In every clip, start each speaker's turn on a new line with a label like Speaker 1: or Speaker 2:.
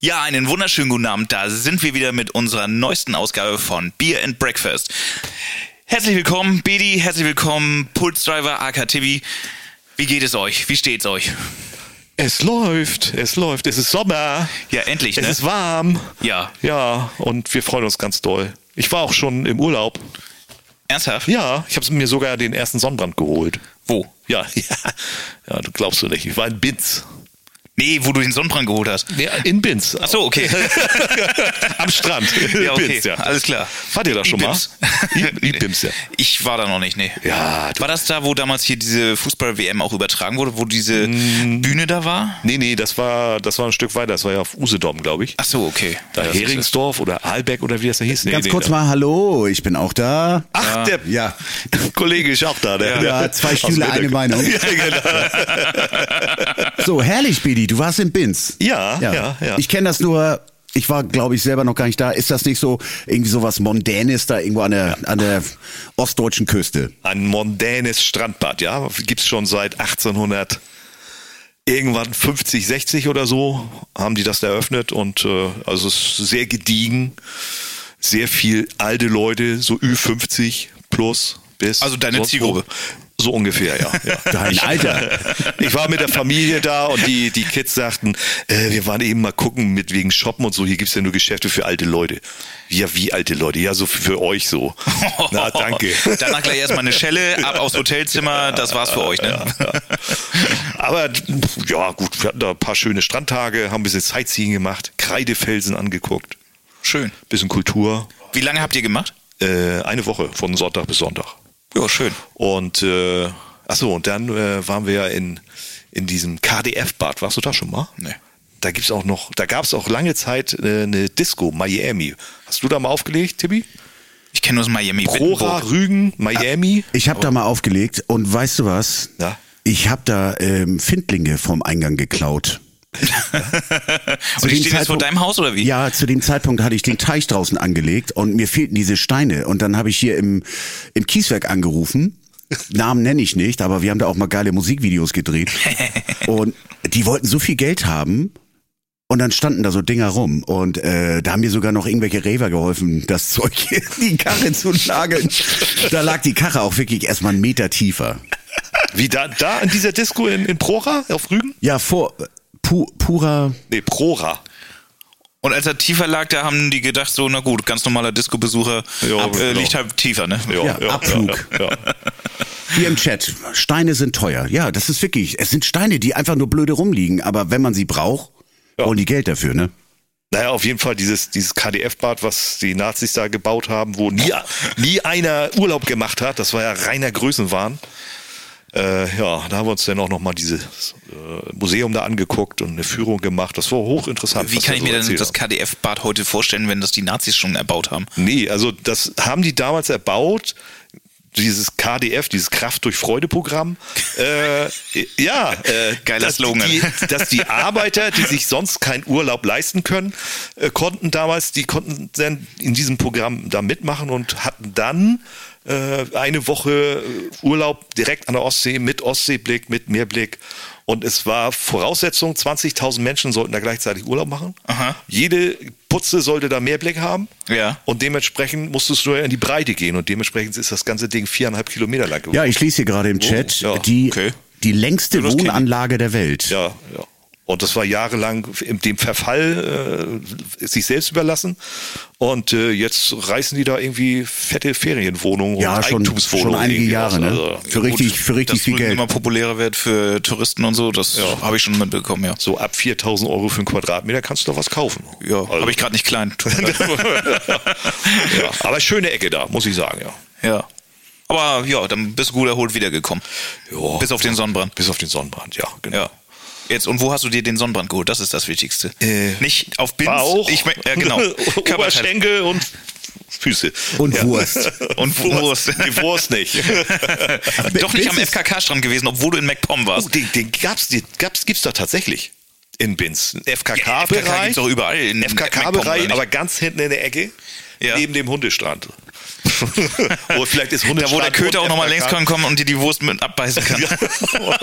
Speaker 1: Ja, einen wunderschönen guten Abend. Da sind wir wieder mit unserer neuesten Ausgabe von Beer and Breakfast. Herzlich willkommen, Bedi, herzlich willkommen, Pulsdriver, AK Tibi. Wie geht es euch? Wie steht's euch?
Speaker 2: Es läuft, es läuft, es ist Sommer.
Speaker 1: Ja, endlich,
Speaker 2: Es
Speaker 1: ne?
Speaker 2: ist warm.
Speaker 1: Ja.
Speaker 2: Ja, und wir freuen uns ganz doll. Ich war auch schon im Urlaub.
Speaker 1: Ernsthaft?
Speaker 2: Ja, ich habe mir sogar den ersten Sonnenbrand geholt.
Speaker 1: Wo?
Speaker 2: Ja, ja, ja, du glaubst du nicht. Ich war in Binz.
Speaker 1: Nee, wo du den Sonnenbrand geholt hast.
Speaker 2: Ja, in Binz.
Speaker 1: Ach so, okay.
Speaker 2: Am Strand.
Speaker 1: Ja, okay.
Speaker 2: Binz, ja.
Speaker 1: Alles klar.
Speaker 2: Wart ihr da schon
Speaker 1: Ibims.
Speaker 2: mal? I- Ibims, ja.
Speaker 1: Ich war da noch nicht, nee.
Speaker 2: Ja, du-
Speaker 1: War das da, wo damals hier diese Fußball-WM auch übertragen wurde, wo diese
Speaker 2: Mm.
Speaker 1: Bühne da war?
Speaker 2: Nee, nee, das war, das war ein Stück weiter. Das war ja auf Usedom, glaube ich.
Speaker 1: Ach so, okay.
Speaker 2: Da
Speaker 1: Ja, das ist-
Speaker 2: Heringsdorf oder Arlbeck oder wie das da hieß. Nee,
Speaker 3: Ganz
Speaker 2: nee,
Speaker 3: kurz
Speaker 2: da- Ah.
Speaker 3: mal, hallo, ich bin auch da.
Speaker 2: Ach, der
Speaker 3: Ja.
Speaker 2: Kollege ist auch da. Der,
Speaker 3: Ja, zwei
Speaker 2: Aus dem
Speaker 3: Stühle, eine
Speaker 2: Hintergrund.
Speaker 3: Meinung.
Speaker 2: genau.
Speaker 3: So, herrlich, Bedi, du warst in Binz.
Speaker 2: Ja, ja, ja.
Speaker 3: Ich kenne das nur, ich war, glaube ich, selber noch gar nicht da. Ist das nicht so irgendwie so was Mondänes da irgendwo an der, an der ostdeutschen Küste?
Speaker 2: Ein mondänes Strandbad, ja. Gibt es schon seit 1800, irgendwann 50, 60 oder so, haben die das eröffnet. Und äh, also es ist sehr gediegen, sehr viel alte Leute, so Ü50 plus bis.
Speaker 1: Also deine
Speaker 2: sonst wo.
Speaker 1: Zielgruppe.
Speaker 2: So ungefähr, ja. ja.
Speaker 3: Dein
Speaker 2: Ich-
Speaker 3: Alter.
Speaker 2: Ich war mit der Familie da und die, die Kids sagten, äh, wir waren eben mal gucken mit wegen Shoppen und so, hier gibt's ja nur Geschäfte für alte Leute. Ja, wie alte Leute? Ja, so für, für euch so. Na, danke.
Speaker 1: Danach gleich erstmal eine Schelle, ab aufs Hotelzimmer, das war's für euch, ne?
Speaker 2: Aber ja, gut, wir hatten da ein paar schöne Strandtage, haben ein bisschen Sightseeing gemacht, Kreidefelsen angeguckt,
Speaker 1: Schön.
Speaker 2: bisschen Kultur.
Speaker 1: Wie lange habt ihr gemacht?
Speaker 2: Äh, eine Woche von Sonntag bis Sonntag.
Speaker 1: Ja, schön.
Speaker 2: Und äh, achso, und dann äh, waren wir ja in, in diesem KDF-Bad. Warst du da schon mal?
Speaker 1: Nee.
Speaker 2: Da gibt's auch noch, da gab's auch lange Zeit äh, eine Disco, Miami. Hast du da mal aufgelegt, Tibi?
Speaker 1: Ich kenne nur das Miami.
Speaker 2: Prora, Rügen, Miami.
Speaker 3: Ich habe da mal aufgelegt und weißt du was?
Speaker 2: Na?
Speaker 3: Ich habe da ähm, Findlinge vom Eingang geklaut.
Speaker 1: Und die stehen jetzt vor deinem Haus oder wie?
Speaker 3: Ja, zu dem Zeitpunkt hatte ich den Teich draußen angelegt und mir fehlten diese Steine. Und dann habe ich hier im, im Kieswerk angerufen. Namen nenne ich nicht, aber wir haben da auch mal geile Musikvideos gedreht. Und die wollten so viel Geld haben. Und dann standen da so Dinger rum. Und äh, da haben mir sogar noch irgendwelche Räver geholfen, das Zeug in die Karre zu nageln. Da lag die Karre auch wirklich erstmal einen Meter tiefer.
Speaker 2: Wie da, da in dieser Disco in, in Prora auf Rügen?
Speaker 3: Ja, vor pu purer
Speaker 2: Nee, Prora.
Speaker 1: Und als er tiefer lag, da haben die gedacht, so, na gut, ganz normaler Disco-Besucher
Speaker 2: Ja,
Speaker 1: ab, äh,
Speaker 2: genau.
Speaker 1: liegt halt tiefer, ne?
Speaker 3: Ja, Abflug.
Speaker 2: Ja, ja.
Speaker 3: Hier im Chat, Steine sind teuer. Ja, das ist wirklich, es sind Steine, die einfach nur blöde rumliegen, aber wenn man sie braucht, wollen die Geld dafür, ne?
Speaker 2: Naja, auf jeden Fall dieses, dieses KDF-Bad, was die Nazis da gebaut haben, wo nie, nie einer Urlaub gemacht hat. Das war ja reiner Größenwahn. Äh, ja, da haben wir uns dann auch nochmal dieses äh, Museum da angeguckt und eine Führung gemacht. Das war hochinteressant.
Speaker 1: Wie
Speaker 2: was
Speaker 1: kann
Speaker 2: er
Speaker 1: ich
Speaker 2: so
Speaker 1: mir denn
Speaker 2: erzählt
Speaker 1: das
Speaker 2: hat.
Speaker 1: KDF-Bad heute vorstellen, wenn das die Nazis schon erbaut haben?
Speaker 2: Nee, also das haben die damals erbaut, dieses KDF, dieses Kraft durch Freude Programm. Äh, ja, äh,
Speaker 1: Geiler
Speaker 2: dass
Speaker 1: Slogan.
Speaker 2: Die, dass die Arbeiter, die sich sonst keinen Urlaub leisten können, äh, konnten damals, die konnten dann in diesem Programm da mitmachen und hatten dann äh, eine Woche äh, Urlaub direkt an der Ostsee mit Ostseeblick, mit Meerblick. Und es war Voraussetzung, 20.000 Menschen sollten da gleichzeitig Urlaub machen.
Speaker 1: Aha.
Speaker 2: Jede Putze sollte da Meerblick haben.
Speaker 1: Ja.
Speaker 2: Und dementsprechend musstest du ja in die Breite gehen und dementsprechend ist das ganze Ding viereinhalb Kilometer lang geworden.
Speaker 3: Ja, ich lese hier gerade im Chat,
Speaker 2: ja,
Speaker 3: die,
Speaker 1: okay.
Speaker 3: die längste
Speaker 1: das klingt-
Speaker 3: Wohnanlage der Welt.
Speaker 2: Ja, ja. Und das war jahrelang in dem Verfall äh, sich selbst überlassen. Und äh, jetzt reißen die da irgendwie fette Ferienwohnungen
Speaker 3: Ja,
Speaker 2: und
Speaker 3: schon-
Speaker 2: Eigentumswohnungen.
Speaker 3: schon einige
Speaker 2: irgendwie Also,
Speaker 3: Jahre, ne? Für richtig- für richtig
Speaker 1: Dass
Speaker 3: viel
Speaker 1: Rügen
Speaker 3: Geld.
Speaker 1: immer populärer wird für Touristen und so, das habe ich schon mitbekommen, ja.
Speaker 2: So ab 4000 Euro für einen Quadratmeter kannst du da was kaufen.
Speaker 1: Ja,
Speaker 2: Also-
Speaker 1: habe ich gerade nicht klein.
Speaker 2: ja. Aber schöne Ecke da, muss ich sagen, ja.
Speaker 1: ja. Aber ja, dann bist du gut erholt wiedergekommen.
Speaker 2: Ja.
Speaker 1: Bis auf den Sonnenbrand.
Speaker 2: Bis auf den Sonnenbrand, ja, genau.
Speaker 1: Ja. Jetzt, und wo hast du dir den Sonnenbrand geholt? Das ist das Wichtigste.
Speaker 2: Äh,
Speaker 1: Nicht auf Bins.
Speaker 2: Bauch,
Speaker 1: Ich, mein- ja, genau. Körperteil.
Speaker 2: Oberschenkel und Füße.
Speaker 3: Und Wurst.
Speaker 1: Und Wurst.
Speaker 2: Die Wurst nicht.
Speaker 1: Doch nicht am
Speaker 3: Binz ist-
Speaker 1: FKK-Strand gewesen, obwohl du in MacPom warst.
Speaker 2: Oh, den, den gab's, den gab's, gibt's da tatsächlich. In Binz.
Speaker 1: Ja, FKK
Speaker 2: FKK-Bereich.
Speaker 1: gibt's doch überall in
Speaker 2: FKK-Bereich,
Speaker 1: MacPom,
Speaker 2: aber ganz hinten in der Ecke.
Speaker 1: Ja.
Speaker 2: Neben dem Hundestrand. Oder vielleicht ist Hunde
Speaker 1: Da wo der Köter auch nochmal längs kann kommen und dir die Wurst mit abbeißen kann.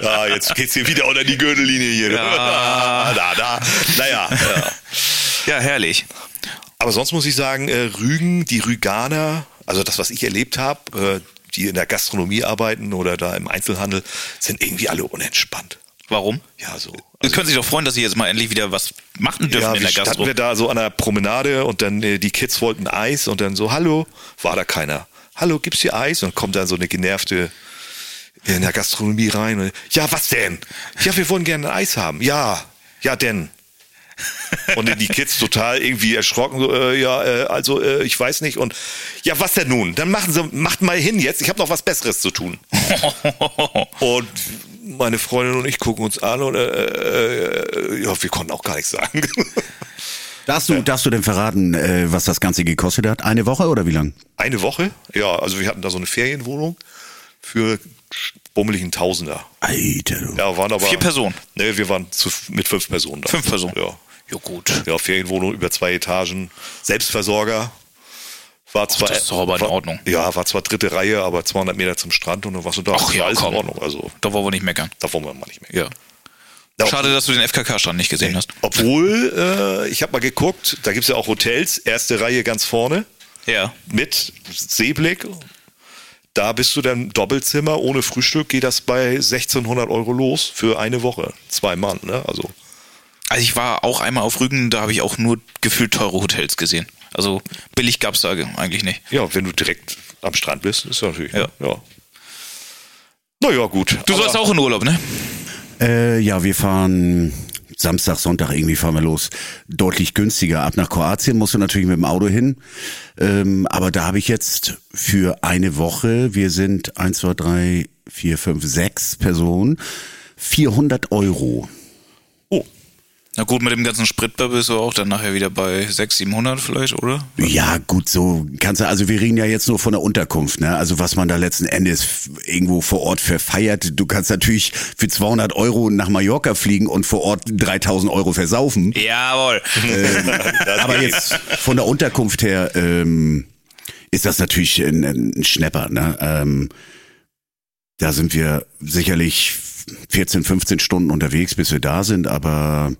Speaker 2: ja, jetzt geht's hier wieder unter die Gürtellinie hier.
Speaker 1: Ja.
Speaker 2: Da, da. Naja. Ja.
Speaker 1: Ja, herrlich.
Speaker 2: Aber sonst muss ich sagen, äh, Rügen, die Rüganer, also das, was ich erlebt habe, äh, die in der Gastronomie arbeiten oder da im Einzelhandel, sind irgendwie alle unentspannt.
Speaker 1: Warum?
Speaker 2: Ja, so.
Speaker 1: Sie können sich doch freuen, dass sie jetzt mal endlich wieder was machen dürfen
Speaker 2: Ja,
Speaker 1: in
Speaker 2: wir
Speaker 1: der
Speaker 2: standen
Speaker 1: Gastro.
Speaker 2: wir da so an der Promenade und dann äh, die Kids wollten Eis und dann so, hallo, war da keiner. Hallo, gibt's hier Eis? Und kommt dann so eine genervte in der Gastronomie rein. Und, ja, was denn? Ja, wir wollen gerne Eis haben. Ja, ja denn. Und dann die Kids total irgendwie erschrocken, so, äh, ja, äh, also äh, ich weiß nicht. Und ja, was denn nun? Dann machen Sie, macht mal hin jetzt, ich habe noch was Besseres zu tun. Und meine Freundin und ich gucken uns an und äh, äh, äh, ja, wir konnten auch gar nichts sagen.
Speaker 3: Darfst du, darfst du denn verraten, äh, was das Ganze gekostet hat? Eine Woche oder wie lang?
Speaker 2: Eine Woche? Ja, also wir hatten da so eine Ferienwohnung für bummeligen Tausender.
Speaker 3: Alter, du.
Speaker 2: Ja, waren aber.
Speaker 1: Vier Personen?
Speaker 2: Nee, wir waren zu, mit fünf Personen da.
Speaker 1: Fünf Personen.
Speaker 2: Ja.
Speaker 1: Jo, gut.
Speaker 2: ja, Ferienwohnung über zwei Etagen, Selbstversorger. War zwar,
Speaker 1: das ist doch aber in
Speaker 2: war,
Speaker 1: Ordnung.
Speaker 2: Ja, war zwar dritte Reihe, aber 200 Meter zum Strand und dann warst du da.
Speaker 1: Ach ja,
Speaker 2: alles
Speaker 1: komm.
Speaker 2: in Ordnung. Also,
Speaker 1: Da wollen wir nicht meckern.
Speaker 2: da wollen wir mal nicht mehr.
Speaker 1: Ja.
Speaker 2: Ja,
Speaker 1: Schade, dass du den FKK-Strand nicht gesehen hast.
Speaker 2: Obwohl, äh, ich habe mal geguckt, da gibt es ja auch Hotels, erste Reihe ganz vorne.
Speaker 1: Ja.
Speaker 2: mit Seeblick. Da bist du dann Doppelzimmer ohne Frühstück, geht das bei 1600 Euro los für eine Woche. Zwei Mann, ne? Also,
Speaker 1: Also ich war auch einmal auf Rügen, da habe ich auch nur gefühlt teure Hotels gesehen. Also billig gab's da eigentlich nicht.
Speaker 2: ja, wenn du direkt am Strand bist, ist das natürlich.
Speaker 1: Ja.
Speaker 2: Ne? ja. Naja, gut.
Speaker 1: Du sollst auch in Urlaub, ne?
Speaker 3: Äh, ja, wir fahren Samstag, Sonntag irgendwie fahren wir los. Deutlich günstiger. Ab nach Kroatien musst du natürlich mit dem Auto hin. Ähm, aber da habe ich jetzt für eine Woche, wir sind eins, zwei, drei, vier, fünf, sechs Personen, 400 Euro.
Speaker 2: Oh,
Speaker 1: Na gut, mit dem ganzen Sprit da bist du auch dann nachher wieder bei 600, 700 vielleicht, oder?
Speaker 3: Ja, gut, so kannst du, also wir reden ja jetzt nur von der Unterkunft, ne? Also was man da letzten Endes f- irgendwo vor Ort verfeiert. Du kannst natürlich für 200 Euro nach Mallorca fliegen und vor Ort 3000 Euro versaufen.
Speaker 1: Jawohl.
Speaker 3: Aber jetzt von der Unterkunft her ähm, ist das natürlich ein, ein Schnapper. Ne? Ähm, da sind wir sicherlich 14, 15 Stunden unterwegs, bis wir da sind. Aber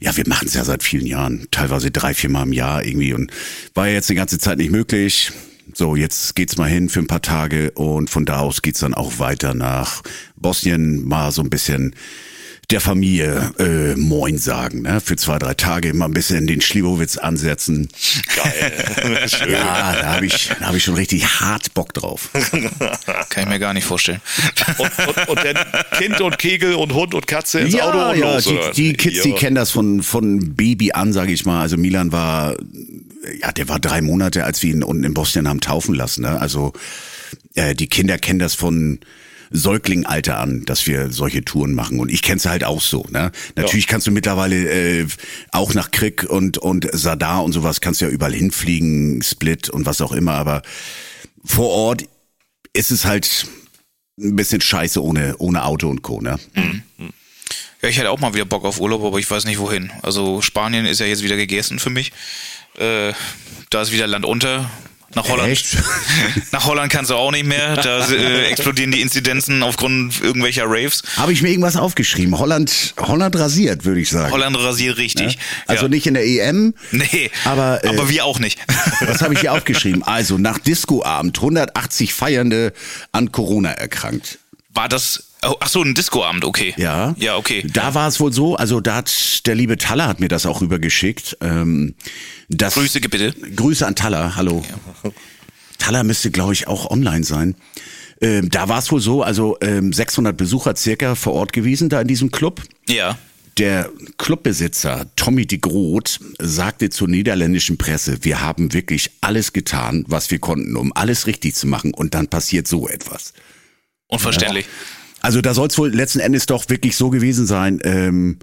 Speaker 3: ja, wir machen es ja seit vielen Jahren, teilweise drei, vier Mal im Jahr irgendwie. Und war ja jetzt die ganze Zeit nicht möglich. So, jetzt geht's mal hin für ein paar Tage und von da aus geht's dann auch weiter nach Bosnien, mal so ein bisschen der Familie äh, Moin sagen, ne? Für zwei, drei Tage mal ein bisschen den Schliwowitz ansetzen.
Speaker 2: geil. Schön.
Speaker 3: Ja, da habe ich, da hab ich schon richtig hart Bock drauf.
Speaker 1: Kann ich mir gar nicht vorstellen.
Speaker 2: Und, und, und dann Kind und Kegel und Hund und Katze ins Auto und los. oder?
Speaker 3: die, die Kids, die
Speaker 2: Ja.
Speaker 3: kennen das von, von Baby an, sage ich mal. Also Milan war, ja, der war drei Monate, als wir ihn unten in Bosnien haben taufen lassen. Ne? Also äh, die Kinder kennen das von Säuglingalter an, dass wir solche Touren machen. Und ich kenn's halt auch so. Ne? Natürlich kannst du mittlerweile äh, auch nach Krieg und, und Sadar und sowas kannst du ja überall hinfliegen, Split und was auch immer. Aber vor Ort ist es halt ein bisschen scheiße ohne, ohne Auto und Co. Ne?
Speaker 1: Ja, ich hätte auch mal wieder Bock auf Urlaub, aber ich weiß nicht wohin. Also Spanien ist ja jetzt wieder gegessen für mich. Äh, da ist wieder Land unter. Nach Holland.
Speaker 3: Echt?
Speaker 1: Nach Holland kannst du auch nicht mehr. Da äh, explodieren die Inzidenzen aufgrund irgendwelcher Raves.
Speaker 3: Habe ich mir irgendwas aufgeschrieben? Holland, Holland rasiert, würde ich sagen.
Speaker 1: Holland rasiert
Speaker 3: Ne?
Speaker 1: richtig.
Speaker 3: Also
Speaker 1: ja.
Speaker 3: nicht in der EM.
Speaker 1: Nee,
Speaker 3: Aber, äh,
Speaker 1: aber wir auch nicht.
Speaker 3: Was habe ich hier aufgeschrieben? Also nach Discoabend 180 Feiernde an Corona erkrankt.
Speaker 1: War das. Oh, ach so, ein Discoabend, okay.
Speaker 3: Ja.
Speaker 1: Ja, okay.
Speaker 3: Da war es wohl so, also da hat der liebe Taller hat mir das auch rübergeschickt. Ähm, dass,
Speaker 1: Grüße bitte.
Speaker 3: Grüße an Taller, hallo. Taller müsste, glaube ich, auch online sein. Ähm, da war es wohl so, also ähm, 600 Besucher circa vor Ort gewesen, da in diesem Club.
Speaker 1: Ja.
Speaker 3: Der Clubbesitzer Tommy de Groot sagte zur niederländischen Presse, wir haben wirklich alles getan, was wir konnten, um alles richtig zu machen und dann passiert so etwas.
Speaker 1: Unverständlich.
Speaker 3: Also da soll es wohl letzten Endes doch wirklich so gewesen sein, ähm,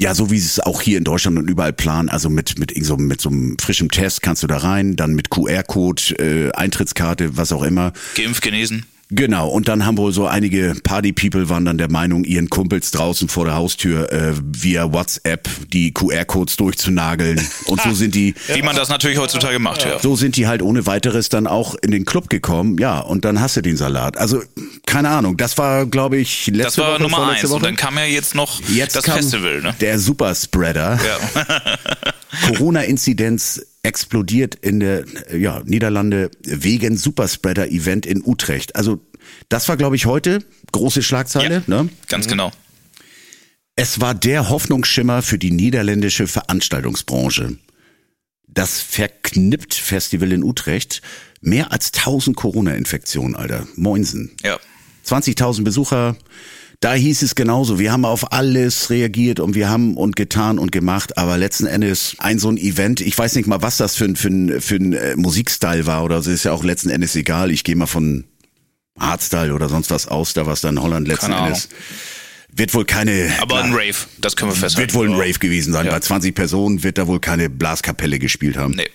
Speaker 3: ja, so wie sie es auch hier in Deutschland und überall planen, also mit, mit, irgend so, einem- mit so einem frischem Test kannst du da rein, dann mit QR-Code, äh, Eintrittskarte, was auch immer.
Speaker 1: Geimpft, genesen.
Speaker 3: Genau, und dann haben wohl so einige Party-People waren dann der Meinung, ihren Kumpels draußen vor der Haustür äh, via WhatsApp die QR-Codes durchzunageln. Und so sind die,
Speaker 1: Wie man das natürlich heutzutage macht, ja.
Speaker 3: so sind die halt ohne weiteres dann auch in den Club gekommen. Ja, und dann hast du den Salat. Also, keine Ahnung, das war, glaube ich, letzte
Speaker 1: Das war
Speaker 3: Woche,
Speaker 1: Nummer
Speaker 3: vorletzte
Speaker 1: eins. Und
Speaker 3: Woche.
Speaker 1: dann kam ja jetzt noch
Speaker 3: Jetzt
Speaker 1: das
Speaker 3: kam
Speaker 1: Festival, ne?
Speaker 3: der Superspreader.
Speaker 1: Ja.
Speaker 3: Corona-Inzidenz explodiert in der äh, ja, Niederlande wegen Superspreader-Event in Utrecht. Also das war, glaube ich, heute große Schlagzeile. Ne?
Speaker 1: Ganz genau.
Speaker 3: Es war der Hoffnungsschimmer für die niederländische Veranstaltungsbranche. Das verknippt Festival in Utrecht. Mehr als 1000 Corona-Infektionen, Alter. Moinsen.
Speaker 1: Ja.
Speaker 3: 20.000 Besucher. Da hieß es genauso. Wir haben auf alles reagiert und wir haben und getan und gemacht. Aber letzten Endes ein so ein Event. Ich weiß nicht mal, was das für ein, für ein, für ein äh, Musikstyle war oder so. Ist ja auch letzten Endes egal. Ich gehe mal von Hardstyle oder sonst was aus. Da war es dann Holland letzten
Speaker 1: Keine
Speaker 3: Endes. Wird wohl keine.
Speaker 1: Aber ein Rave, das können wir festhalten.
Speaker 3: Wird wohl ein Rave gewesen sein.
Speaker 1: Ja.
Speaker 3: Bei 20 Personen wird da wohl keine Blaskapelle gespielt haben.
Speaker 1: Nee.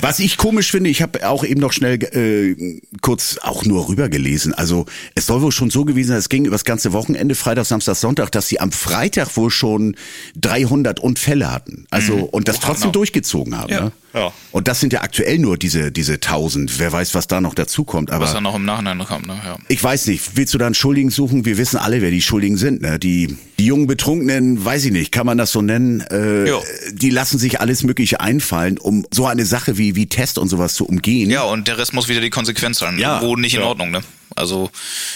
Speaker 3: Was ich komisch finde, ich habe auch eben noch schnell äh, kurz auch nur rübergelesen. Also es soll wohl schon so gewesen sein, es ging übers ganze Wochenende, Freitag, Samstag, Sonntag, dass sie am Freitag wohl schon 300 Unfälle hatten. Also und das trotzdem
Speaker 1: genau.
Speaker 3: durchgezogen haben.
Speaker 1: Ja.
Speaker 3: Ne?
Speaker 2: Ja.
Speaker 3: Und das sind ja aktuell nur diese diese 1000. Wer weiß, was da noch dazukommt. Aber
Speaker 1: Was dann noch im Nachhinein noch kommt, ne? Ja.
Speaker 3: ich weiß nicht, willst du da einen Schuldigen suchen? Wir wissen alle, wer die Schuldigen sind. Ne? Die, die jungen Betrunkenen, weiß ich nicht, kann man das so nennen? Äh,
Speaker 1: Jo.
Speaker 3: die lassen sich alles Mögliche einfallen, um so eine Sache wie, wie Test und sowas zu umgehen.
Speaker 1: ja, und der Rest muss wieder die Konsequenz sein.
Speaker 3: Ja.
Speaker 1: Irgendwo nicht in
Speaker 2: Ja.
Speaker 1: Ordnung, ne? Also,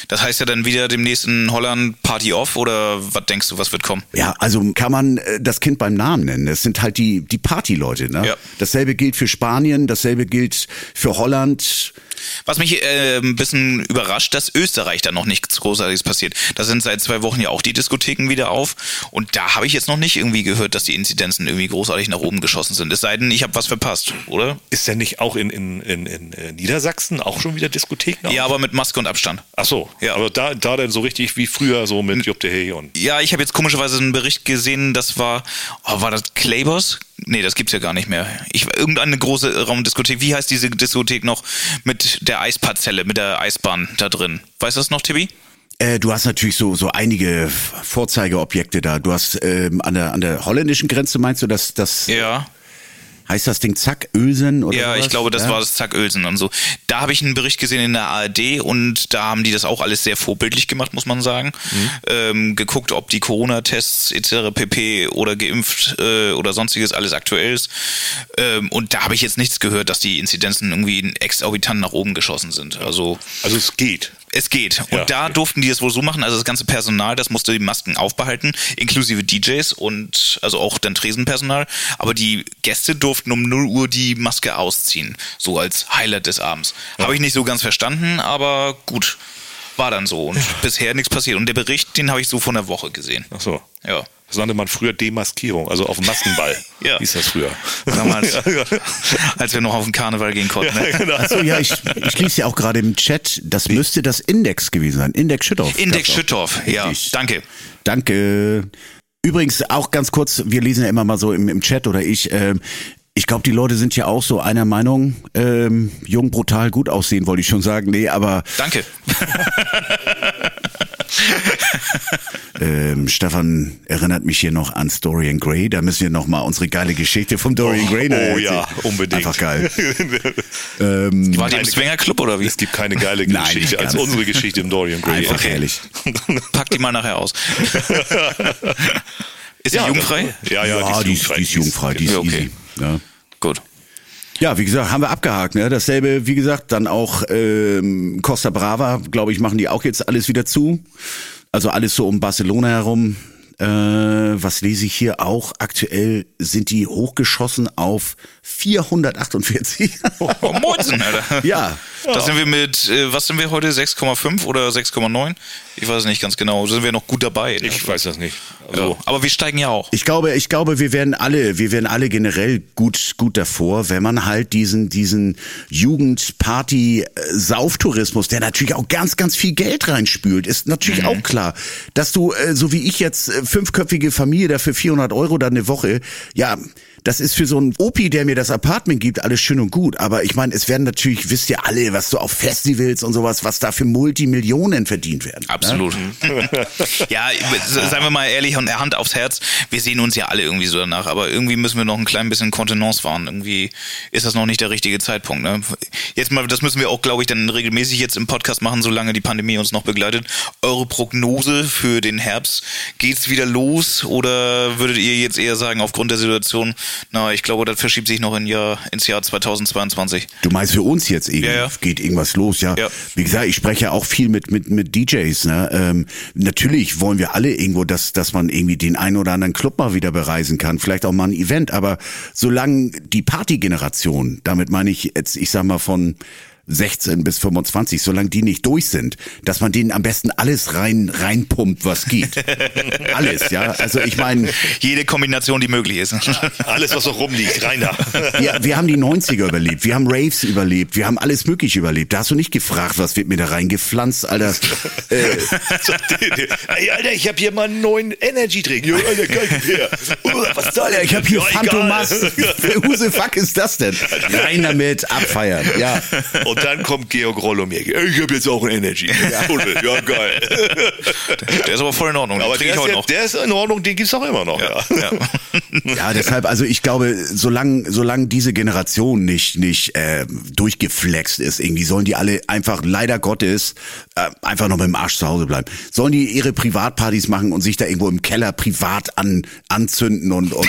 Speaker 1: das heißt ja dann wieder demnächst in Holland Party off oder was denkst du, was wird kommen?
Speaker 3: Ja, also kann man äh, das Kind beim Namen nennen. Das sind halt die, die Partyleute. Ne?
Speaker 1: Ja.
Speaker 3: Dasselbe gilt für Spanien, dasselbe gilt für Holland.
Speaker 1: Was mich äh, ein bisschen überrascht, dass Österreich da noch nichts Großartiges passiert. Da sind seit zwei Wochen ja auch die Diskotheken wieder auf. Und da habe ich jetzt noch nicht irgendwie gehört, dass die Inzidenzen irgendwie großartig nach oben geschossen sind. Es sei denn, ich habe was verpasst, oder?
Speaker 2: Ist denn nicht auch in, in, in, in äh, Niedersachsen auch schon wieder Diskotheken?
Speaker 1: Ja, aber mit Maske und Abstand.
Speaker 2: Ach so,
Speaker 1: Ja.
Speaker 2: ja. aber da, da dann so richtig wie früher so mit Jupp de Hey und
Speaker 1: Ja, ich habe jetzt komischerweise einen Bericht gesehen, das war, oh, war das Klebers? Nee, das gibt's ja gar nicht mehr. Ich, irgendeine große Raumdiskothek, wie heißt diese Diskothek noch mit der Eisparzelle, mit der Eisbahn da drin? Weißt du das noch, Tibi?
Speaker 3: Äh, du hast natürlich so, so einige Vorzeigeobjekte da. Du hast ähm, an, der, an der holländischen Grenze, meinst du, dass das
Speaker 1: Ja. Heißt
Speaker 3: heißt das Ding Zack, Ösen oder
Speaker 1: Ja,
Speaker 3: sowas?
Speaker 1: ich glaube, das
Speaker 3: Ja?
Speaker 1: war das Zack Ölsen und so. Da habe ich einen Bericht gesehen in der ARD und da haben die das auch alles sehr vorbildlich gemacht, muss man sagen.
Speaker 3: Mhm.
Speaker 1: Ähm, geguckt, ob die Corona-Tests etc. pp. oder geimpft äh, oder sonstiges alles aktuell ist. Ähm, und da habe ich jetzt nichts gehört, dass die Inzidenzen irgendwie exorbitant nach oben geschossen sind. Also
Speaker 2: also es geht.
Speaker 1: es geht. Und
Speaker 2: Ja.
Speaker 1: da durften die das wohl so machen. Also das ganze Personal, das musste die Masken aufbehalten, inklusive DJs und also auch dann Tresenpersonal. Aber die Gäste durften um 0 Uhr die Maske ausziehen. So als Highlight des Abends. Habe ich nicht so ganz verstanden, aber gut. War dann so. Und bisher nichts passiert. Und der Bericht, den habe ich so von der Woche gesehen.
Speaker 2: Ach so.
Speaker 1: Ja.
Speaker 2: Das nannte man früher Demaskierung, also auf dem Maskenball.
Speaker 1: Ja.
Speaker 2: Hieß das früher.
Speaker 1: Damals,
Speaker 2: ja, ja.
Speaker 1: als wir noch auf den Karneval gehen konnten. Ne?
Speaker 2: genau.
Speaker 3: Ach so, ja, ich, ich lese ja auch gerade im Chat, das müsste das Index gewesen sein. Index Schüttorf.
Speaker 1: Index
Speaker 3: Das auch.
Speaker 1: Schüttorf, ja.
Speaker 3: Richtig.
Speaker 1: Danke.
Speaker 3: Danke. Übrigens auch ganz kurz, wir lesen ja immer mal so im, im Chat oder ich, ähm, ich glaube, die Leute sind ja auch so einer Meinung, ähm, jung, brutal, gut aussehen, wollte ich schon sagen. Nee, aber
Speaker 1: Danke.
Speaker 3: ähm, Stefan erinnert mich hier noch an Dorian Gray. Da müssen wir noch mal unsere geile Geschichte vom Dorian Gray noch
Speaker 2: Oh
Speaker 3: erzählen.
Speaker 2: ja, unbedingt.
Speaker 3: Einfach geil.
Speaker 1: War die im Swingerclub oder wie?
Speaker 2: Es gibt keine geile
Speaker 3: Nein,
Speaker 2: Geschichte
Speaker 3: ganz.
Speaker 2: als unsere Geschichte im Dorian Gray.
Speaker 3: Einfach
Speaker 1: Okay.
Speaker 3: ehrlich.
Speaker 1: Pack die mal nachher aus. Ist sie jugendfrei?
Speaker 2: Ja, genau. ja,
Speaker 3: die ist, die ist jungfrei, die ist
Speaker 1: Ja, okay.
Speaker 3: easy. Ja.
Speaker 1: Gut.
Speaker 3: Ja, wie gesagt, haben wir abgehakt. Ne? Dasselbe, wie gesagt, dann auch ähm, Costa Brava, glaube ich, machen die auch jetzt alles wieder zu. Also alles so um Barcelona herum. Äh, was lese ich hier auch? Aktuell sind die hochgeschossen auf 448.
Speaker 1: Oh, Moinsen, Alter.
Speaker 3: ja,
Speaker 1: Da sind wir mit, äh, was sind wir heute, 6,5 oder 6,9? Ich weiß nicht ganz genau. Sind wir noch gut dabei? ne?
Speaker 2: Ich weiß das nicht. Also,
Speaker 1: ja. Aber wir steigen ja auch.
Speaker 3: ich glaube, ich glaube, wir werden alle, wir werden alle generell gut, gut davor, wenn man halt diesen, diesen Jugendparty-Sauftourismus, der natürlich auch ganz, ganz viel Geld reinspült, ist natürlich
Speaker 1: Mhm.
Speaker 3: auch klar, dass du, äh, so wie ich jetzt, äh, fünfköpfige Familie dafür 400 Euro dann eine Woche, ja, das ist für so einen Opi, der mir das Apartment gibt, alles schön und gut. Aber ich meine, es werden natürlich, wisst ihr alle, was du auf Festivals und sowas, was da für Multimillionen verdient werden. ne?
Speaker 1: Absolut. Ne? Mhm. ja, seien wir mal ehrlich und Hand aufs Herz, wir sehen uns ja alle irgendwie so danach, aber irgendwie müssen wir noch ein klein bisschen Kontenance fahren. Irgendwie ist das noch nicht der richtige Zeitpunkt. Ne? Jetzt mal, das müssen wir auch, glaube ich, dann regelmäßig jetzt im Podcast machen, solange die Pandemie uns noch begleitet. Eure Prognose für den Herbst, geht's wieder los oder würdet ihr jetzt eher sagen, aufgrund der Situation, na, ich glaube, das verschiebt sich noch in Jahr, ins Jahr 2022.
Speaker 3: Du meinst für uns jetzt irgendwie
Speaker 1: Ja, ja.
Speaker 3: geht irgendwas los, ja.
Speaker 1: Ja.
Speaker 3: Wie gesagt, ich spreche ja auch viel mit mit mit DJs. Ne? Ähm, natürlich wollen wir alle irgendwo, dass dass man irgendwie den einen oder anderen Club mal wieder bereisen kann, vielleicht auch mal ein Event. Aber solange die Partygeneration, damit meine ich jetzt, ich sag mal von 16 bis 25, solange die nicht durch sind, dass man denen am besten alles rein reinpumpt, was geht. alles, ja. Also ich meine,
Speaker 1: Jede Kombination, die möglich ist.
Speaker 2: Alles, was noch rumliegt, rein da.
Speaker 3: wir, wir haben die 90er überlebt, wir haben Raves überlebt, wir haben alles Mögliche überlebt. Da hast du nicht gefragt, was wird mir da reingepflanzt, Alter. äh,
Speaker 2: Ey, Alter, ich habe hier mal einen neuen Energy-Drink. Ja, Alter, geil. Ja. Uah, was soll der?
Speaker 3: ich habe hier
Speaker 2: Ja, egal.
Speaker 3: Phantomas. Whose fuck ist das denn? Rein damit, abfeiern, ja.
Speaker 2: Und dann kommt Georg Roll um die Ecke. Ey, Ich habe jetzt auch einen Energy. Ja, ja geil.
Speaker 1: Der ist aber voll in Ordnung. den
Speaker 2: Aber
Speaker 1: trinke ich
Speaker 2: der ist,
Speaker 1: heute
Speaker 2: ja,
Speaker 1: noch.
Speaker 2: der ist in Ordnung, den gibt's auch immer noch. Ja.
Speaker 1: Ja.
Speaker 3: Ja, deshalb, also ich glaube, solange solange diese Generation nicht nicht äh, durchgeflext ist, irgendwie sollen die alle einfach leider Gottes äh, einfach noch mit dem Arsch zu Hause bleiben. Sollen die ihre Privatpartys machen und sich da irgendwo im Keller privat an anzünden und und,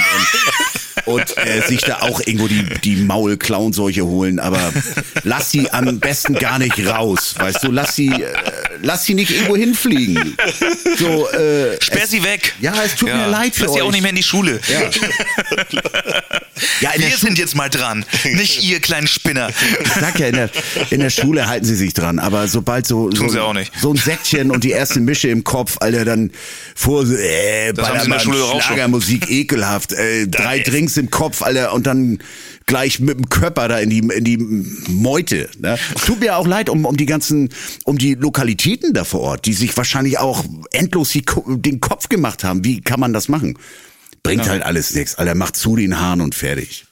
Speaker 3: und, und äh, sich da auch irgendwo die die Maulclownseuche holen, aber lass sie am besten gar nicht raus, weißt du, lass sie äh, lass sie nicht irgendwo hinfliegen. So äh,
Speaker 1: Sperr sie weg.
Speaker 3: ja, es tut mir leid für
Speaker 1: Lass sie
Speaker 3: euch.
Speaker 1: auch nicht mehr in die Schule.
Speaker 3: ja. Ja, in der
Speaker 1: Wir sind jetzt mal dran. Nicht ihr kleinen Spinner.
Speaker 3: Ich sag ja, in der, in der Schule halten sie sich dran, aber sobald so, so,
Speaker 1: Tun sie auch nicht.
Speaker 3: so ein Säckchen und die erste Mische im Kopf, Alter, dann vor, so, äh,
Speaker 1: Das haben sie in der
Speaker 3: Ballermann,
Speaker 1: Schule doch auch schon.
Speaker 3: Schlagermusik, ekelhaft, äh, drei Drinks im Kopf, Alter, und dann gleich mit dem Körper da in die, in die Meute. Ne? Tut mir auch leid um, um die ganzen, um die Lokalitäten da vor Ort, die sich wahrscheinlich auch endlos die, Ko- den Kopf gemacht haben. Wie kann man das machen? Bringt halt alles nichts, Alter, macht zu den Haaren und fertig.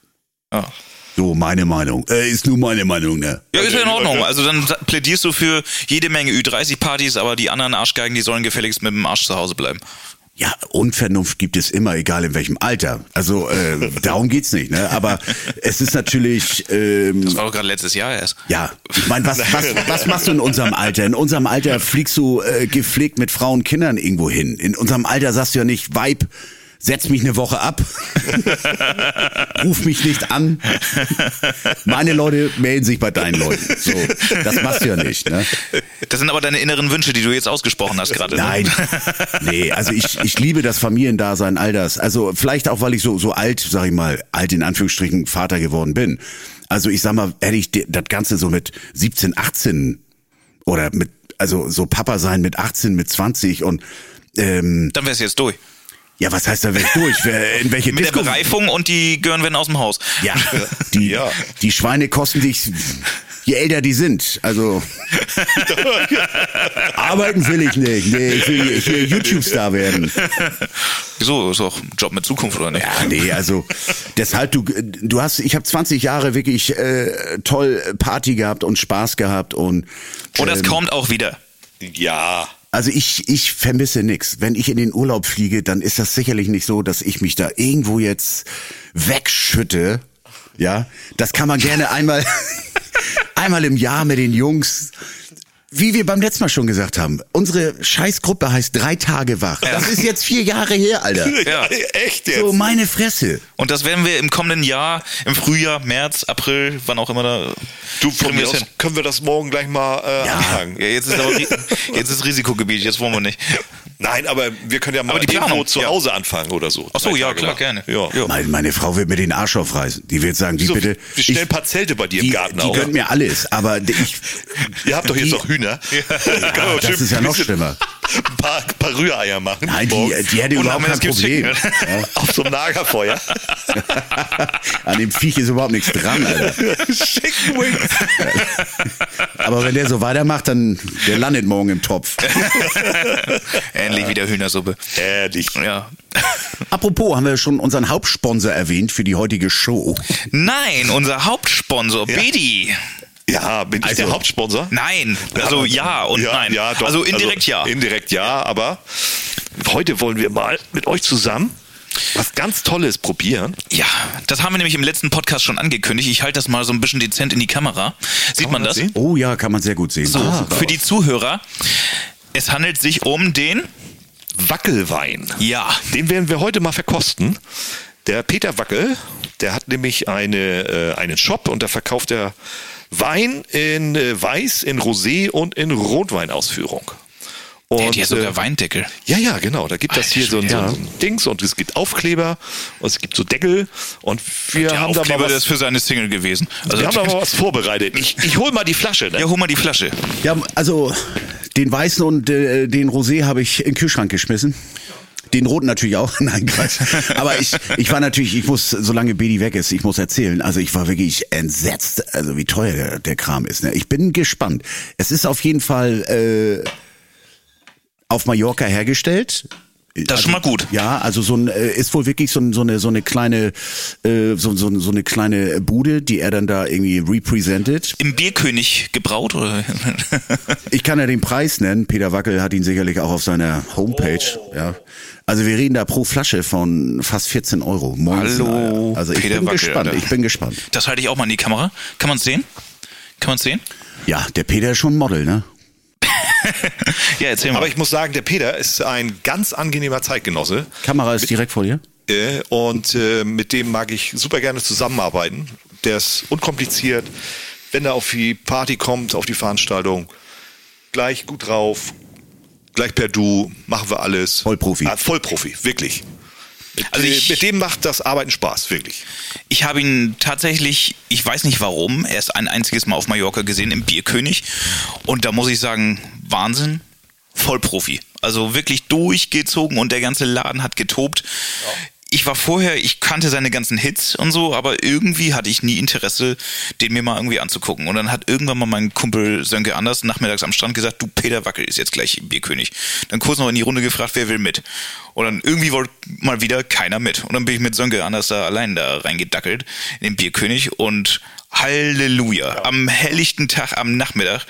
Speaker 1: Ja.
Speaker 3: So, meine Meinung. Äh, ist nur meine Meinung, ne?
Speaker 1: Ja, ist ja in Ordnung. Also dann sa- plädierst du für jede Menge Ü30-Partys, aber die anderen Arschgeigen, die sollen gefälligst mit dem Arsch zu Hause bleiben.
Speaker 3: Ja, Unvernunft gibt es immer, egal in welchem Alter. Also äh, darum geht's nicht, ne? Aber es ist natürlich, ähm,
Speaker 1: Das war doch gerade letztes Jahr erst.
Speaker 3: ja, ich meine, was, was, was machst du in unserem Alter? In unserem Alter fliegst du äh, gepflegt mit Frauen und Kindern irgendwo hin. In unserem Alter sagst du ja nicht, Weib, setz mich eine Woche ab, ruf mich nicht an. Meine Leute melden sich bei deinen Leuten. So, das machst du ja nicht, ne?
Speaker 1: Das sind aber deine inneren Wünsche, die du jetzt ausgesprochen hast gerade. ne?
Speaker 3: Nein. Nee, also ich, ich liebe das Familiendasein, all das. Also vielleicht auch, weil ich so, so alt, sag ich mal, alt in Anführungsstrichen Vater geworden bin. Also ich sag mal, hätte ich de- das Ganze so mit 17, 18 oder mit, also so Papa sein mit 18, mit 20 und ähm,
Speaker 1: Dann wär's jetzt durch.
Speaker 3: ja, was heißt da weg durch? Wer- In welche
Speaker 1: Mit
Speaker 3: Disco?
Speaker 1: der Bereifung und die Görenwen aus dem Haus.
Speaker 3: Ja, die,
Speaker 2: Ja.
Speaker 3: die Schweine kosten dich, je älter die sind. Also arbeiten will ich nicht. Nee, ich will, ich will YouTube-Star werden.
Speaker 1: Wieso? Ist doch ein Job mit Zukunft, oder nicht?
Speaker 3: Ja, nee, also deshalb du du hast ich habe 20 Jahre wirklich äh, toll Party gehabt und Spaß gehabt und
Speaker 1: Oder es
Speaker 3: ähm,
Speaker 1: Oh, kommt auch wieder.
Speaker 2: ja.
Speaker 3: also ich ich vermisse nix. Wenn ich in den Urlaub fliege, dann ist das sicherlich nicht so, dass ich mich da irgendwo jetzt wegschütte. Ja, das kann man gerne einmal einmal im Jahr mit den Jungs wie wir beim letzten Mal schon gesagt haben, unsere Scheißgruppe heißt drei Tage wach. Das ist jetzt vier Jahre her, Alter.
Speaker 1: Ja.
Speaker 2: Echt jetzt?
Speaker 3: So meine Fresse.
Speaker 1: Und das werden wir im kommenden Jahr, im Frühjahr, März, April, wann auch immer da.
Speaker 2: Du, von
Speaker 1: kriegen wir
Speaker 2: mir
Speaker 1: das
Speaker 2: aus
Speaker 1: hin.
Speaker 2: können wir das morgen gleich mal äh, anfangen.
Speaker 1: Ja, jetzt ist aber Ri- jetzt ist Risikogebiet, jetzt wollen wir nicht.
Speaker 2: Nein, aber wir können ja mal
Speaker 1: Aber die
Speaker 2: irgendwo
Speaker 1: Planung,
Speaker 2: zu
Speaker 1: ja.
Speaker 2: Hause anfangen oder so.
Speaker 1: Ach so,
Speaker 2: Drei
Speaker 1: ja,
Speaker 2: Tage
Speaker 1: klar,
Speaker 2: mal.
Speaker 1: gerne.
Speaker 2: Ja.
Speaker 1: Ja.
Speaker 3: Meine, meine Frau wird mir den Arsch aufreißen. Die wird sagen, wie
Speaker 2: So,
Speaker 3: bitte.
Speaker 2: wir stellen ein paar Zelte bei dir im
Speaker 3: die,
Speaker 2: Garten
Speaker 3: die
Speaker 2: auf.
Speaker 3: gönnt mir alles, aber ich.
Speaker 2: Ihr habt doch jetzt
Speaker 3: die-
Speaker 2: noch Hühner.
Speaker 3: Ja, das ist ja noch schlimmer.
Speaker 2: ein paar, ein paar Rühreier machen.
Speaker 3: Nein, die, die hätte
Speaker 1: Und auch
Speaker 3: überhaupt
Speaker 1: wenn
Speaker 3: kein
Speaker 1: das gibt's
Speaker 3: Problem. Ja.
Speaker 2: auf so einem Lagerfeuer.
Speaker 3: An dem Viech ist überhaupt nichts dran, Alter.
Speaker 2: Chicken Wings.
Speaker 3: Aber wenn der so weitermacht, dann der landet morgen im Topf.
Speaker 1: Ähnlich wie der Hühnersuppe.
Speaker 2: Ehrlich.
Speaker 1: Ja.
Speaker 3: Apropos, haben wir schon unseren Hauptsponsor erwähnt für die heutige Show.
Speaker 1: Nein, unser Hauptsponsor,
Speaker 2: Ja.
Speaker 1: Bedi.
Speaker 2: Ja, bin ich
Speaker 3: Also-
Speaker 2: der Hauptsponsor?
Speaker 1: Nein, also ja und
Speaker 2: ja,
Speaker 1: nein.
Speaker 2: Ja, doch.
Speaker 1: Also indirekt ja.
Speaker 2: Indirekt ja, aber heute wollen wir mal mit euch zusammen was ganz Tolles probieren.
Speaker 1: Ja, das haben wir nämlich im letzten Podcast schon angekündigt. Ich halte das mal so ein bisschen dezent in die Kamera. Sieht man
Speaker 2: man das
Speaker 1: das?
Speaker 2: sehen?
Speaker 3: Oh ja, kann man sehr gut sehen.
Speaker 1: So,
Speaker 3: Ah, super.
Speaker 1: für die Zuhörer. Es handelt sich um den.
Speaker 2: Wackelwein.
Speaker 1: Ja.
Speaker 2: Den werden wir heute mal verkosten. Der Peter Wackel, der hat nämlich eine, äh, einen Shop und da verkauft er Wein in äh, Weiß, in Rosé und in Rotweinausführung. Und,
Speaker 1: Der hat ja sogar
Speaker 2: äh,
Speaker 1: Weindeckel.
Speaker 2: Ja, ja, genau. Da gibt es
Speaker 1: Alter
Speaker 2: hier so ein, so
Speaker 1: Schwede.
Speaker 2: ein Dings und es gibt Aufkleber und es gibt so Deckel und wir
Speaker 1: Der
Speaker 2: haben da
Speaker 1: Aufkleber
Speaker 2: mal
Speaker 1: der
Speaker 2: was,
Speaker 1: ist für seine Single gewesen. Also,
Speaker 2: wir haben da mal was vorbereitet. Ich, ich hol mal die Flasche. Ne?
Speaker 1: ja, hol mal die Flasche.
Speaker 3: Ja, also den weißen und äh, den Rosé habe ich in den Kühlschrank geschmissen. Den roten natürlich auch. Nein, Quatsch. Aber ich, ich war natürlich, ich muss, solange Bedi weg ist, ich muss erzählen. Also ich war wirklich entsetzt, also wie teuer der, der Kram ist. Ne? Ich bin gespannt. Es ist auf jeden Fall äh, auf Mallorca hergestellt.
Speaker 1: Das ist schon mal gut.
Speaker 3: Ja, also so ein äh, ist wohl wirklich so, ein, so eine so eine kleine äh, so, so, so eine kleine Bude, die er dann da irgendwie represented.
Speaker 1: Im Bierkönig gebraut oder?
Speaker 3: Ich kann ja den Preis nennen. Peter Wackel hat ihn sicherlich auch auf seiner Homepage.
Speaker 1: Oh.
Speaker 3: Ja. Also wir reden da pro Flasche von fast 14 Euro. Moinsen,
Speaker 1: Hallo,
Speaker 3: Alter. Also ich
Speaker 1: Peter
Speaker 3: bin
Speaker 1: Wackel,
Speaker 3: gespannt.
Speaker 1: Alter.
Speaker 3: Ich bin gespannt.
Speaker 1: Das halte ich auch mal in die Kamera. Kann man es sehen? Kann man es sehen?
Speaker 3: Ja, der Peter ist schon ein Model, ne?
Speaker 1: Ja, erzähl mal.
Speaker 2: Aber ich muss sagen, der Peter ist ein ganz angenehmer Zeitgenosse.
Speaker 3: Kamera ist direkt vor dir.
Speaker 2: Äh, und äh, mit dem mag ich super gerne zusammenarbeiten. Der ist unkompliziert. Wenn er auf die Party kommt, auf die Veranstaltung, gleich gut drauf, gleich per Du, machen wir alles.
Speaker 3: Vollprofi.
Speaker 2: Ah, Vollprofi, wirklich. Mit,
Speaker 1: Also
Speaker 2: äh,
Speaker 1: ich-
Speaker 2: mit dem macht das Arbeiten Spaß, wirklich.
Speaker 1: Ich habe ihn tatsächlich, ich weiß nicht warum, erst ein einziges Mal auf Mallorca gesehen, im Bierkönig. Und da muss ich sagen, Wahnsinn, Vollprofi. Also wirklich durchgezogen und der ganze Laden hat getobt. Ich war vorher, ich kannte seine ganzen Hits und so, aber irgendwie hatte ich nie Interesse, den mir mal irgendwie anzugucken. Und dann hat irgendwann mal mein Kumpel Sönke Anders nachmittags am Strand gesagt, du Peter Wackel ist jetzt gleich im Bierkönig. Dann kurz noch in die Runde gefragt, wer will mit. Und dann irgendwie wollte mal wieder keiner mit. Und dann bin ich mit Sönke Anders da allein da reingedackelt in den Bierkönig und Halleluja. Am helllichten Tag, am Nachmittag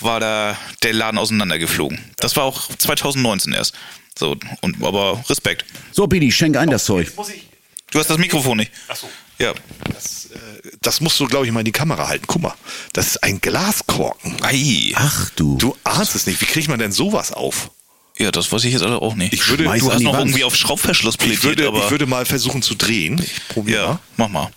Speaker 1: war da der Laden auseinandergeflogen. Das war auch 2019 erst. So, und, aber Respekt.
Speaker 3: So, Bedi, schenk ein das Zeug.
Speaker 2: Muss ich,
Speaker 1: Du hast das Mikrofon nicht. Ach
Speaker 2: so.
Speaker 1: Ja.
Speaker 2: das, äh, das musst du, glaube ich, mal in die Kamera halten. Guck mal, das ist ein Glaskorken.
Speaker 1: Ei.
Speaker 3: Ach du.
Speaker 2: Du ahnst es nicht. Wie kriegt man denn sowas auf?
Speaker 1: Ja, das weiß ich jetzt alle auch nicht.
Speaker 2: Ich würde-
Speaker 3: Schmeiß
Speaker 1: du
Speaker 3: an
Speaker 1: hast
Speaker 3: die
Speaker 1: noch
Speaker 3: Wand.
Speaker 1: irgendwie auf Schraubverschluss
Speaker 2: Ich
Speaker 1: plädiert,
Speaker 2: würde,
Speaker 1: aber.
Speaker 2: ich würde mal versuchen zu drehen. Ich probiere
Speaker 1: ja,
Speaker 2: mal.
Speaker 1: mach mal.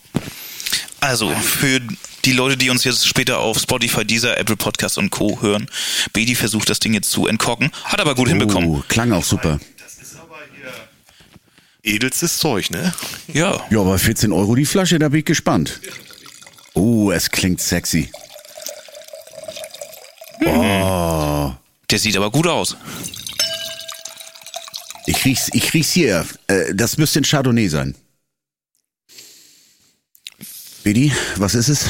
Speaker 1: Also, für die Leute, die uns jetzt später auf Spotify, Deezer, Apple Podcasts und Co. hören, Bedi versucht das Ding jetzt zu entkorken, hat aber gut hinbekommen.
Speaker 3: Oh, klang auch super.
Speaker 2: Das ist aber hier edelstes Zeug, ne?
Speaker 1: Ja.
Speaker 3: Ja, aber 14 Euro die Flasche, da bin ich gespannt. Oh, es klingt sexy.
Speaker 1: Mhm.
Speaker 3: Oh.
Speaker 1: Der sieht aber gut aus.
Speaker 3: Ich riech's, ich riech's hier. Äh, das müsste ein Chardonnay sein. Bedi, was ist es?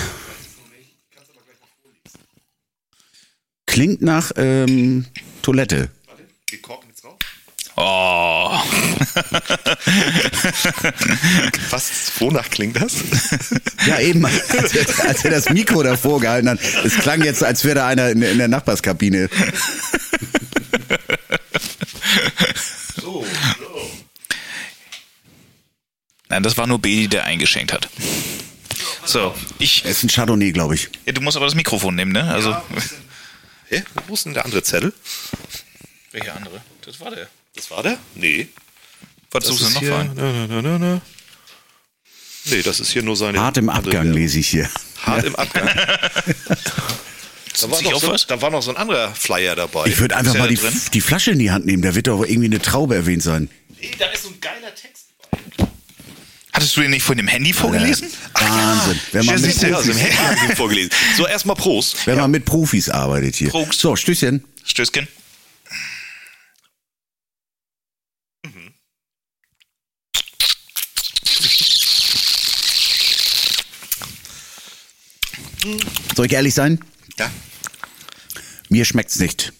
Speaker 3: Klingt nach ähm, Toilette.
Speaker 2: Wir korken jetzt rauf.
Speaker 1: Oh.
Speaker 2: Was? Wonach klingt das?
Speaker 3: Ja, eben, als er, als er das Mikro davor gehalten hat. Es klang jetzt, als wäre da einer in, in der Nachbarskabine.
Speaker 2: So.
Speaker 1: Nein, das war nur Bedi, der eingeschenkt hat. So, ich.
Speaker 3: Es ist ein Chardonnay, glaube ich.
Speaker 1: Ja, du musst aber das Mikrofon nehmen, ne? Also.
Speaker 2: Hä? Wo ist denn der andere Zettel?
Speaker 1: Welcher andere? Das war der.
Speaker 2: Das war der? Nee.
Speaker 1: Was suchst du noch für einen?
Speaker 2: Nö, nö, nö, nö. Nee, das ist hier nur seine.
Speaker 3: Hart im
Speaker 1: Also,
Speaker 2: andere-
Speaker 3: Abgang lese ich hier.
Speaker 2: Hart im Abgang. da, war
Speaker 1: Zieht sich
Speaker 2: noch
Speaker 1: auf
Speaker 2: so,
Speaker 1: was?
Speaker 2: da war noch so ein anderer Flyer dabei.
Speaker 3: Ich würde einfach
Speaker 1: Ist er
Speaker 3: mal
Speaker 1: da
Speaker 3: die,
Speaker 1: drin?
Speaker 3: die Flasche in die Hand nehmen. Da wird doch irgendwie eine Traube erwähnt sein.
Speaker 2: nee, da ist so ein geiler Text.
Speaker 1: Hattest du den nicht von dem Handy vorgelesen?
Speaker 3: Wahnsim. Wenn man
Speaker 2: Ja,
Speaker 3: mit
Speaker 2: siehst du, also im
Speaker 3: Profis,
Speaker 2: Handy hab ich ihn vorgelesen. So, erstmal Prost.
Speaker 3: wenn man mit Profis arbeitet hier.
Speaker 1: Prost.
Speaker 3: So, Stößchen.
Speaker 1: Stößchen.
Speaker 3: Soll ich ehrlich sein?
Speaker 2: Ja.
Speaker 3: Mir schmeckt's nicht.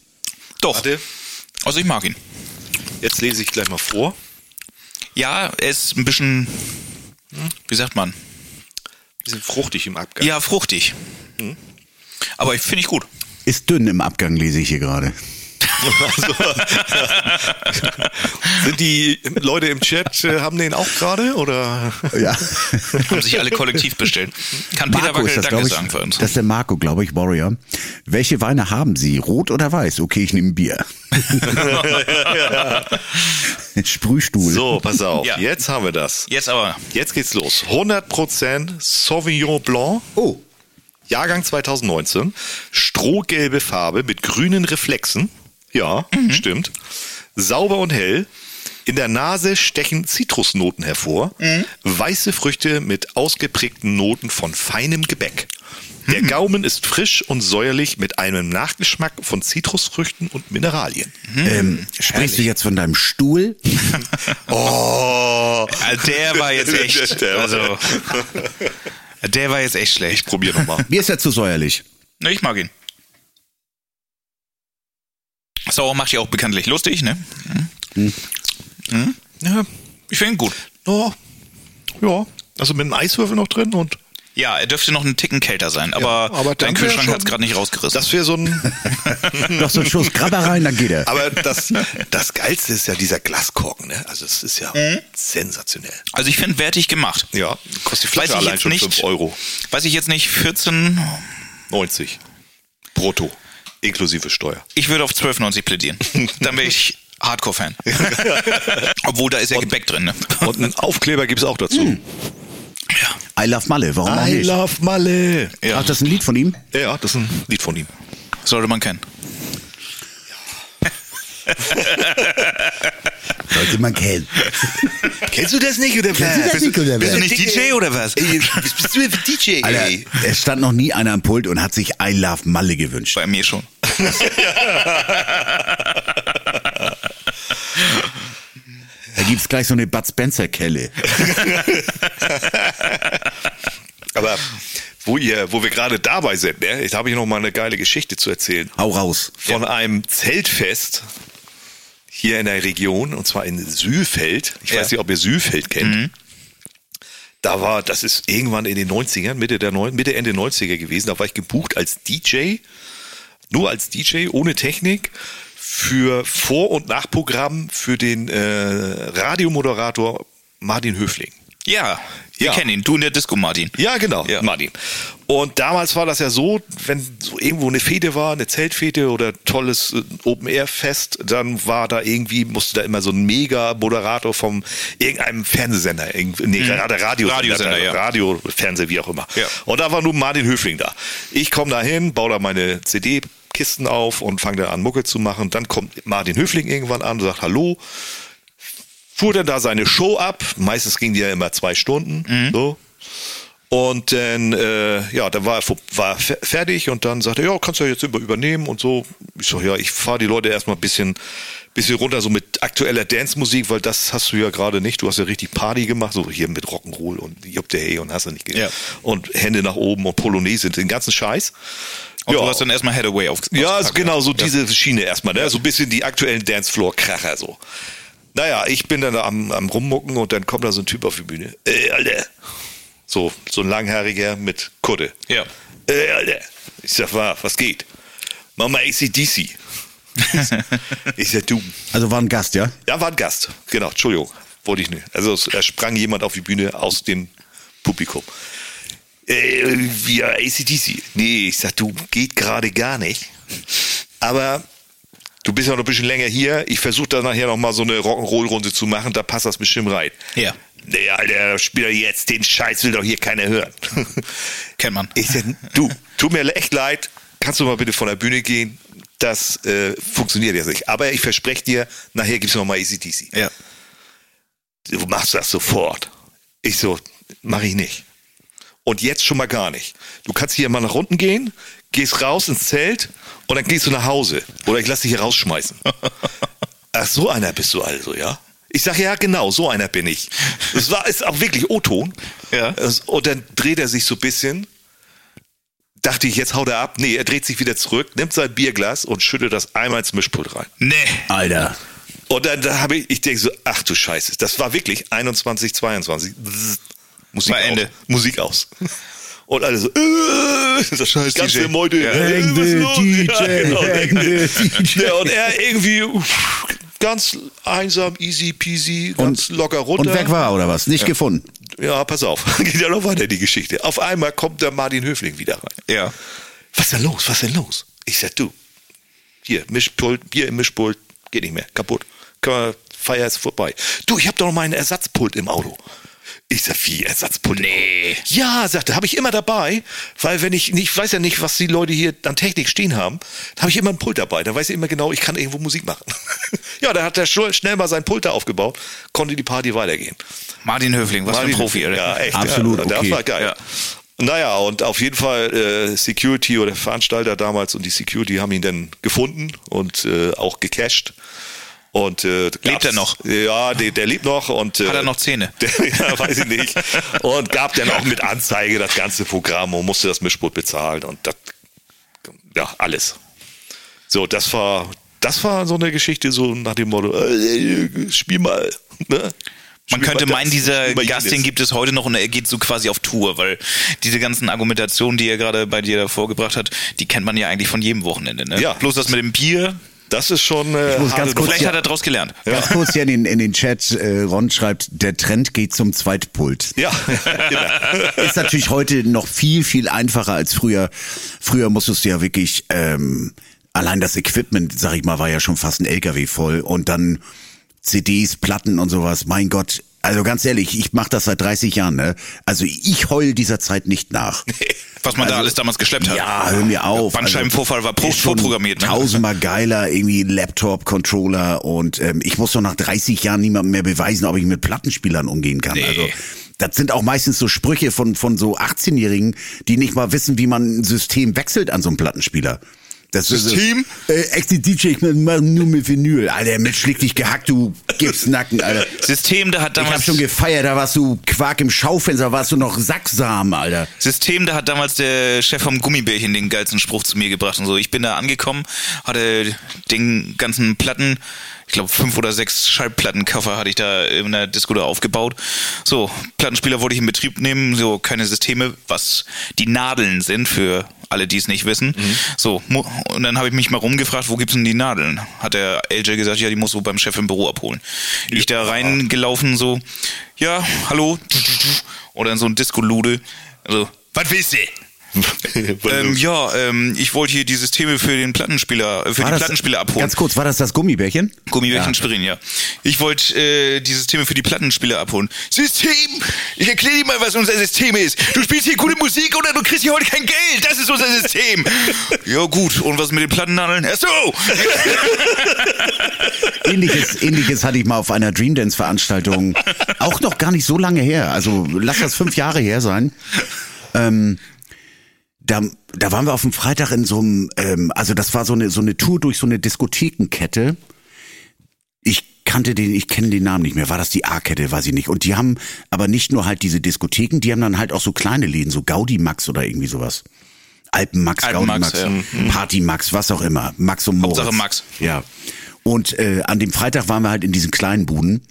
Speaker 1: Doch.
Speaker 2: Warte,
Speaker 1: Also ich mag ihn.
Speaker 2: jetzt lese ich gleich mal vor.
Speaker 1: Ja, er ist ein bisschen, wie sagt man?
Speaker 2: Bisschen fruchtig im Abgang.
Speaker 1: Ja, fruchtig. Hm. Aber ich finde ich gut.
Speaker 3: Ist dünn im Abgang, lese ich hier gerade.
Speaker 2: Also, Sind die Leute im Chat, äh, haben den auch gerade? Oder?
Speaker 3: Ja.
Speaker 1: Haben sich alle kollektiv bestellt. Kann Peter
Speaker 3: Marco ist
Speaker 1: Wackel
Speaker 3: das, glaube
Speaker 1: Danke
Speaker 3: ich.
Speaker 1: sagen für uns.
Speaker 3: Das ist der Marco, glaube ich, Warrior. Welche Weine haben Sie? Rot oder weiß? Okay, ich nehme Bier. Sprühstuhl.
Speaker 2: So, pass auf,
Speaker 1: Ja.
Speaker 2: jetzt haben wir das.
Speaker 1: Jetzt aber.
Speaker 2: Jetzt geht's los. 100% Sauvignon Blanc,
Speaker 3: Oh.
Speaker 2: Jahrgang 2019. Strohgelbe Farbe mit grünen Reflexen. Ja, stimmt. Sauber und hell. In der Nase stechen Zitrusnoten hervor. Weiße Früchte mit ausgeprägten Noten von feinem Gebäck. Der Gaumen ist frisch und säuerlich mit einem Nachgeschmack von Zitrusfrüchten und Mineralien.
Speaker 3: Ähm, sprichst du jetzt von deinem Stuhl?
Speaker 2: Oh,
Speaker 1: Also der war jetzt echt.
Speaker 2: Der war-
Speaker 1: Also, der war jetzt echt
Speaker 2: ich
Speaker 1: schlecht.
Speaker 2: probiere nochmal.
Speaker 3: Mir ist ja zu säuerlich.
Speaker 1: Ne, ich mag ihn. Sauer macht ja auch bekanntlich lustig, ne?
Speaker 2: Ja,
Speaker 1: Ich finde ihn gut.
Speaker 2: ja, ja. Also mit einem Eiswürfel noch drin und
Speaker 1: Ja, er dürfte noch einen Ticken kälter sein, aber,
Speaker 2: aber dann
Speaker 1: dein
Speaker 2: wär
Speaker 1: Kühlschrank
Speaker 2: schon-
Speaker 1: hat es gerade nicht rausgerissen.
Speaker 2: das wäre so ein.
Speaker 3: Noch so ein Schuss Grabber rein, dann geht er.
Speaker 2: Aber das, das Geilste ist ja dieser Glaskorken, ne? Also es ist ja
Speaker 3: Mhm.
Speaker 2: sensationell.
Speaker 1: also ich finde wertig gemacht.
Speaker 2: Ja, kostet die
Speaker 1: Weiß
Speaker 2: Flasche
Speaker 1: ich
Speaker 2: allein
Speaker 1: jetzt
Speaker 2: schon
Speaker 1: nicht.
Speaker 2: 5 Euro.
Speaker 1: Weiß ich jetzt nicht, 14,
Speaker 2: 90. Brutto. Inklusive Steuer.
Speaker 1: ich würde auf 12,90 plädieren. Dann wäre ich Hardcore-Fan. Obwohl, da ist ja Gebäck drin, ne?
Speaker 2: Und einen Aufkleber gibt es auch dazu.
Speaker 3: Mm,
Speaker 2: Oh,
Speaker 3: I love Malle, warum auch
Speaker 2: I
Speaker 3: nicht?
Speaker 2: love Malle.
Speaker 1: Ja.
Speaker 3: Ach, das ist ein Lied von ihm?
Speaker 2: Ja, das ist ein Lied von ihm.
Speaker 1: Sollte man kennen.
Speaker 3: Sollte man kennen.
Speaker 2: Kennst du das nicht, oder
Speaker 3: Kennst du das nicht, oder was?
Speaker 1: DJ oder was?
Speaker 2: Bist du DJ?
Speaker 3: Alter, es stand noch nie einer am Pult und hat sich I love Malle gewünscht.
Speaker 1: Bei mir schon.
Speaker 3: Da gibt's gleich so eine Bud Spencer-Kelle.
Speaker 2: Aber wo, ihr, wo wir gerade dabei sind, ne? jetzt habe ich noch mal eine geile Geschichte zu erzählen.
Speaker 3: Hau raus.
Speaker 2: von einem Zeltfest hier in der Region, und zwar in Sülfeld. Ich
Speaker 1: Ja.
Speaker 2: weiß nicht, ob ihr Sülfeld kennt. Da war, das ist irgendwann in den 90ern, Mitte, der neun, Mitte Ende 90er gewesen. Da war ich gebucht als DJ, nur als DJ, ohne Technik, für Vor- und Nachprogramm für den äh, Radiomoderator Martin Höfling.
Speaker 1: Ja, wir
Speaker 2: Ja.
Speaker 1: kennen ihn. Du in der Disco, Martin.
Speaker 2: Ja, genau,
Speaker 1: Ja.
Speaker 2: Martin. Und damals war das ja so, wenn so irgendwo eine Fete war, eine Zeltfete oder tolles äh, Open-Air-Fest, dann war da irgendwie, musste da immer so ein Mega-Moderator vom irgendeinem Fernsehsender, irgend- nee, Radiosender,
Speaker 1: Mhm. Radiosender,
Speaker 2: dann,
Speaker 1: ja.
Speaker 2: Radio, Fernseh, wie auch immer.
Speaker 1: Ja.
Speaker 2: Und da war nur Martin Höfling da. Ich komme da hin, baue da meine CD-Kisten auf und fange da an, Mucke zu machen. Dann kommt Martin Höfling irgendwann an und sagt Hallo fuhr dann da seine Show ab. Meistens ging die ja immer zwei Stunden.
Speaker 1: Mhm.
Speaker 2: So. Und dann, äh, ja, dann war er fu- war fe- fertig und dann sagte er, ja, kannst du ja jetzt über übernehmen und so. Ich so, ja, ich fahre die Leute erstmal ein bisschen, bisschen runter, so mit aktueller Dance-Musik, weil das hast du ja gerade nicht. Du hast ja richtig Party gemacht, so hier mit Rock'n'Roll und Jupp der Hey und hast du nicht gesehen.
Speaker 1: Ja.
Speaker 2: Und Hände nach oben und Polonaise, den ganzen Scheiß.
Speaker 1: Und du hast dann erstmal Headaway auf. ausgepackt.
Speaker 2: Ja, also genau, so diese Schiene erstmal, ne? So ein bisschen die aktuellen Dancefloor-Kracher so. Naja, ich bin dann am, am Rummucken und dann kommt da so ein Typ auf die Bühne. Äh, Alter. So, so ein langhaariger mit Kutte.
Speaker 1: Ja.
Speaker 2: Äh, Alter. Ich sag, wa, was geht? Mama ACDC. ich sag, du,
Speaker 3: Also war ein Gast, ja?
Speaker 2: ja, war ein Gast. Genau, Entschuldigung. Wollte ich nicht. Also es, er sprang jemand auf die Bühne aus dem Publikum. Äh, ja, ACDC. Nee, ich sag, du geht gerade gar nicht. Aber du bist ja noch ein bisschen länger hier. Ich versuche da nachher noch mal so eine Rock'n'Roll-Runde zu machen. Da passt das bestimmt rein.
Speaker 1: Ja.
Speaker 2: Nee, Alter, spiel doch jetzt den Scheiß, will doch hier keiner hören.
Speaker 1: Kennt man.
Speaker 2: Ich sag, du, tut mir echt leid, kannst du mal bitte von der Bühne gehen? Das äh, funktioniert jetzt nicht. Aber ich verspreche dir, nachher gibt's noch mal ACDC.
Speaker 1: Ja.
Speaker 2: Du machst das sofort. Ich so, mache ich nicht. Und jetzt schon mal gar nicht. Du kannst hier mal nach unten gehen, gehst raus ins Zelt und dann gehst du nach Hause. Oder ich lass dich hier rausschmeißen. Ach, so einer bist du also, ja? Ich sage, ja, genau, so einer bin ich. Das war, ist auch wirklich O-Ton.
Speaker 1: Ja.
Speaker 2: Und dann dreht er sich so ein bisschen. dachte ich, jetzt haut er ab. Nee, er dreht sich wieder zurück, nimmt sein Bierglas und schüttet das einmal ins Mischpult rein.
Speaker 1: Nee.
Speaker 3: Alter.
Speaker 2: Und dann, dann habe ich, ich denke so, ach du Scheiße, das war wirklich 21, 22. Bzzz. Musik
Speaker 1: War
Speaker 2: aus.
Speaker 1: Ende.
Speaker 2: Musik aus. Und alle so, äh, das scheiß ganze
Speaker 1: DJ.
Speaker 2: Meute.
Speaker 1: Ja.
Speaker 2: äh,
Speaker 3: Hang
Speaker 2: was
Speaker 3: the
Speaker 2: ist los?
Speaker 3: DJ,
Speaker 2: genau,
Speaker 3: hang
Speaker 2: hang
Speaker 3: the
Speaker 2: the-
Speaker 3: DJ.
Speaker 2: Ja, und er irgendwie uff, ganz einsam, easy peasy, ganz locker runter.
Speaker 3: Und weg war oder was? Nicht gefunden.
Speaker 2: Ja, pass auf, geht ja noch weiter die Geschichte. Auf einmal kommt der Martin Höfling wieder rein.
Speaker 1: Ja.
Speaker 2: Was ist denn los? Was ist denn los? Ich sag, du, hier, Mischpult, Bier im Mischpult, geht nicht mehr, kaputt. Kann man- Feier ist vorbei. Du, ich hab doch noch meinen Ersatzpult im Auto. Ich sag, wie Ersatzpult? im
Speaker 1: Nee.
Speaker 2: Auto? Ja, sagte, habe ich immer dabei, weil wenn ich nicht, ich weiß ja nicht, was die Leute hier an Technik stehen haben, da habe ich immer ein Pult dabei. Da weiß ich immer genau, ich kann irgendwo Musik machen. ja, da hat er schon schnell mal sein Pult da aufgebaut, konnte die Party weitergehen.
Speaker 1: Martin Höfling, was
Speaker 2: Martin
Speaker 1: für ein Profi,
Speaker 2: Luther-
Speaker 1: oder?
Speaker 2: Ja, echt.
Speaker 3: Absolut,
Speaker 2: ja. Der
Speaker 3: okay.
Speaker 2: war geil.
Speaker 1: Ja.
Speaker 2: Naja, und auf jeden Fall äh, Security oder Veranstalter damals und die Security haben ihn dann gefunden und äh, auch gecasht. Und, äh, gab's-
Speaker 1: er noch?
Speaker 2: Ja, der, der lebt noch. Und, äh,
Speaker 1: Hat er noch Zähne?
Speaker 2: Der, ja, weiß ich nicht. Und gab dann auch mit Anzeige das ganze Programm und musste das Mischpult bezahlen und das, ja, alles. So, das war, das war so eine Geschichte, so nach dem Motto, äh, spiel mal. Ne?
Speaker 1: Man
Speaker 2: Spiel
Speaker 1: könnte
Speaker 2: mal
Speaker 1: meinen,
Speaker 2: das,
Speaker 1: dieser
Speaker 2: spiel mal
Speaker 1: Gast, den
Speaker 2: jenes.
Speaker 1: gibt es heute noch und er geht so quasi auf Tour, weil diese ganzen Argumentationen, die er gerade bei dir da vorgebracht hat, die kennt man ja eigentlich von jedem Wochenende. Ne?
Speaker 2: Ja.
Speaker 1: Bloß das mit dem Bier,
Speaker 2: Das ist schon. Äh, harte
Speaker 3: muss ganz kurz-
Speaker 2: Nummer.
Speaker 1: vielleicht
Speaker 3: ja.
Speaker 1: hat er daraus gelernt.
Speaker 3: Ganz kurz hier in den, in den Chat, äh, Ron schreibt, der Trend geht zum Zweitpult.
Speaker 2: Ja, genau.
Speaker 3: ist natürlich heute noch viel, viel einfacher als früher. Früher musstest du ja wirklich, ähm, allein das Equipment, sag ich mal, war ja schon fast ein LKW voll und dann CDs, Platten und sowas. Mein Gott. Also ganz ehrlich, ich mache das seit 30 Jahren, ne? Also ich heul dieser Zeit nicht nach.
Speaker 1: Was man
Speaker 2: Also,
Speaker 1: da alles damals geschleppt hat.
Speaker 3: Ja, hör mir auf. Also,
Speaker 1: Bandscheibenvorfall war pro-
Speaker 3: ist schon
Speaker 1: vorprogrammiert, ne?
Speaker 3: Tausendmal geiler, irgendwie Laptop, Controller und ähm, ich muss doch nach 30 Jahren niemandem mehr beweisen, ob ich mit Plattenspielern umgehen kann.
Speaker 1: Nee.
Speaker 3: Also das sind auch meistens so Sprüche von, von so 18-Jährigen, die nicht mal wissen, wie man ein System wechselt an so einem Plattenspieler. Das
Speaker 1: System?
Speaker 3: Ist, äh, Active DJ, ich mach nur mit Vinyl. Alter, mit schlägt dich gehackt, du gibst Nacken, Alter.
Speaker 1: System, da hat
Speaker 3: Ich hab
Speaker 1: damals,
Speaker 3: schon gefeiert, da warst du Quark im Schaufenster, warst du noch Sacksamen, Alter.
Speaker 1: System, da hat damals der Chef vom Gummibärchen den geilsten Spruch zu mir gebracht und so. Ich bin da angekommen, hatte den ganzen Platten, ich glaube fünf oder sechs Schallplattenkoffer hatte ich da in der Disco da aufgebaut. So, Plattenspieler wollte ich in Betrieb nehmen, so keine Systeme, was die Nadeln sind für alle, die es nicht wissen. So, mu- und dann habe ich mich mal rumgefragt, wo gibt's denn die Nadeln? Hat der LJ gesagt, ja, die musst du beim Chef im Büro abholen. Ich da reingelaufen, so, ja, hallo, oder in so ein Disco-Lude. Also, was willst du? Ähm, ja, ähm, ich wollte hier die Systeme für den Plattenspieler, äh, für die
Speaker 3: das-
Speaker 1: Plattenspieler abholen.
Speaker 3: Ganz kurz, war das das Gummibärchen?
Speaker 1: Gummibärchen Spirin, ja. Ich wollte äh, die Systeme für die Plattenspieler abholen. System! Ich erkläre dir mal, was unser System ist. Du spielst hier gute Musik oder du kriegst hier heute kein Geld. Das ist unser System. ja gut, und was mit den Plattennadeln? Ach so!
Speaker 3: Ähnliches, ähnliches hatte ich mal auf einer Dreamdance-Veranstaltung. Auch noch gar nicht so lange her. Also lass das fünf Jahre her sein. Ähm, da, da waren wir auf dem Freitag in so einem, ähm, also das war so eine, so eine Tour durch so eine Diskothekenkette. Ich kannte den, ich kenne den Namen nicht mehr. War das die A-Kette? Weiß ich nicht. Und die haben aber nicht nur halt diese Diskotheken, die haben dann halt auch so kleine Läden, so Gaudi Max oder irgendwie sowas. Alpenmax,
Speaker 1: Alpenmax,
Speaker 3: Max, Gaudi Max, Mhm. Party Max, was auch immer. Max und Moritz.
Speaker 1: Hauptsache Max.
Speaker 3: Ja. Und äh, an dem Freitag waren wir halt in diesen kleinen Buden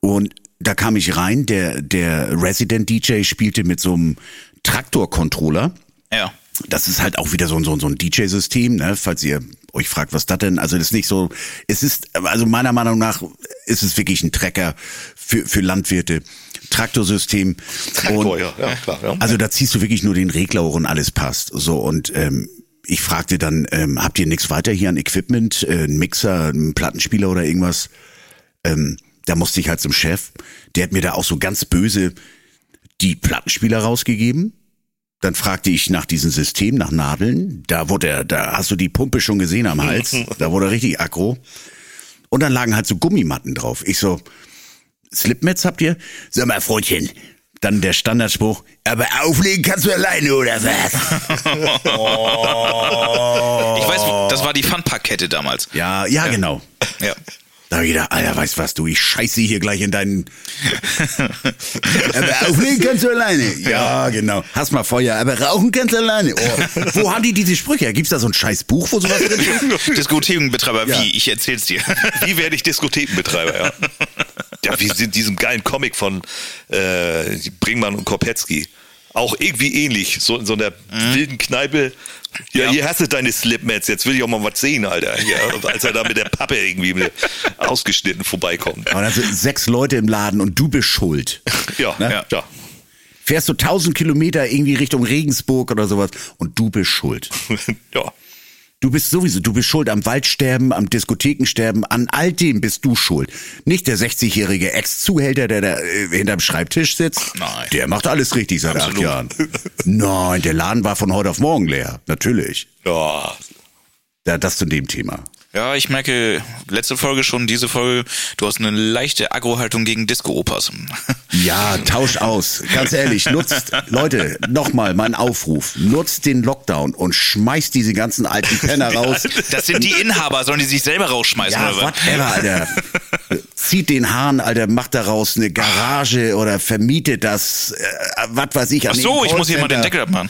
Speaker 3: und da kam ich rein, der, der Resident DJ spielte mit so einem Traktor-Controller.
Speaker 1: ja.
Speaker 3: Das ist halt auch wieder so ein, so ein, so ein DJ-System, ne? falls ihr euch fragt, was das denn, also das ist nicht so, es ist, also meiner Meinung nach ist es wirklich ein Trecker für, für Landwirte. Traktorsystem.
Speaker 2: Traktor,
Speaker 3: Und-
Speaker 2: ja, ja, klar. Ja.
Speaker 3: also da ziehst du wirklich nur den Regler hoch und alles passt. So und ähm, ich fragte dann, ähm, habt ihr nichts weiter hier an Equipment, äh, einen Mixer, einen Plattenspieler oder irgendwas? Ähm, da musste ich halt zum Chef. Der hat mir da auch so ganz böse die Plattenspieler rausgegeben. Dann fragte ich nach diesem System, nach Nadeln. Da wurde er, da hast du die Pumpe schon gesehen am Hals. Da wurde er richtig aggro. Und dann lagen halt so Gummimatten drauf. Ich so, Slipmats habt ihr? Sag mal, Freundchen. Dann der Standardspruch, aber auflegen kannst du alleine, oder was?
Speaker 1: Oh. Ich weiß, das war die Funparkkette damals.
Speaker 3: ja, ja, genau.
Speaker 1: Ja.
Speaker 3: Da hab ich gedacht, Alter, weißt was du, ich scheiße hier gleich in deinen. aber auflegen kannst du alleine. Ja, genau. Hast mal Feuer, aber rauchen kannst du alleine. Oh. Wo haben die diese Sprüche? Gibt's da so ein scheiß Buch, wo sowas drin steht?
Speaker 1: Diskothekenbetreiber,
Speaker 3: Ja.
Speaker 1: wie? Ich erzähl's dir.
Speaker 2: Wie werde ich Diskothekenbetreiber, ja. Ja, wie in diesem geilen Comic von äh, Bringmann und Kopetzky. Auch irgendwie ähnlich, so in so einer wilden Kneipe. Mhm. Ja,
Speaker 1: Ja.
Speaker 2: hier hast du deine Slipmats, jetzt will ich auch mal was sehen, Alter. Ja, und als er da mit der Pappe irgendwie mit ausgeschnitten vorbeikommt.
Speaker 3: Aber da sind sechs Leute im Laden und du bist schuld.
Speaker 2: Ja,
Speaker 3: Ne?
Speaker 2: ja. ja.
Speaker 3: Fährst du 1000 Kilometer irgendwie Richtung Regensburg oder sowas und du bist schuld.
Speaker 2: ja.
Speaker 3: Du bist sowieso, du bist schuld am Waldsterben, am Diskothekensterben, an all dem bist du schuld. Nicht der 60-jährige Ex-Zuhälter, der da äh, hinterm Schreibtisch sitzt.
Speaker 1: Nein.
Speaker 3: Der macht alles richtig seit acht
Speaker 2: Absolut.
Speaker 3: Jahren. Nein, der Laden war von heute auf morgen leer. Natürlich.
Speaker 2: Ja.
Speaker 3: Da, das zu dem Thema.
Speaker 1: Ja, ich merke, letzte Folge schon, diese Folge, du hast eine leichte Agro-Haltung gegen Disco-Opas.
Speaker 3: Ja, tauscht aus. Ganz ehrlich, nutzt, Leute, nochmal mein Aufruf. Nutzt den Lockdown und schmeißt diese ganzen alten Penner raus.
Speaker 1: Das sind die Inhaber, sollen die sich selber rausschmeißen
Speaker 3: Ja,
Speaker 1: oder was?
Speaker 3: whatever, Alter. Zieht den Hahn, Alter, macht daraus eine Garage oder vermietet das, äh, was weiß ich.
Speaker 1: Ach so, ich muss hier mal den Deckel abmachen.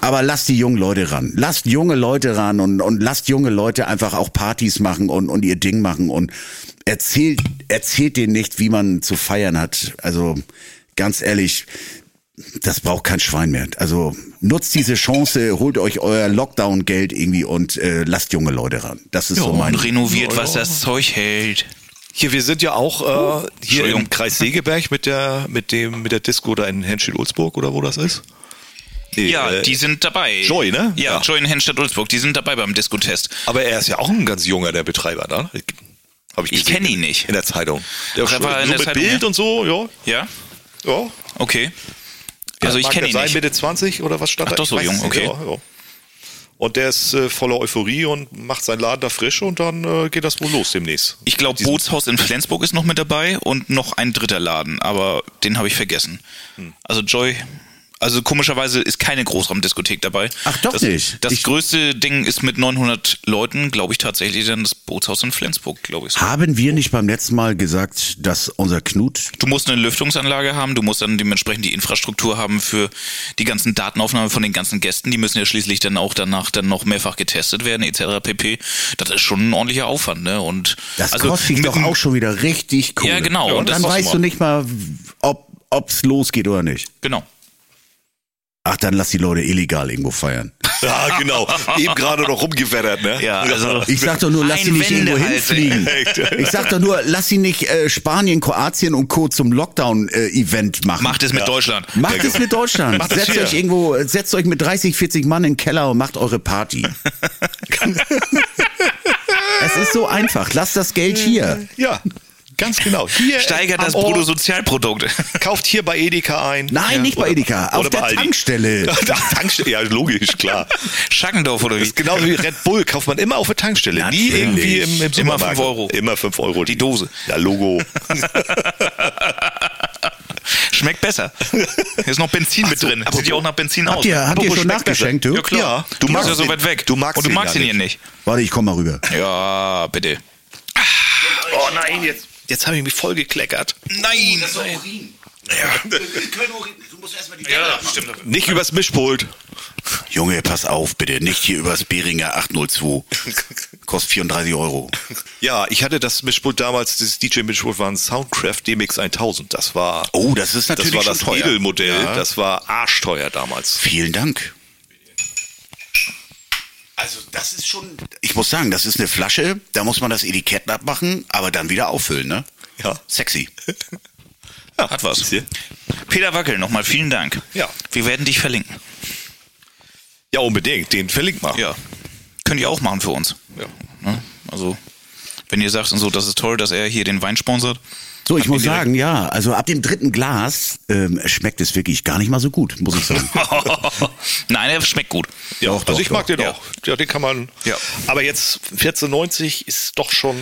Speaker 3: Aber lasst die jungen Leute ran. Lasst junge Leute ran und, und lasst junge Leute einfach auch Partys machen und, und ihr Ding machen und erzählt, erzählt denen nicht, wie man zu feiern hat. Also ganz ehrlich, das braucht kein Schwein mehr. Also nutzt diese Chance, holt euch euer Lockdown-Geld irgendwie und äh, lasst junge Leute ran. Das ist so mein.
Speaker 1: Und Oh, renoviert, was das Zeug hält.
Speaker 2: Hier, wir sind ja auch äh, hier
Speaker 1: Entschuldigung.
Speaker 2: im Kreis Segeberg mit der, mit dem, mit der Disco da in Henschel-Ulzburg oder wo das ist. Nee,
Speaker 1: Ja,
Speaker 2: äh,
Speaker 1: die sind dabei.
Speaker 2: Joy, ne?
Speaker 1: Ja,
Speaker 2: Ja.
Speaker 1: Joy in Henstadt-Ulzburg, die sind dabei beim Disco-Test.
Speaker 2: Aber er ist ja auch ein ganz junger, der Betreiber, ne? Hab
Speaker 1: Ich
Speaker 2: gesehen.
Speaker 1: kenne ihn nicht.
Speaker 2: In der Zeitung. Der
Speaker 1: Ach, er war in
Speaker 2: so
Speaker 1: der
Speaker 2: mit
Speaker 1: Zeitung,
Speaker 2: Bild
Speaker 1: ja.
Speaker 2: und so, ja.
Speaker 1: Ja?
Speaker 2: ja.
Speaker 1: Okay. Also ich
Speaker 2: Mag
Speaker 1: kenne
Speaker 2: der
Speaker 1: ihn
Speaker 2: sein,
Speaker 1: nicht.
Speaker 2: Mitte 20 oder was stand
Speaker 1: Ach,
Speaker 2: da?
Speaker 1: doch
Speaker 2: Ich
Speaker 1: so
Speaker 2: weiß
Speaker 1: jung,
Speaker 2: es nicht,
Speaker 1: okay.
Speaker 2: Ja, ja. Und der ist äh, voller Euphorie und macht seinen Laden da frisch und dann äh, geht das wohl los demnächst.
Speaker 1: Ich glaube, Bootshaus in Flensburg ist noch mit dabei und noch ein dritter Laden, aber den habe ich vergessen.
Speaker 3: Hm.
Speaker 1: Also Joy, also komischerweise ist keine Großraumdiskothek dabei.
Speaker 3: Ach, doch
Speaker 1: das,
Speaker 3: nicht.
Speaker 1: Das
Speaker 3: Ich-
Speaker 1: größte Ding ist mit 900 Leuten, glaube ich tatsächlich, dann das Bootshaus in Flensburg, glaube ich.
Speaker 3: Haben wir nicht beim letzten Mal gesagt, dass unser Knut
Speaker 1: Du musst eine Lüftungsanlage haben, du musst dann dementsprechend die Infrastruktur haben für die ganzen Datenaufnahmen von den ganzen Gästen. Die müssen ja schließlich dann auch danach dann noch mehrfach getestet werden, etc. pp. Das ist schon ein ordentlicher Aufwand, ne? Und
Speaker 3: Das
Speaker 1: also
Speaker 3: kostet dich
Speaker 1: mit
Speaker 3: doch
Speaker 1: dem-
Speaker 3: auch schon wieder richtig Kohle.
Speaker 1: Ja, genau.
Speaker 3: Und,
Speaker 1: Und das
Speaker 3: dann
Speaker 1: kostet
Speaker 3: weißt du
Speaker 1: mal.
Speaker 3: nicht mal, ob ob's losgeht oder nicht.
Speaker 1: Genau.
Speaker 3: Ach, dann lass die Leute illegal irgendwo feiern.
Speaker 2: Ja, genau. Eben gerade noch rumgewettert, ne?
Speaker 1: Ja, also-
Speaker 3: Ich sag doch nur, lass sie nicht irgendwo
Speaker 1: Einwendehalse.
Speaker 3: hinfliegen. Ich sag doch nur, lass sie nicht äh, Spanien, Kroatien und Co. zum Lockdown-Event machen.
Speaker 1: Macht es mit Deutschland.
Speaker 3: Macht es mit Deutschland.
Speaker 2: Macht es
Speaker 3: setzt
Speaker 2: hier.
Speaker 3: euch irgendwo, setzt euch mit 30, 40 Mann in den Keller und macht eure Party. es ist so einfach. Lasst das Geld hier.
Speaker 2: Ja, ganz genau. Hier
Speaker 1: Steigert
Speaker 2: am
Speaker 1: das
Speaker 2: Ort,
Speaker 1: Bruttosozialprodukt.
Speaker 2: Kauft hier bei Edeka ein.
Speaker 3: Nein, nicht bei
Speaker 2: Oder-
Speaker 3: Edeka. Auf
Speaker 2: oder bei
Speaker 3: der
Speaker 2: Aldi.
Speaker 3: Tankstelle.
Speaker 2: Ja, Tankstelle. Ja, logisch, klar.
Speaker 1: Schackendorf oder
Speaker 2: Das
Speaker 1: wie?
Speaker 2: ist genau genauso wie Red Bull, kauft man immer auf der Tankstelle.
Speaker 3: Natürlich.
Speaker 2: Nie irgendwie im, im
Speaker 1: Immer
Speaker 2: Supermarkt.
Speaker 1: fünf Euro.
Speaker 2: Immer 5 Euro.
Speaker 1: Die Dose.
Speaker 2: Ja, Logo.
Speaker 1: Schmeckt besser. Hier ist noch Benzin mit drin. Sieht ja auch nach Benzin aus.
Speaker 3: Habt ihr, habt ihr
Speaker 2: Apropos
Speaker 3: schon
Speaker 2: schmeckt besser.
Speaker 3: nachgeschenkt, du?
Speaker 1: ja klar.
Speaker 2: Ja,
Speaker 1: du, magst
Speaker 2: du magst
Speaker 1: ja so
Speaker 2: ihn-
Speaker 1: weit weg.
Speaker 2: du magst
Speaker 1: Und du
Speaker 2: ihn
Speaker 1: magst
Speaker 2: ja
Speaker 1: ihn hier nicht.
Speaker 3: Warte, ich komm mal rüber.
Speaker 1: Ja, bitte.
Speaker 2: Oh nein, jetzt, jetzt habe ich mich voll gekleckert.
Speaker 1: Nein. das war Ja, stimmt.
Speaker 2: Nicht übers Mischpult.
Speaker 3: Junge, pass auf, bitte. Nicht hier übers Beringer 802. Kostet 34 Euro.
Speaker 2: Ja, ich hatte das Mischpult damals, dieses DJ-Mischpult war ein Soundcraft DMX 1000. Das war,
Speaker 3: Oh, das ist
Speaker 2: das
Speaker 3: natürlich
Speaker 2: war das
Speaker 3: schon teuer.
Speaker 2: Edelmodell.
Speaker 3: Ja.
Speaker 2: Das war arschteuer damals.
Speaker 3: Vielen Dank. Also, das ist schon. Ich muss sagen, das ist eine Flasche, da muss man das Etikett abmachen, aber dann wieder auffüllen, ne?
Speaker 2: Ja.
Speaker 3: Sexy.
Speaker 1: Hat was. Peter Wackel, nochmal vielen Dank.
Speaker 2: Ja.
Speaker 1: Wir werden dich verlinken.
Speaker 2: Ja, unbedingt. Den verlinkt mal.
Speaker 1: Ja. Könnt ihr auch machen für uns.
Speaker 2: Ja.
Speaker 1: Ne? Also, wenn ihr sagt und so, das ist toll, dass er hier den Wein sponsert.
Speaker 3: So, ich
Speaker 1: Habt ihr
Speaker 3: muss
Speaker 1: direkt-
Speaker 3: sagen, ja, also ab dem dritten Glas ähm, schmeckt es wirklich gar nicht mal so gut, muss ich sagen.
Speaker 1: Nein, er schmeckt gut.
Speaker 2: Ja,
Speaker 3: Doch,
Speaker 2: also
Speaker 3: doch,
Speaker 2: ich mag
Speaker 3: doch.
Speaker 2: den
Speaker 1: Ja.
Speaker 2: auch. Ja, den kann man.
Speaker 1: Ja.
Speaker 2: Aber jetzt 14,90 ist doch schon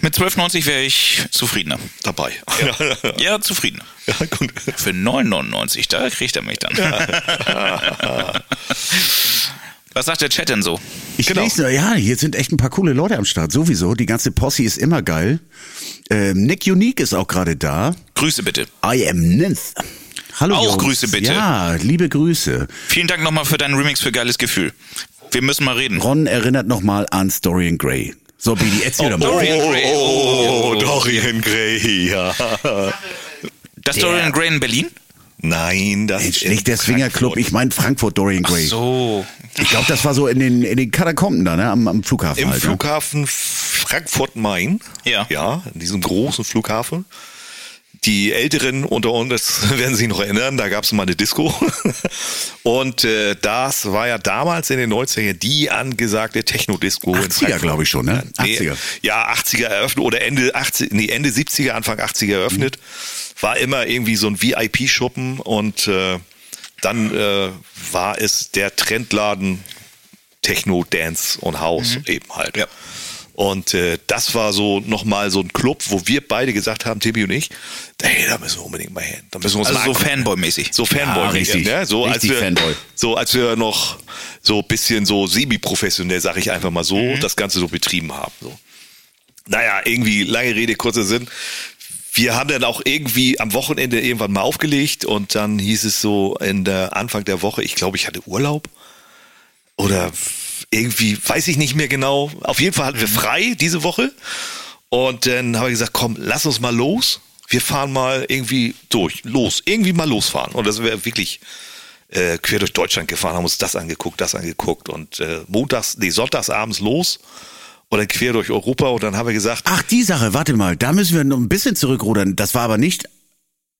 Speaker 1: Mit 12,90 wäre ich zufriedener.
Speaker 2: dabei. Ja, ja.
Speaker 1: Ja, zufriedener.
Speaker 2: gut.
Speaker 1: Für 9,99, da kriegt er mich dann. Was sagt der Chat denn so?
Speaker 3: Ich
Speaker 2: Genau.
Speaker 3: lese, nur, ja, hier sind echt ein paar coole Leute am Start, sowieso. Die ganze Posse ist immer geil. Ähm, Nick Unique ist auch gerade da.
Speaker 1: Grüße bitte.
Speaker 3: I am Ninth. Hallo.
Speaker 1: Auch
Speaker 3: Jungs.
Speaker 1: Grüße bitte.
Speaker 3: Ja, liebe Grüße.
Speaker 1: Vielen Dank nochmal für deinen Remix für geiles Gefühl. Wir müssen mal reden.
Speaker 3: Ron erinnert nochmal an Dorian Gray. So, Bidi, erzähl doch mal.
Speaker 1: Dorian Gray.
Speaker 2: oh, Dorian Gray, ja.
Speaker 1: Das Dorian Gray in Berlin?
Speaker 2: Nein, das
Speaker 3: Mensch,
Speaker 2: ist
Speaker 3: nicht der Swingerclub, ich meine Frankfurt Dorian Gray.
Speaker 1: So.
Speaker 3: Ich glaube, das war so in den, in den Katakomben da, ne? Am, am Flughafen
Speaker 2: Im
Speaker 3: halt. ne?
Speaker 2: Flughafen Frankfurt-Main.
Speaker 1: Ja.
Speaker 2: Ja, in diesem großen Flughafen. Die Älteren unter uns werden sich noch erinnern, da gab es mal eine Disco. Und äh, das war ja damals in den 90ern die angesagte Techno-Disco. in
Speaker 3: 80er,
Speaker 2: Frankfurt.
Speaker 3: glaube ich schon, ne?
Speaker 2: Nee,
Speaker 3: 80er.
Speaker 2: Ja, 80er eröffnet oder Ende, 80, nee, Ende 70er, Anfang 80er eröffnet.
Speaker 1: Mhm.
Speaker 2: War immer irgendwie so ein VIP-Schuppen und äh, dann äh, war es der Trendladen Techno, Dance und House eben halt.
Speaker 1: Mhm. Ja.
Speaker 2: Und äh, das war so nochmal so ein Club, wo wir beide gesagt haben, Tibi und ich, hey, da müssen wir unbedingt mal hin. Da müssen wir uns
Speaker 1: Also
Speaker 2: mal
Speaker 1: so
Speaker 2: angucken."
Speaker 1: Fanboy-mäßig.
Speaker 2: So Fanboy,
Speaker 3: richtig.
Speaker 2: ne? so, als
Speaker 3: Richtig
Speaker 2: wir,
Speaker 3: Fanboy.
Speaker 2: so als wir noch so ein bisschen so semi-professionell, sag ich einfach mal so,
Speaker 3: Mhm.
Speaker 2: das Ganze so betrieben haben. So. Naja, irgendwie lange Rede, kurzer Sinn. Wir haben dann auch irgendwie am Wochenende irgendwann mal aufgelegt und dann hieß es so in der Anfang der Woche, ich glaube, ich hatte Urlaub oder irgendwie, weiß ich nicht mehr genau. Auf jeden Fall hatten wir
Speaker 3: Mhm.
Speaker 2: frei diese Woche. Und dann habe ich gesagt, komm, lass uns mal los. Wir fahren mal irgendwie durch, los, irgendwie mal losfahren. Und das wäre wirklich äh, quer durch Deutschland gefahren, haben uns das angeguckt, das angeguckt und äh, montags, nee, sonntags abends los und dann quer durch Europa. Und dann haben wir gesagt,
Speaker 3: Ach, die Sache, warte mal, da müssen wir noch ein bisschen zurückrudern. Das war aber nicht,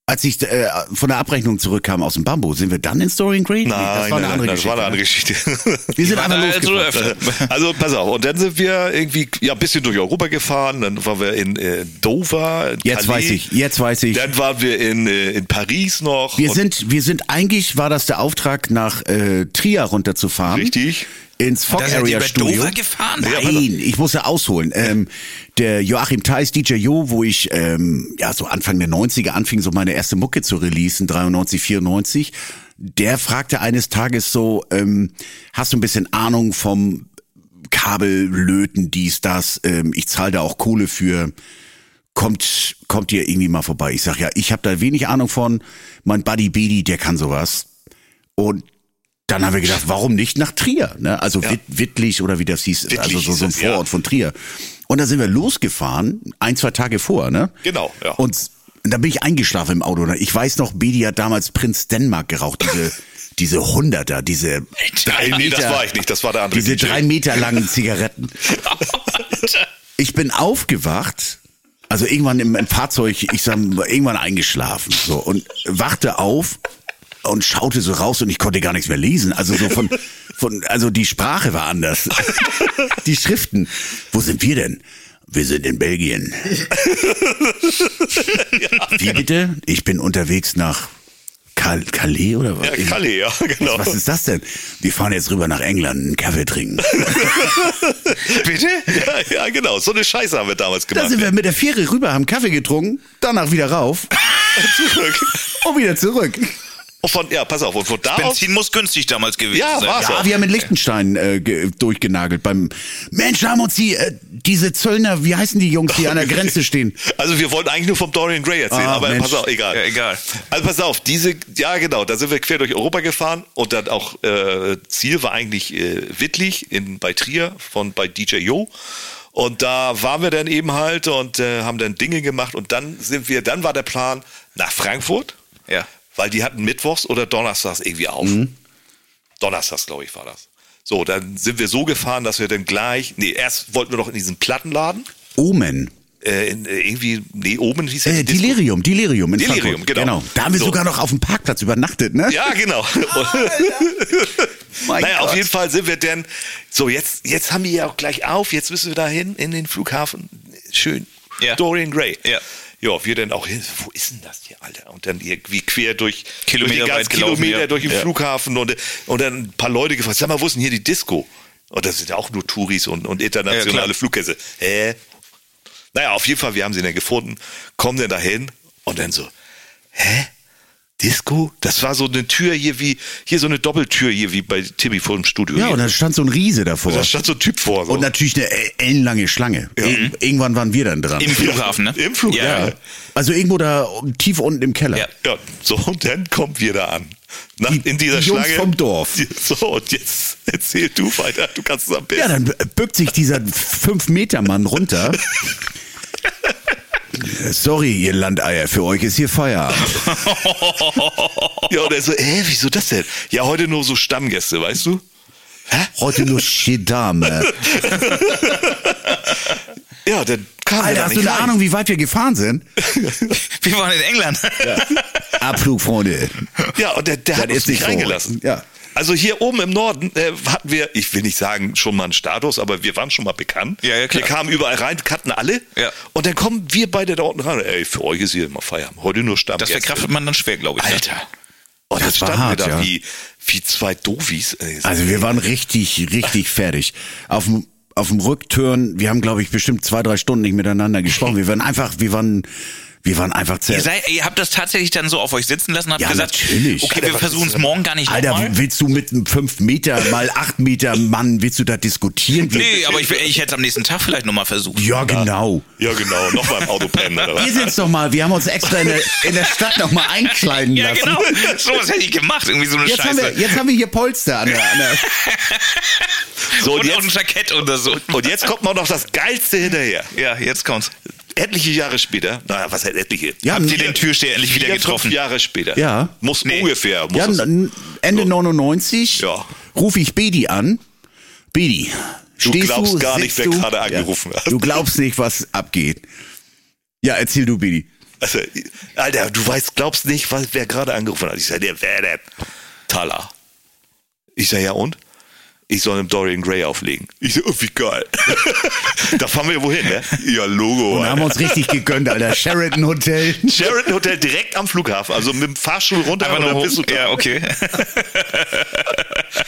Speaker 3: als ich äh, von der Abrechnung zurückkam aus dem Bambu. Sind wir dann in Dorian Gray? Nee,
Speaker 2: nein, nein, nein, das war äh, eine andere Geschichte.
Speaker 3: ne? Wir sind einfach
Speaker 1: Also
Speaker 3: losgefahren.
Speaker 1: öfter.
Speaker 2: Also pass auf, und dann sind wir irgendwie ja, ein bisschen durch Europa gefahren, dann waren wir in äh, Dover. in Calais.
Speaker 3: Jetzt weiß ich, jetzt weiß ich.
Speaker 2: Dann waren wir in, äh, in Paris noch.
Speaker 3: Wir
Speaker 2: Und
Speaker 3: sind, wir sind eigentlich war das der Auftrag nach äh, Trier runterzufahren.
Speaker 2: Richtig.
Speaker 3: Ins Fog
Speaker 1: Da seid ihr
Speaker 3: Area
Speaker 1: über
Speaker 3: Studio.
Speaker 1: Dover gefahren? Ja, pass auf.
Speaker 3: Nein, ich muss ja ausholen. Ähm, der Joachim Theis, DJ Jo, wo ich ähm, ja so Anfang der 90er anfing, so meine erste Mucke zu releasen, 93, 94, der fragte eines Tages so, ähm, hast du ein bisschen Ahnung vom Kabel löten, dies, das? Ähm, ich zahle da auch Kohle für kommt, kommt ihr irgendwie mal vorbei. Ich sag ja, ich habe da wenig Ahnung von. Mein Buddy Bedi, der kann sowas. Und dann haben wir gedacht, warum nicht nach Trier? Ne? Also Witt, Wittlich oder wie das hieß,
Speaker 2: Wittlich
Speaker 3: also so,
Speaker 2: hieß
Speaker 3: so ein
Speaker 2: es, ja.
Speaker 3: Vorort von Trier. Und da sind wir losgefahren, ein, zwei Tage vor, ne?
Speaker 2: Genau, ja.
Speaker 3: Und s- da bin ich eingeschlafen im Auto. ne? Ich weiß noch, Bedi hat damals Prinz Dänemark geraucht, diese, diese Hunderter, diese drei
Speaker 2: Ey, nee, das
Speaker 3: Meter-
Speaker 2: war ich nicht, das war der andere.
Speaker 3: diese
Speaker 2: DJ.
Speaker 3: drei Meter langen Zigaretten. Ich bin aufgewacht, also irgendwann im, im Fahrzeug, ich sag mal, irgendwann eingeschlafen, so, und wachte auf und schaute so raus und ich konnte gar nichts mehr lesen. Also so von, von, also die Sprache war anders. Die Schriften. Wo sind wir denn? Wir sind in Belgien. Wie bitte? Ich bin unterwegs nach Cal Calais oder was?
Speaker 2: Ja, Kalle, ja, genau.
Speaker 3: Was ist das denn? Wir fahren jetzt rüber nach England, einen Kaffee trinken.
Speaker 2: Bitte? Ja, ja, genau. So eine Scheiße haben wir damals
Speaker 3: Da
Speaker 2: gemacht.
Speaker 3: sind wir mit der Fähre rüber, haben Kaffee getrunken, danach wieder rauf
Speaker 2: Zurück.
Speaker 3: und wieder zurück.
Speaker 2: Und von, ja, pass auf, und von da aus.
Speaker 1: Benzin muss günstig damals gewesen
Speaker 2: Ja,
Speaker 1: sein.
Speaker 2: war's.
Speaker 3: Ja, wir haben in Liechtenstein äh, ge- durchgenagelt beim Mensch, da haben uns die, äh, diese Zöllner, wie heißen die Jungs, die an der Grenze stehen?
Speaker 2: Also wir wollten eigentlich nur vom Dorian Gray erzählen,
Speaker 3: Ah,
Speaker 2: aber
Speaker 3: Mensch.
Speaker 2: pass auf, egal.
Speaker 1: Ja, egal.
Speaker 2: Also pass auf, diese, ja genau, da sind wir quer durch Europa gefahren und dann auch äh, Ziel war eigentlich äh, Wittlich in, bei Trier von bei DJ Jo. Und da waren wir dann eben halt und äh, haben dann Dinge gemacht und dann sind wir, dann war der Plan nach Frankfurt,
Speaker 1: Ja.
Speaker 2: weil die hatten mittwochs oder donnerstags irgendwie auf.
Speaker 3: Mhm.
Speaker 2: Donnerstags, glaube ich, war das. So, dann sind wir so gefahren, dass wir dann gleich, nee, erst wollten wir doch in diesen Plattenladen,
Speaker 3: Omen.
Speaker 2: äh, in, äh, irgendwie, nee, oben hieß ja
Speaker 3: Äh,
Speaker 2: die Disco.
Speaker 3: Delirium, Delirium in
Speaker 2: Delirium,
Speaker 3: Frankfurt.
Speaker 2: genau.
Speaker 3: Da haben wir
Speaker 2: So.
Speaker 3: sogar noch auf dem Parkplatz übernachtet, ne?
Speaker 2: Ja, genau.
Speaker 3: Mein
Speaker 2: naja, auf
Speaker 3: Gott.
Speaker 2: jeden Fall sind wir denn. So, jetzt, jetzt haben die ja auch gleich auf. Jetzt müssen wir da hin in den Flughafen. Schön.
Speaker 1: Ja.
Speaker 2: Dorian Gray.
Speaker 1: Ja.
Speaker 2: Ja, wir dann auch hin. Wo ist denn das hier, Alter? Und dann irgendwie quer durch
Speaker 1: Kilometer
Speaker 2: durch den ganzen
Speaker 1: weit gelaufen,
Speaker 2: Kilometer
Speaker 1: ja.
Speaker 2: durch den
Speaker 1: Ja.
Speaker 2: Flughafen und, und dann ein paar Leute gefragt, sag mal, wo ist denn hier die Disco? Und das sind ja auch nur Touris und, und
Speaker 1: Ja,
Speaker 2: internationale
Speaker 1: klar.
Speaker 2: Fluggäste. Hä? Naja, auf jeden Fall, wir haben sie dann gefunden, kommen dann dahin und dann so, hä? Disco? Das war so eine Tür hier wie, hier so eine Doppeltür hier wie bei Timmy vor dem Studio.
Speaker 3: Ja,
Speaker 2: hier.
Speaker 3: und da stand so ein Riese davor.
Speaker 2: da stand so ein Typ vor. So.
Speaker 3: Und natürlich eine e- ellenlange Schlange. Ir- Irgendwann waren wir dann dran.
Speaker 1: Im Flughafen, ne?
Speaker 2: Im Flughafen.
Speaker 1: Ja.
Speaker 2: Ja.
Speaker 3: also irgendwo da tief unten im Keller.
Speaker 1: Ja.
Speaker 2: Ja, so, und dann kommen wir da an. Nach, in dieser
Speaker 3: die Jungs
Speaker 2: Schlange.
Speaker 3: vom Dorf.
Speaker 2: So, und jetzt erzähl du weiter, du kannst es am besten.
Speaker 3: Ja, dann bückt sich dieser Fünf-Meter-Mann runter. Sorry, ihr Landeier, für euch ist hier Feierabend.
Speaker 2: Ja, und er so, äh, wieso das denn? Ja, heute nur so Stammgäste, weißt du?
Speaker 3: Heute nur Schedame.
Speaker 2: Ja, dann kam er
Speaker 3: Alter,
Speaker 2: da
Speaker 3: hast du
Speaker 2: nicht
Speaker 3: eine
Speaker 2: rein.
Speaker 3: Ahnung, wie weit wir gefahren sind?
Speaker 1: Wir waren in England.
Speaker 3: Abflug, Freunde.
Speaker 2: Ja, und der, der hat
Speaker 3: Das
Speaker 2: uns
Speaker 3: ist
Speaker 2: nicht
Speaker 3: nicht so.
Speaker 2: reingelassen.
Speaker 3: Ja.
Speaker 2: Also hier oben im Norden äh, hatten wir, ich will nicht sagen schon mal einen Status, aber wir waren schon mal bekannt.
Speaker 1: Ja, ja, klar.
Speaker 2: Wir kamen überall rein, kannten alle.
Speaker 1: Ja.
Speaker 2: Und dann kommen wir beide da unten ran. Ey, für euch ist hier immer Feierabend. Heute nur
Speaker 1: Das
Speaker 2: Stammgäste.
Speaker 1: verkraftet man dann schwer, glaube ich. ne?
Speaker 2: Alter. Und
Speaker 3: Das
Speaker 2: das
Speaker 3: war
Speaker 2: standen
Speaker 3: hart,
Speaker 2: wir da
Speaker 3: ja.
Speaker 2: wie, wie zwei Doofies. Ey,
Speaker 3: Also wir waren richtig, richtig fertig. Auf dem auf dem Rückturn, wir haben glaube ich bestimmt zwei, drei Stunden nicht miteinander gesprochen. Wir waren einfach, wir waren, wir waren einfach
Speaker 1: Ihr,
Speaker 3: zerrt.
Speaker 1: seid, ihr habt das tatsächlich dann so auf euch sitzen lassen und habt
Speaker 3: Ja,
Speaker 1: gesagt,
Speaker 3: natürlich.
Speaker 1: okay,
Speaker 2: Alter,
Speaker 1: wir
Speaker 2: was
Speaker 1: versuchen
Speaker 2: ist
Speaker 1: es
Speaker 2: denn-
Speaker 1: morgen gar nicht
Speaker 3: Alter,
Speaker 1: nochmal.
Speaker 3: willst du mit einem 5 Meter mal 8 Meter Mann, willst du da diskutieren?
Speaker 1: Nee, aber ich, ich hätte es am nächsten Tag vielleicht nochmal versucht.
Speaker 3: Ja, genau.
Speaker 2: Ja, genau. Nochmal im Auto pennen oder was?
Speaker 3: Hier sind's doch mal, wir haben uns extra in der, in der Stadt noch mal einkleiden
Speaker 1: Ja,
Speaker 3: lassen.
Speaker 1: genau. So was hätte ich gemacht. Irgendwie so eine
Speaker 3: Jetzt haben,
Speaker 1: Scheiße.
Speaker 3: wir, jetzt haben wir hier Polster an der, an der
Speaker 2: So,
Speaker 1: und
Speaker 2: und,
Speaker 1: auch ein
Speaker 2: jetzt,
Speaker 1: Jackett oder so.
Speaker 2: und jetzt kommt noch das Geilste hinterher.
Speaker 1: ja, jetzt kommt's.
Speaker 2: Etliche Jahre später, naja, was heißt etliche?
Speaker 3: Ja,
Speaker 1: Habt ihr den Türsteher endlich wieder
Speaker 2: Vier,
Speaker 1: getroffen?
Speaker 2: Fünf Jahre später.
Speaker 3: Ja.
Speaker 2: Muss ungefähr. Muss
Speaker 3: Ja,
Speaker 2: es-
Speaker 3: n- Ende
Speaker 2: So.
Speaker 3: 99
Speaker 2: Ja.
Speaker 3: rufe ich Bedi an. Bedi,
Speaker 2: Du
Speaker 3: stehst
Speaker 2: glaubst gar nicht,
Speaker 3: sitzt
Speaker 2: wer
Speaker 3: du?
Speaker 2: gerade angerufen hat.
Speaker 3: Du glaubst nicht, was abgeht. Ja, erzähl du, Bedi.
Speaker 2: Also, Alter, du weißt, glaubst nicht, was, wer gerade angerufen hat. Ich sage, der, wer denn? Tala. Ich sage, ja und? Ich soll einem Dorian Gray auflegen. Ich so, oh, wie geil. da fahren wir wohin, ne? Ja, Logo.
Speaker 3: Und haben wir uns richtig gegönnt, Alter. Sheraton Hotel.
Speaker 2: Sheraton Hotel direkt am Flughafen, also mit dem Fahrstuhl runter
Speaker 1: Einfach
Speaker 2: und
Speaker 1: nur
Speaker 2: dann
Speaker 1: hoch.
Speaker 2: bist du da.
Speaker 1: Ja, okay.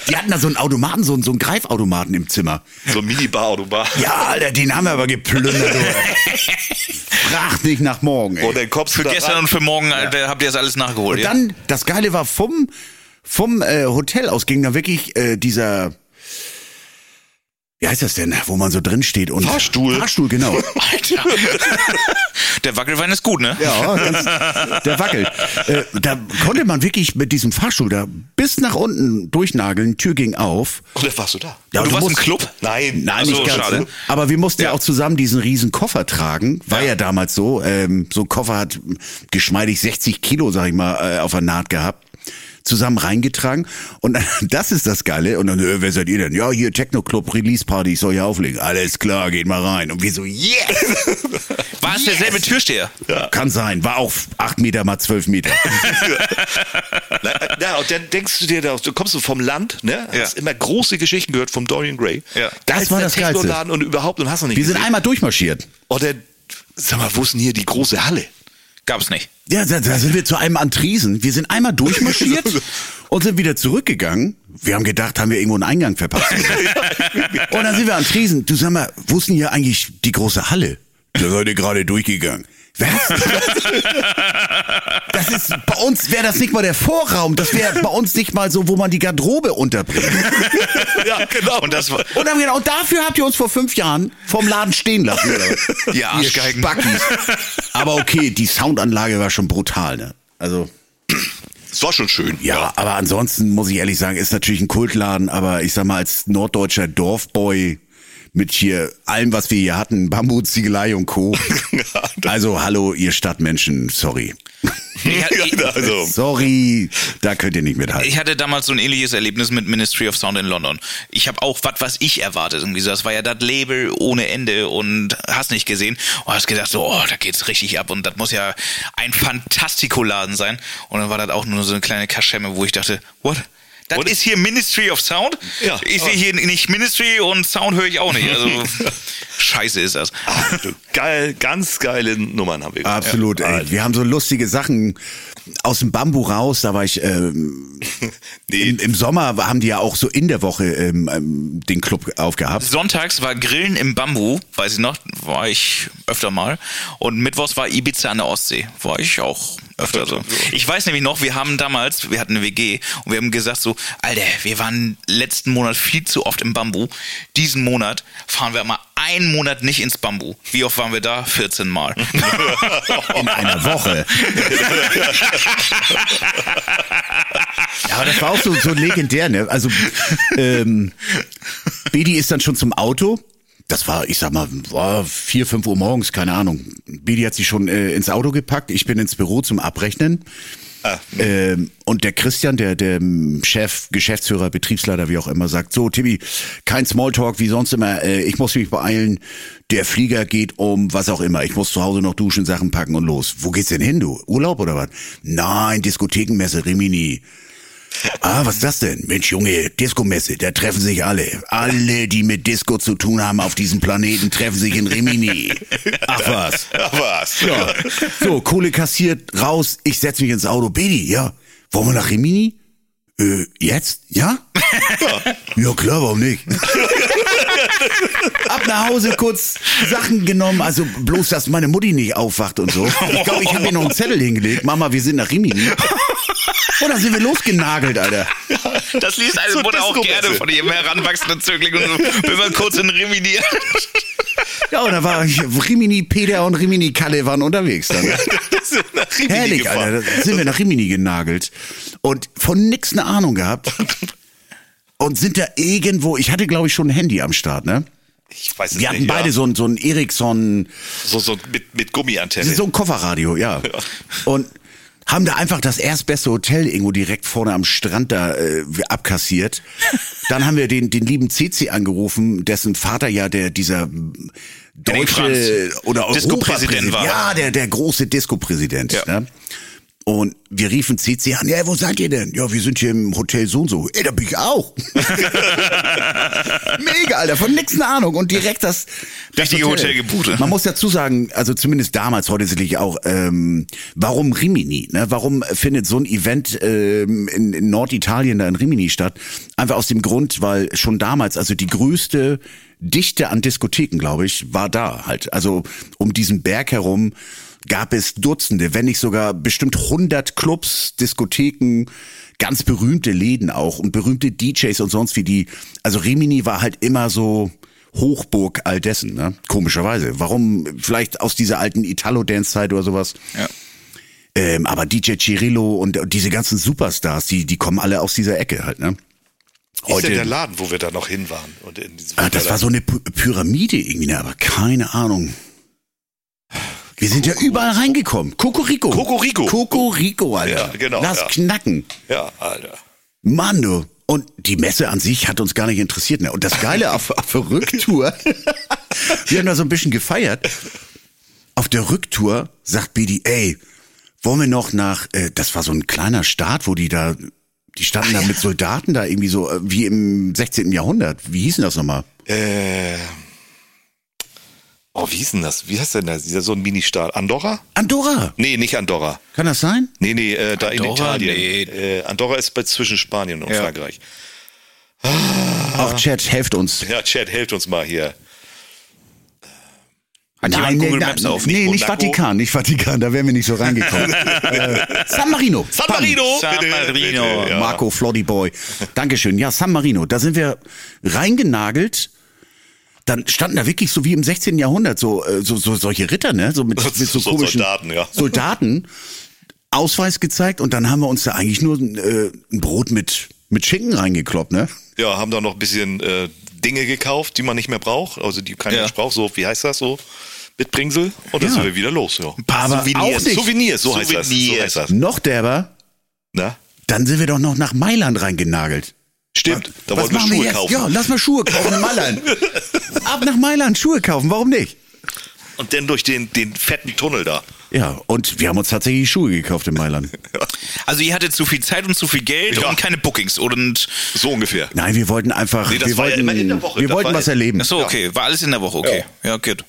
Speaker 3: Die hatten da so einen Automaten, so einen, so einen Greifautomaten im Zimmer.
Speaker 2: So ein Minibar oder Bar.
Speaker 3: Ja, Alter, den haben wir aber geplündert. du. Frag nicht nach morgen, ey.
Speaker 2: Und dann kommst du
Speaker 1: Für
Speaker 2: da
Speaker 1: gestern
Speaker 2: rein.
Speaker 1: und für morgen Alter, habt ihr das alles nachgeholt.
Speaker 3: Und dann, das Geile war, vom, vom äh, Hotel aus ging da wirklich äh, dieser, wie heißt das denn, wo man so drin steht und.
Speaker 2: Fahrstuhl.
Speaker 3: Fahrstuhl, genau.
Speaker 1: Alter. Der Wackelwein ist gut, ne?
Speaker 3: Ja, ganz, der wackelt. Äh, da konnte man wirklich mit diesem Fahrstuhl da bis nach unten durchnageln, Tür ging auf.
Speaker 2: Und dann warst du da.
Speaker 3: Ja,
Speaker 1: Und du warst im
Speaker 3: musst-
Speaker 1: Club?
Speaker 2: Nein,
Speaker 3: Nein,
Speaker 1: Ach so,
Speaker 3: nicht ganz.
Speaker 1: schade.
Speaker 3: ne? Aber wir mussten ja. auch zusammen diesen riesen Koffer tragen. War ja, damals so. Ähm, so ein Koffer hat geschmeidig 60 Kilo, sag ich mal, äh, auf der Naht gehabt. Zusammen reingetragen. Und das ist das Geile. Und dann, äh, wer seid ihr denn? Ja, hier Techno-Club, Release-Party, ich soll hier auflegen. Alles klar, geht mal rein. Und wir so, yes!
Speaker 1: War es derselbe Türsteher?
Speaker 3: Kann sein. War auch acht Meter mal zwölf Meter.
Speaker 2: Na, na, und dann denkst du dir, da- du kommst so vom Land, ne?
Speaker 1: Ja.
Speaker 2: Hast immer große Geschichten gehört vom Dorian Gray.
Speaker 1: Ja.
Speaker 3: Das
Speaker 2: Geilster
Speaker 3: war das Geilste.
Speaker 2: Technoladen und überhaupt und hast du nicht.
Speaker 3: Wir sind
Speaker 2: gesehen.
Speaker 3: einmal durchmarschiert.
Speaker 2: Und dann, sag mal, wo ist denn hier die große Halle?
Speaker 1: Gab's nicht.
Speaker 3: Ja, da, da sind wir zu einem Antriesen. Wir sind einmal durchmarschiert und sind wieder zurückgegangen. Wir haben gedacht, haben wir irgendwo einen Eingang verpasst. und dann sind wir an Triesen. Du sag mal, wo ist denn hier eigentlich die große Halle? Da seid ihr gerade durchgegangen. Was? Das ist, bei uns wäre das nicht mal der Vorraum. Das wäre bei uns nicht mal so, wo man die Garderobe unterbringt.
Speaker 2: ja, genau.
Speaker 1: Und das war.
Speaker 3: Und dann haben wir gedacht, und dafür habt ihr uns vor fünf Jahren vom Laden stehen lassen. oder
Speaker 1: Ja,
Speaker 3: was? Ihr
Speaker 1: Arschgeigen.
Speaker 3: Spackis. Aber okay, die Soundanlage war schon brutal, ne? Also.
Speaker 2: das war schon schön.
Speaker 3: Ja, aber ansonsten muss ich ehrlich sagen, ist natürlich ein Kultladen, aber ich sag mal, als norddeutscher Dorfboy mit hier allem, was wir hier hatten, Bambu, Ziegelei und Co. also hallo, ihr Stadtmenschen, sorry.
Speaker 1: Ich, ich,
Speaker 2: Ja, also,
Speaker 3: Sorry, da könnt ihr nicht mithalten.
Speaker 1: ich hatte damals so ein ähnliches Erlebnis mit Ministry of Sound in London. Ich habe auch was, was ich erwartet. Irgendwie so, das war ja das Label ohne Ende und hast nicht gesehen. Und hast gedacht, so, oh, da geht's richtig ab. Und das muss ja ein Fantastiko-Laden sein. Und dann war das auch nur so eine kleine Kaschemme, wo ich dachte, what? Das
Speaker 2: Und-
Speaker 1: ist hier Ministry of Sound?
Speaker 2: Ja. Ah.
Speaker 1: ich sehe hier nicht Ministry und Sound höre ich auch nicht. Also, scheiße ist das.
Speaker 2: Ah. geil, ganz geile Nummern haben wir.
Speaker 1: Also.
Speaker 3: Absolut, ey. Wir haben so lustige Sachen aus dem Bambu raus, da war ich ähm,
Speaker 2: also,
Speaker 3: im, im Sommer haben die ja auch so in der Woche ähm, ähm, den Club aufgehabt.
Speaker 1: Sonntags war Grillen im Bambu, weiß ich noch, war ich öfter mal. Und Mittwochs war Ibiza an der Ostsee, war ich auch öfter so. Ich weiß nämlich noch, wir haben damals, wir hatten eine WG und wir haben gesagt so, Alter, wir waren letzten Monat viel zu oft im Bambu. Diesen Monat fahren wir mal einen Monat nicht ins Bambu. Wie oft waren wir da? 14 Mal.
Speaker 3: In einer Woche. ja, aber das war auch so, so legendär, ne? Also, ähm, Bedi ist dann schon zum Auto. Das war, ich sag mal, war vier, fünf Uhr morgens, keine Ahnung. Bedi hat sich schon äh, ins Auto gepackt. Ich bin ins Büro zum Abrechnen. Ähm, und der Christian, der, der ähm, Chef, Geschäftsführer, Betriebsleiter, wie auch immer, sagt, so Tibi, kein Smalltalk wie sonst immer, äh, ich muss mich beeilen, der Flieger geht um was auch immer, ich muss zu Hause noch duschen, Sachen packen und los. Wo geht's denn hin, du? Urlaub oder was? Nein, Diskothekenmesse, Rimini. Ah, was ist das denn? Mensch, Junge, Disco-Messe, da treffen sich alle. Alle, die mit Disco zu tun haben auf diesem Planeten, treffen sich in Rimini. Ach was.
Speaker 2: Da war's.
Speaker 3: Ja. So, Kohle kassiert, raus, ich setz mich ins Auto. Bedi, ja. Wollen wir nach Rimini? Äh, jetzt? Ja? ja? Ja, klar, warum nicht? Ab nach Hause kurz Sachen genommen, also bloß, dass meine Mutti nicht aufwacht und so. Ich glaube, ich habe mir noch einen Zettel hingelegt. Mama, wir sind nach Rimini. Und dann sind wir losgenagelt, Alter.
Speaker 1: Das liest eine
Speaker 2: Zur
Speaker 1: Mutter auch
Speaker 2: Disco-Messe.
Speaker 1: gerne von ihrem heranwachsenden Zögling und so, wenn man kurz in Rimini.
Speaker 3: Ja, und da war ich, Rimini Peter und Rimini Kalle waren unterwegs dann.
Speaker 2: Das sind nach Rimini
Speaker 3: Herrlich,
Speaker 2: gefahren. Also-
Speaker 3: Alter. Da sind wir nach Rimini genagelt. Und von nix eine Ahnung gehabt. Und sind da irgendwo, ich hatte glaube ich schon ein Handy am Start, ne?
Speaker 2: Ich weiß es
Speaker 3: Wir hatten
Speaker 2: nicht,
Speaker 3: beide
Speaker 2: ja.
Speaker 3: so ein, so ein Ericsson,
Speaker 2: so, so mit, mit Gummiantenne.
Speaker 3: so ein Kofferradio, ja. Und haben da einfach das erstbeste Hotel irgendwo direkt vorne am Strand da äh, abkassiert. Dann haben wir den, den lieben CC angerufen, dessen Vater ja der, dieser deutsche
Speaker 1: Franz.
Speaker 3: oder
Speaker 1: Disco-Präsident
Speaker 3: Europapräsident
Speaker 1: war.
Speaker 3: Ja, der, der große Disco-Präsident.
Speaker 1: Ja.
Speaker 3: Ne? Und wir riefen CC an, ja, wo seid ihr denn? Ja, wir sind hier im Hotel so und so. Ey, da bin ich auch. Mega, Alter, von nix eine Ahnung. Und direkt das, das
Speaker 1: Richtige Hotel gebucht.
Speaker 3: Man muss dazu sagen, also zumindest damals, heute sicherlich auch, ähm, warum Rimini? Ne? Warum findet so ein Event ähm, in, in Norditalien, da in Rimini statt? Einfach aus dem Grund, weil schon damals, also die größte Dichte an Diskotheken, glaube ich, war da halt. Also um diesen Berg herum gab es Dutzende, wenn nicht sogar bestimmt 100 Clubs, Diskotheken, ganz berühmte Läden auch und berühmte DJs und sonst wie die. Also Rimini war halt immer so Hochburg all dessen, ne? Komischerweise. Warum vielleicht aus dieser alten Italo-Dance-Zeit oder sowas.
Speaker 1: Ja.
Speaker 3: Ähm, aber DJ Cirillo und und diese ganzen Superstars, die, die kommen alle aus dieser Ecke halt, ne?
Speaker 2: Wie ist denn
Speaker 3: heute-
Speaker 2: der Laden, wo wir da noch hin waren? Und in diesem
Speaker 3: Ah, das war so eine P Pyramide irgendwie, ne? aber keine Ahnung. Wir sind ja überall reingekommen. Kokoriko.
Speaker 2: Kokoriko.
Speaker 3: Kokoriko, Alter.
Speaker 2: Ja, genau,
Speaker 3: Lass
Speaker 2: ja.
Speaker 3: knacken.
Speaker 2: Ja, Alter.
Speaker 3: Mann, du. Und die Messe an sich hat uns gar nicht interessiert. Ne? Und das Geile auf, auf der Rücktour, wir haben da so ein bisschen gefeiert. Auf der Rücktour sagt Bidi, ey, wollen wir noch nach, äh, das war so ein kleiner Staat, wo die da, die standen
Speaker 1: Ah,
Speaker 3: da mit Soldaten da irgendwie so, äh, wie im 16. Jahrhundert. Wie hieß denn das nochmal?
Speaker 2: Äh, oh, wie hieß denn das? Wie heißt denn das? Dieser so ein Mini-Staat. Andorra?
Speaker 3: Andorra.
Speaker 2: Nee, nicht Andorra.
Speaker 3: Kann das sein?
Speaker 2: Nee, nee, äh, da in
Speaker 1: Andorra?
Speaker 2: Italien.
Speaker 1: Nee.
Speaker 2: Äh, Andorra ist bei, zwischen Spanien und
Speaker 1: Ja.
Speaker 2: Frankreich.
Speaker 1: Ah.
Speaker 3: Auch Chat, helft uns.
Speaker 2: Ja, Chad, helft uns mal hier.
Speaker 1: jemand Google Maps auf?
Speaker 3: Nee,
Speaker 2: Nicht
Speaker 3: nicht
Speaker 2: Monaco?
Speaker 3: Vatikan, nicht Vatikan, da wären wir nicht so reingekommen. äh, San Marino.
Speaker 2: San
Speaker 3: Bam.
Speaker 2: Marino!
Speaker 1: San
Speaker 2: Bitte,
Speaker 1: Marino.
Speaker 2: bitte, ja.
Speaker 3: Oh, Marco Floddy Boy. Dankeschön. Ja, San Marino. Da sind wir reingenagelt. Dann standen da wirklich so wie im 16. Jahrhundert so, äh, so, so solche Ritter, ne? So mit, mit so,
Speaker 2: So
Speaker 3: komischen
Speaker 2: Soldaten, ja.
Speaker 3: Soldaten. Ausweis gezeigt und dann haben wir uns da eigentlich nur äh, ein Brot mit, mit Schinken reingekloppt, ne?
Speaker 2: Ja, haben da noch ein bisschen äh, Dinge gekauft, die man nicht mehr braucht. Also die kein
Speaker 1: Ja.
Speaker 2: Mensch braucht. So, wie heißt das so? Mitbringsel. Und dann
Speaker 3: Ja.
Speaker 2: sind wir wieder los. Ja.
Speaker 3: Aber auch nicht.
Speaker 2: Souvenirs, so heißt das. So
Speaker 1: Souvenirs.
Speaker 2: heißt das.
Speaker 3: Noch derber,
Speaker 2: Na?
Speaker 3: dann sind wir doch noch nach Mailand reingenagelt.
Speaker 2: Stimmt, da
Speaker 3: Was
Speaker 2: wollten wir
Speaker 3: machen
Speaker 2: Schuhe
Speaker 3: jetzt?
Speaker 2: kaufen.
Speaker 3: Ja, lass mal Schuhe kaufen in Mailand. Ab nach Mailand Schuhe kaufen, warum nicht?
Speaker 2: Und dann durch den, den fetten Tunnel da.
Speaker 3: Ja, und wir haben uns tatsächlich Schuhe gekauft in Mailand.
Speaker 1: Also ihr hattet zu viel Zeit und zu viel Geld
Speaker 2: Ja.
Speaker 1: und keine Bookings und
Speaker 2: So ungefähr.
Speaker 3: Nein, wir wollten einfach,
Speaker 2: Nee, das
Speaker 3: wir
Speaker 2: war ja
Speaker 3: wollten,
Speaker 2: immer in der Woche,
Speaker 3: wir
Speaker 2: das
Speaker 3: wollten
Speaker 2: war
Speaker 3: was
Speaker 2: ja-
Speaker 3: erleben.
Speaker 1: Ach so, okay, war alles in der Woche, okay. Ja, geht.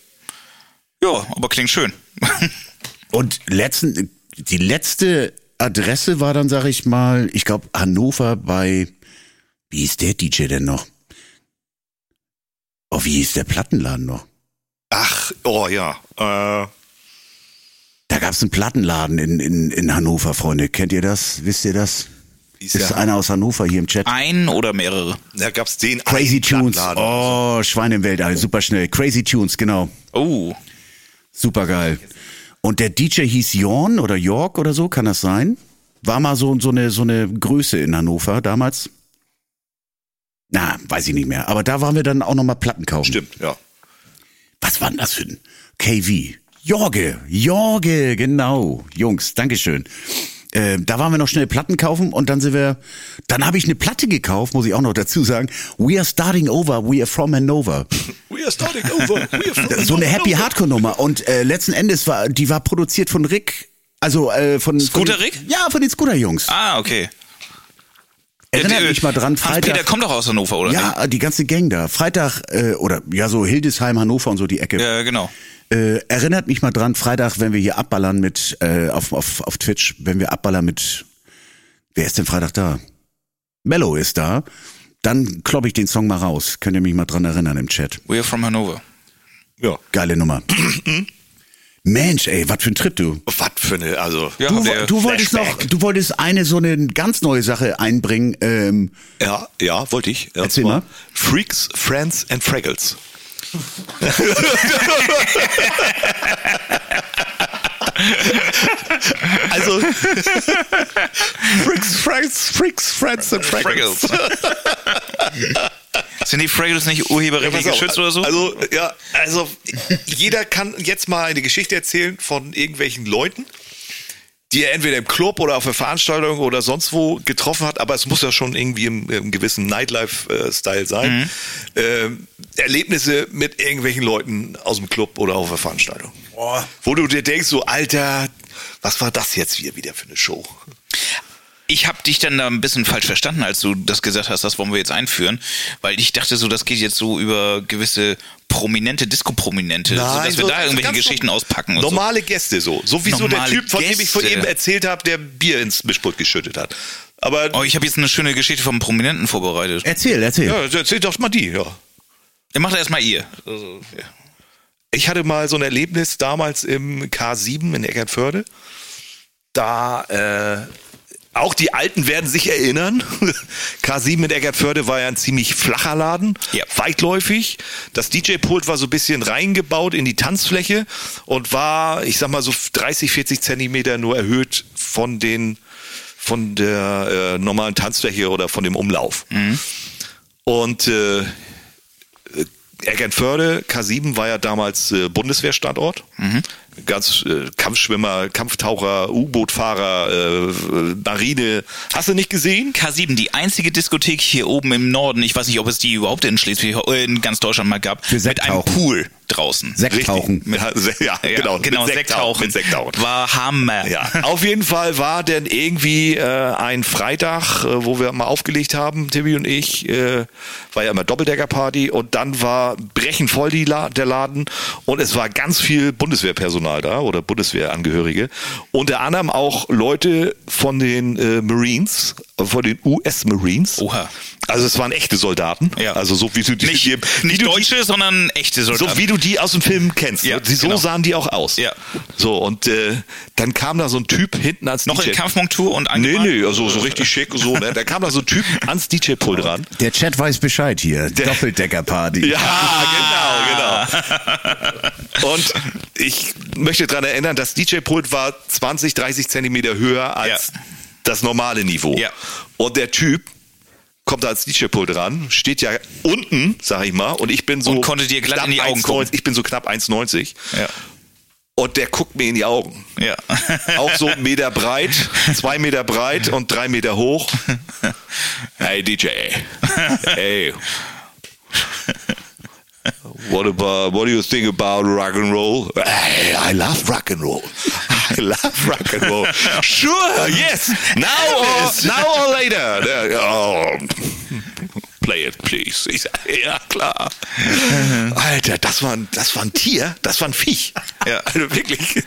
Speaker 1: Ja, aber klingt schön.
Speaker 3: Und letzten, die letzte Adresse war dann, sag ich mal, ich glaube, Hannover bei, wie ist der DJ denn noch? Oh, wie ist der Plattenladen noch?
Speaker 2: Ach, oh ja. Äh,
Speaker 3: Da gab's einen Plattenladen in, in, in Hannover, Freunde. Kennt ihr das? Wisst ihr das?
Speaker 2: Ist
Speaker 3: Ist
Speaker 2: ja-
Speaker 3: einer aus Hannover hier im Chat.
Speaker 1: Ein oder mehrere?
Speaker 2: da gab es den
Speaker 3: Crazy
Speaker 2: einen
Speaker 3: Tunes.
Speaker 2: Plattenladen.
Speaker 3: Oh, Schweine im Weltall. Super schnell. Crazy Tunes, genau.
Speaker 1: Oh,
Speaker 3: Super geil. Und der DJ hieß Jorn oder York oder so, kann das sein? War mal so, so, eine, so eine Größe in Hannover damals. Na, weiß ich nicht mehr. Aber da waren wir dann auch nochmal Platten kaufen.
Speaker 2: Stimmt, ja.
Speaker 3: Was war denn das für ein KV? Jorge, Jorge, genau. Jungs, Dankeschön. Äh, da waren wir noch schnell Platten kaufen und dann sind wir, dann habe ich eine Platte gekauft, muss ich auch noch dazu sagen. We are starting over, we are from Hanover.
Speaker 2: We are starting over. We are starting
Speaker 3: So eine
Speaker 2: over.
Speaker 3: Happy Hardcore Nummer und äh, letzten Endes war, die war produziert von Rick, also äh, von
Speaker 1: Scooter
Speaker 3: von,
Speaker 1: Rick?
Speaker 3: Ja, von den Scooter Jungs.
Speaker 1: ah, okay.
Speaker 3: Erinnert
Speaker 1: Der-
Speaker 3: mich mal dran,
Speaker 1: Hans-Peter
Speaker 3: Freitag.
Speaker 1: kommt doch aus Hannover, oder?
Speaker 3: Ja, die ganze Gang da. Freitag äh, oder ja so Hildesheim, Hannover und so die Ecke.
Speaker 1: Ja, genau.
Speaker 3: Äh, erinnert mich mal dran, Freitag, wenn wir hier abballern mit, äh, auf, auf, auf Twitch, wenn wir abballern mit, wer ist denn Freitag da? Mello ist da. Dann klopp ich den Song mal raus. Könnt ihr mich mal dran erinnern im Chat.
Speaker 1: We are from Hannover.
Speaker 2: Ja.
Speaker 3: Geile Nummer. Mensch, ey, was für ein Trip, du.
Speaker 2: Was für eine, also.
Speaker 1: Ja,
Speaker 3: Du,
Speaker 1: der
Speaker 3: du wolltest noch,
Speaker 1: Flashback.
Speaker 3: du wolltest eine so eine ganz neue Sache einbringen. Ähm,
Speaker 2: Ja, ja, wollte ich. Und
Speaker 3: Erzähl
Speaker 2: zwar
Speaker 3: mal.
Speaker 2: Freaks, Friends and Fraggles. also Freaks, Friends, Freaks, Friends and Fraggles.
Speaker 1: Fraggles. Sind die Fraggles nicht urheberrechtlich
Speaker 2: Pass auf,
Speaker 1: geschützt oder so?
Speaker 2: Also, ja, also jeder kann jetzt mal eine Geschichte erzählen von irgendwelchen Leuten, die er entweder im Club oder auf einer Veranstaltung oder sonst wo getroffen hat, aber es muss ja schon irgendwie im, im gewissen Nightlife-Style
Speaker 1: Mhm.
Speaker 2: sein. Ähm, Erlebnisse mit irgendwelchen Leuten aus dem Club oder auf einer Veranstaltung. Wo du dir denkst, so, Alter, was war das jetzt hier wieder für eine Show?
Speaker 1: ich habe dich dann da ein bisschen falsch verstanden, als du das gesagt hast, das wollen wir jetzt einführen, weil ich dachte so, das geht jetzt so über gewisse prominente, Disco-Prominente, so, dass wir
Speaker 2: so also
Speaker 1: da irgendwelche
Speaker 2: ganz
Speaker 1: Geschichten
Speaker 2: norm-
Speaker 1: auspacken und so.
Speaker 2: Normale Gäste so. So wie so der
Speaker 1: Normale
Speaker 2: Typ, von dem ich vor
Speaker 1: Gäste.
Speaker 2: eben erzählt habe, der Bier ins Mischpult geschüttet hat. Aber
Speaker 1: Oh, ich habe jetzt eine schöne Geschichte vom Prominenten vorbereitet.
Speaker 3: erzähl, erzähl.
Speaker 2: ja, erzähl doch mal die, ja.
Speaker 1: Ihr macht erstmal ihr.
Speaker 2: Ich hatte mal so ein Erlebnis damals im K7 in Eckernförde. Da, äh, auch die Alten werden sich erinnern. K7 in Eckernförde war ja ein ziemlich flacher Laden,
Speaker 1: Ja.
Speaker 2: weitläufig. Das DJ-Pult war so ein bisschen reingebaut in die Tanzfläche und war, ich sag mal, so 30, 40 Zentimeter nur erhöht von den von der äh, normalen Tanzfläche oder von dem Umlauf. Und äh, Eckernförde, K7 war ja damals äh, Bundeswehrstandort.
Speaker 1: Mhm.
Speaker 2: Ganz äh, Kampfschwimmer, Kampftaucher, U-Boot-Fahrer, äh, Marine. Hast du nicht gesehen?
Speaker 1: K7, die einzige Diskothek hier oben im Norden, ich weiß nicht, ob es die überhaupt in Schleswig, äh, in ganz Deutschland mal gab,
Speaker 3: Für
Speaker 1: mit einem
Speaker 3: Sekttauchen.
Speaker 1: Pool draußen.
Speaker 3: Sekt tauchen.
Speaker 2: Mit, ja, se- ja,
Speaker 1: Ja,
Speaker 2: genau.
Speaker 1: genau
Speaker 2: mit
Speaker 1: Sekttauchen.
Speaker 2: Mit Sekttauchen.
Speaker 1: War Hammer.
Speaker 2: Ja, auf jeden Fall war denn irgendwie äh, ein Freitag, äh, wo wir mal aufgelegt haben, Timmy und ich, äh, war ja immer Doppeldeckerparty und dann war brechen voll die La der Laden und es war ganz viel Bundeswehrpersonal da oder Bundeswehrangehörige, unter anderem auch Leute von den äh, Marines, von den US Marines.
Speaker 1: Oha.
Speaker 2: Also es waren echte Soldaten,
Speaker 1: Ja.
Speaker 2: also so wie du die
Speaker 1: Nicht,
Speaker 2: die- wie
Speaker 1: nicht
Speaker 2: du die-
Speaker 1: deutsche, sondern echte Soldaten.
Speaker 2: so wie du die aus dem Film kennst.
Speaker 1: Ja,
Speaker 2: Sie- so
Speaker 1: genau.
Speaker 2: sahen die auch aus.
Speaker 1: Ja.
Speaker 2: So, und äh, dann kam da so ein Typ hinten ans
Speaker 1: Noch
Speaker 2: DJ.
Speaker 1: in Kampfmontur und
Speaker 2: Nee,
Speaker 1: angemalt?
Speaker 2: nee, also so richtig schick. So, ne? Da kam da so ein Typ ans DJ-Pult ran.
Speaker 3: Der Chat weiß Bescheid hier. Doppeldecker-Party.
Speaker 1: ah.
Speaker 2: Ja, genau, genau. Und ich möchte daran erinnern, das DJ-Pult war 20, 30 Zentimeter höher als
Speaker 1: Ja.
Speaker 2: das normale Niveau.
Speaker 1: Ja.
Speaker 2: Und der Typ kommt da ans DJ-Pult ran, steht ja unten, sag ich mal, und ich bin so
Speaker 1: Und konnte dir glatt
Speaker 2: knapp
Speaker 1: in die Augen
Speaker 2: 1,90
Speaker 1: gucken.
Speaker 2: Ich bin so knapp 1,90
Speaker 1: Ja.
Speaker 2: und der guckt mir in die Augen.
Speaker 1: Ja.
Speaker 2: Auch so einen Meter breit, zwei Meter breit und drei Meter hoch. Hey DJ, hey, what about what do you think about rock and roll? Hey, I love rock and roll. I love rock and roll. Sure, yes. Now or now or later. Der- Oh. Play it, please. Ich sag, ja, klar. Alter, das war, ein, das war ein Tier, das war ein Viech.
Speaker 1: Ja.
Speaker 2: Also wirklich.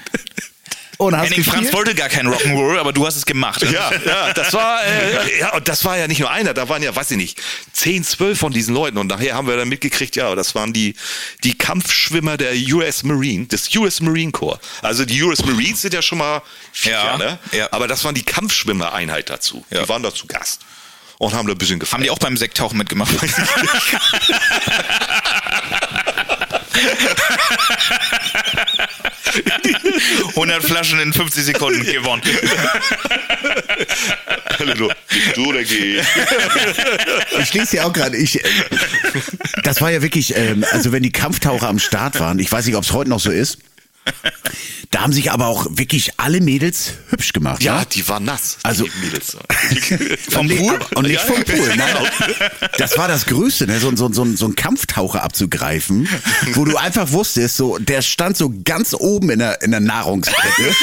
Speaker 3: Oh,
Speaker 4: Und hast
Speaker 1: Henning Franz
Speaker 4: gespielt?
Speaker 1: wollte gar keinen Rock'n'Roll, aber du hast es gemacht.
Speaker 2: Ja, ja, das war, äh, ja, und das war ja nicht nur einer, da waren ja, weiß ich nicht, 10, 12 von diesen Leuten. Und nachher haben wir dann mitgekriegt, ja, das waren die, die Kampfschwimmer der US Marine, des US Marine Corps. Also die US Marines sind ja schon mal
Speaker 1: Ja,
Speaker 2: Viecher, ne?
Speaker 1: ja.
Speaker 2: Aber das waren die Kampfschwimmereinheit dazu.
Speaker 1: Ja.
Speaker 2: Die waren da zu Gast. Und haben da ein bisschen gefangen.
Speaker 1: Haben die auch beim Sekttauchen mitgemacht? ...100 Flaschen in 50 Sekunden gewonnen.
Speaker 2: alle nur, du oder geh ich.
Speaker 3: Ich lese ja auch gerade. Ich, äh, das war ja wirklich, ähm, also wenn die Kampftaucher am Start waren, ich weiß nicht, ob es heute noch so ist. Da haben sich aber auch wirklich alle Mädels hübsch gemacht.
Speaker 2: Ja,
Speaker 3: ne?
Speaker 2: die waren nass.
Speaker 3: Also-
Speaker 2: die Mädels.
Speaker 3: Vom
Speaker 1: Pool?
Speaker 3: Und nicht
Speaker 2: Ja. genau.
Speaker 3: vom Pool. Nein. Das war das Größte, ne? so, so, so, so einen Kampftaucher abzugreifen, wo du einfach wusstest, so, der stand so ganz oben in der, in der Nahrungskette.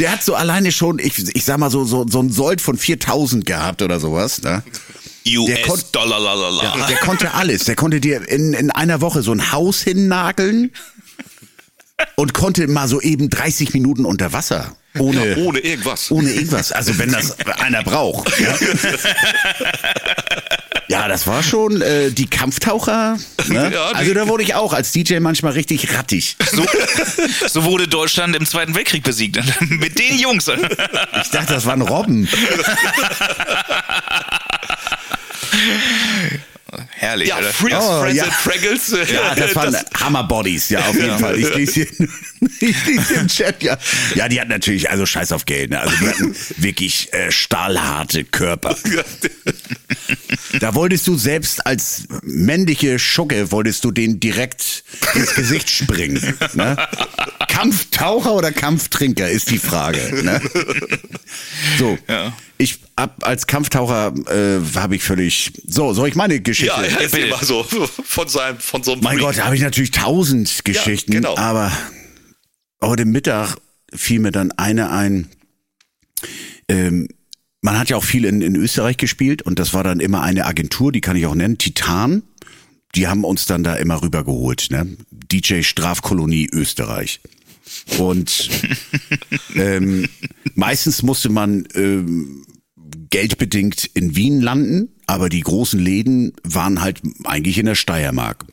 Speaker 3: Der hat so alleine schon, ich, ich sag mal, so, so, so einen Sold von 4000 gehabt oder sowas. Ne? Der kon-
Speaker 1: US-Dollar,
Speaker 3: Ja, der konnte alles. Der konnte dir in, in einer Woche so ein Haus hinnageln und konnte mal so eben 30 Minuten unter Wasser. Ohne,
Speaker 2: Ja, ohne irgendwas.
Speaker 3: Ohne irgendwas. Also wenn das einer braucht. Ja, ja das war schon äh, die Kampftaucher. Ne?
Speaker 2: Ja, die-
Speaker 3: also da wurde ich auch als DJ manchmal richtig rattig.
Speaker 1: So, so wurde Deutschland im Zweiten Weltkrieg besiegt. Mit den Jungs.
Speaker 3: Ich dachte, das waren Robben.
Speaker 1: Herrlich,
Speaker 2: Ja,
Speaker 1: oder?
Speaker 2: Free as
Speaker 3: Oh,
Speaker 2: Friends
Speaker 3: ja.
Speaker 2: and Fraggles. äh,
Speaker 3: Ja, das waren Hammerbodies, ja, auf jeden Fall. Ich lese hier, ich lese hier im Chat, ja. Ja, die hatten natürlich, also scheiß auf Geld, ne? Also die hatten wirklich äh, stahlharte Körper. Da wolltest du selbst als männliche Schucke, wolltest du den direkt ins Gesicht springen. Ne? Kampftaucher oder Kampftrinker ist die Frage. Ne? So,
Speaker 1: Ja.
Speaker 3: ich ab als Kampftaucher äh, habe ich völlig. So, soll ich meine Geschichte?
Speaker 2: ja, ja,
Speaker 1: Bild.
Speaker 2: erzähl mal so. Von, seinem, von so einem
Speaker 3: Mein Gott, da habe ich natürlich tausend Geschichten.
Speaker 2: genau.
Speaker 3: Aber heute Mittag fiel mir dann eine ein. Ähm, man hat ja auch viel in, in Österreich gespielt und das war dann immer eine Agentur, die kann ich auch nennen, Titan. Die haben uns dann da immer rübergeholt, ne? DJ Strafkolonie Österreich. Und ähm, meistens musste man ähm, geldbedingt in Wien landen, aber die großen Läden waren halt eigentlich in der Steiermark.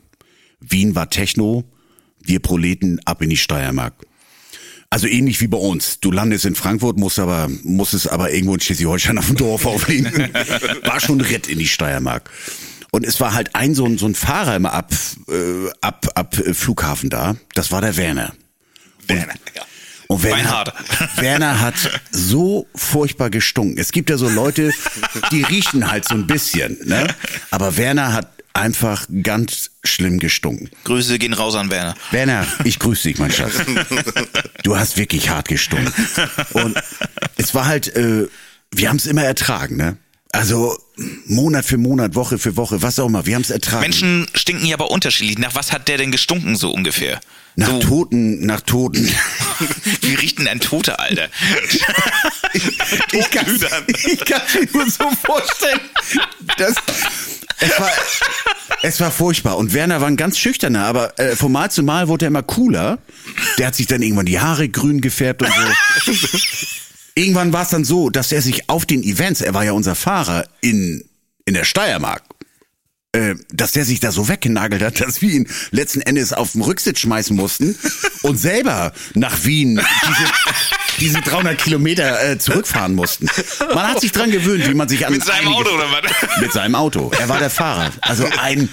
Speaker 3: Wien war Techno, wir Proleten ab in die Steiermark. Also ähnlich wie bei uns. Du landest in Frankfurt, musst aber, musst es aber irgendwo in Schleswig-Holstein auf dem Dorf auflegen. War schon Ritt in die Steiermark. Und es war halt ein so ein, so ein Fahrer immer ab, äh, ab, ab äh, Flughafen da. Das war der Werner. Werner,
Speaker 2: ja.
Speaker 3: Und Werner,
Speaker 1: Beinhard.
Speaker 3: Werner hat so furchtbar gestunken. Es gibt ja so Leute, die riechen halt so ein bisschen, ne? Aber Werner hat einfach ganz schlimm gestunken.
Speaker 1: Grüße gehen raus an Werner.
Speaker 3: Werner, ich grüße dich, mein Schatz. Du hast wirklich hart gestunken. Und es war halt, äh, wir haben es immer ertragen, ne? Also Monat für Monat, Woche für Woche, was auch immer, wir haben es ertragen.
Speaker 1: Menschen stinken ja aber unterschiedlich. Nach was hat der denn gestunken, so ungefähr?
Speaker 3: nach
Speaker 1: so,
Speaker 3: Toten, nach Toten.
Speaker 1: Wie riecht denn ein Toter, Alter?
Speaker 3: Ich kann ich kann's mir nur so vorstellen. Das, es, war, es war furchtbar. Und Werner war ein ganz schüchterner, aber äh, von Mal zu Mal wurde er immer cooler. Der hat sich dann irgendwann die Haare grün gefärbt und so. irgendwann war es dann so, dass er sich auf den Events, er war ja unser Fahrer in, in der Steiermark, äh, dass der sich da so weggenagelt hat, dass wir ihn letzten Endes auf den Rücksitz schmeißen mussten und selber nach Wien diese, diese 300 Kilometer äh, zurückfahren mussten. Man hat sich dran gewöhnt, wie man sich an
Speaker 1: Mit seinem
Speaker 3: einige-
Speaker 1: Auto oder was?
Speaker 3: Mit seinem Auto. Er war der Fahrer. Also ein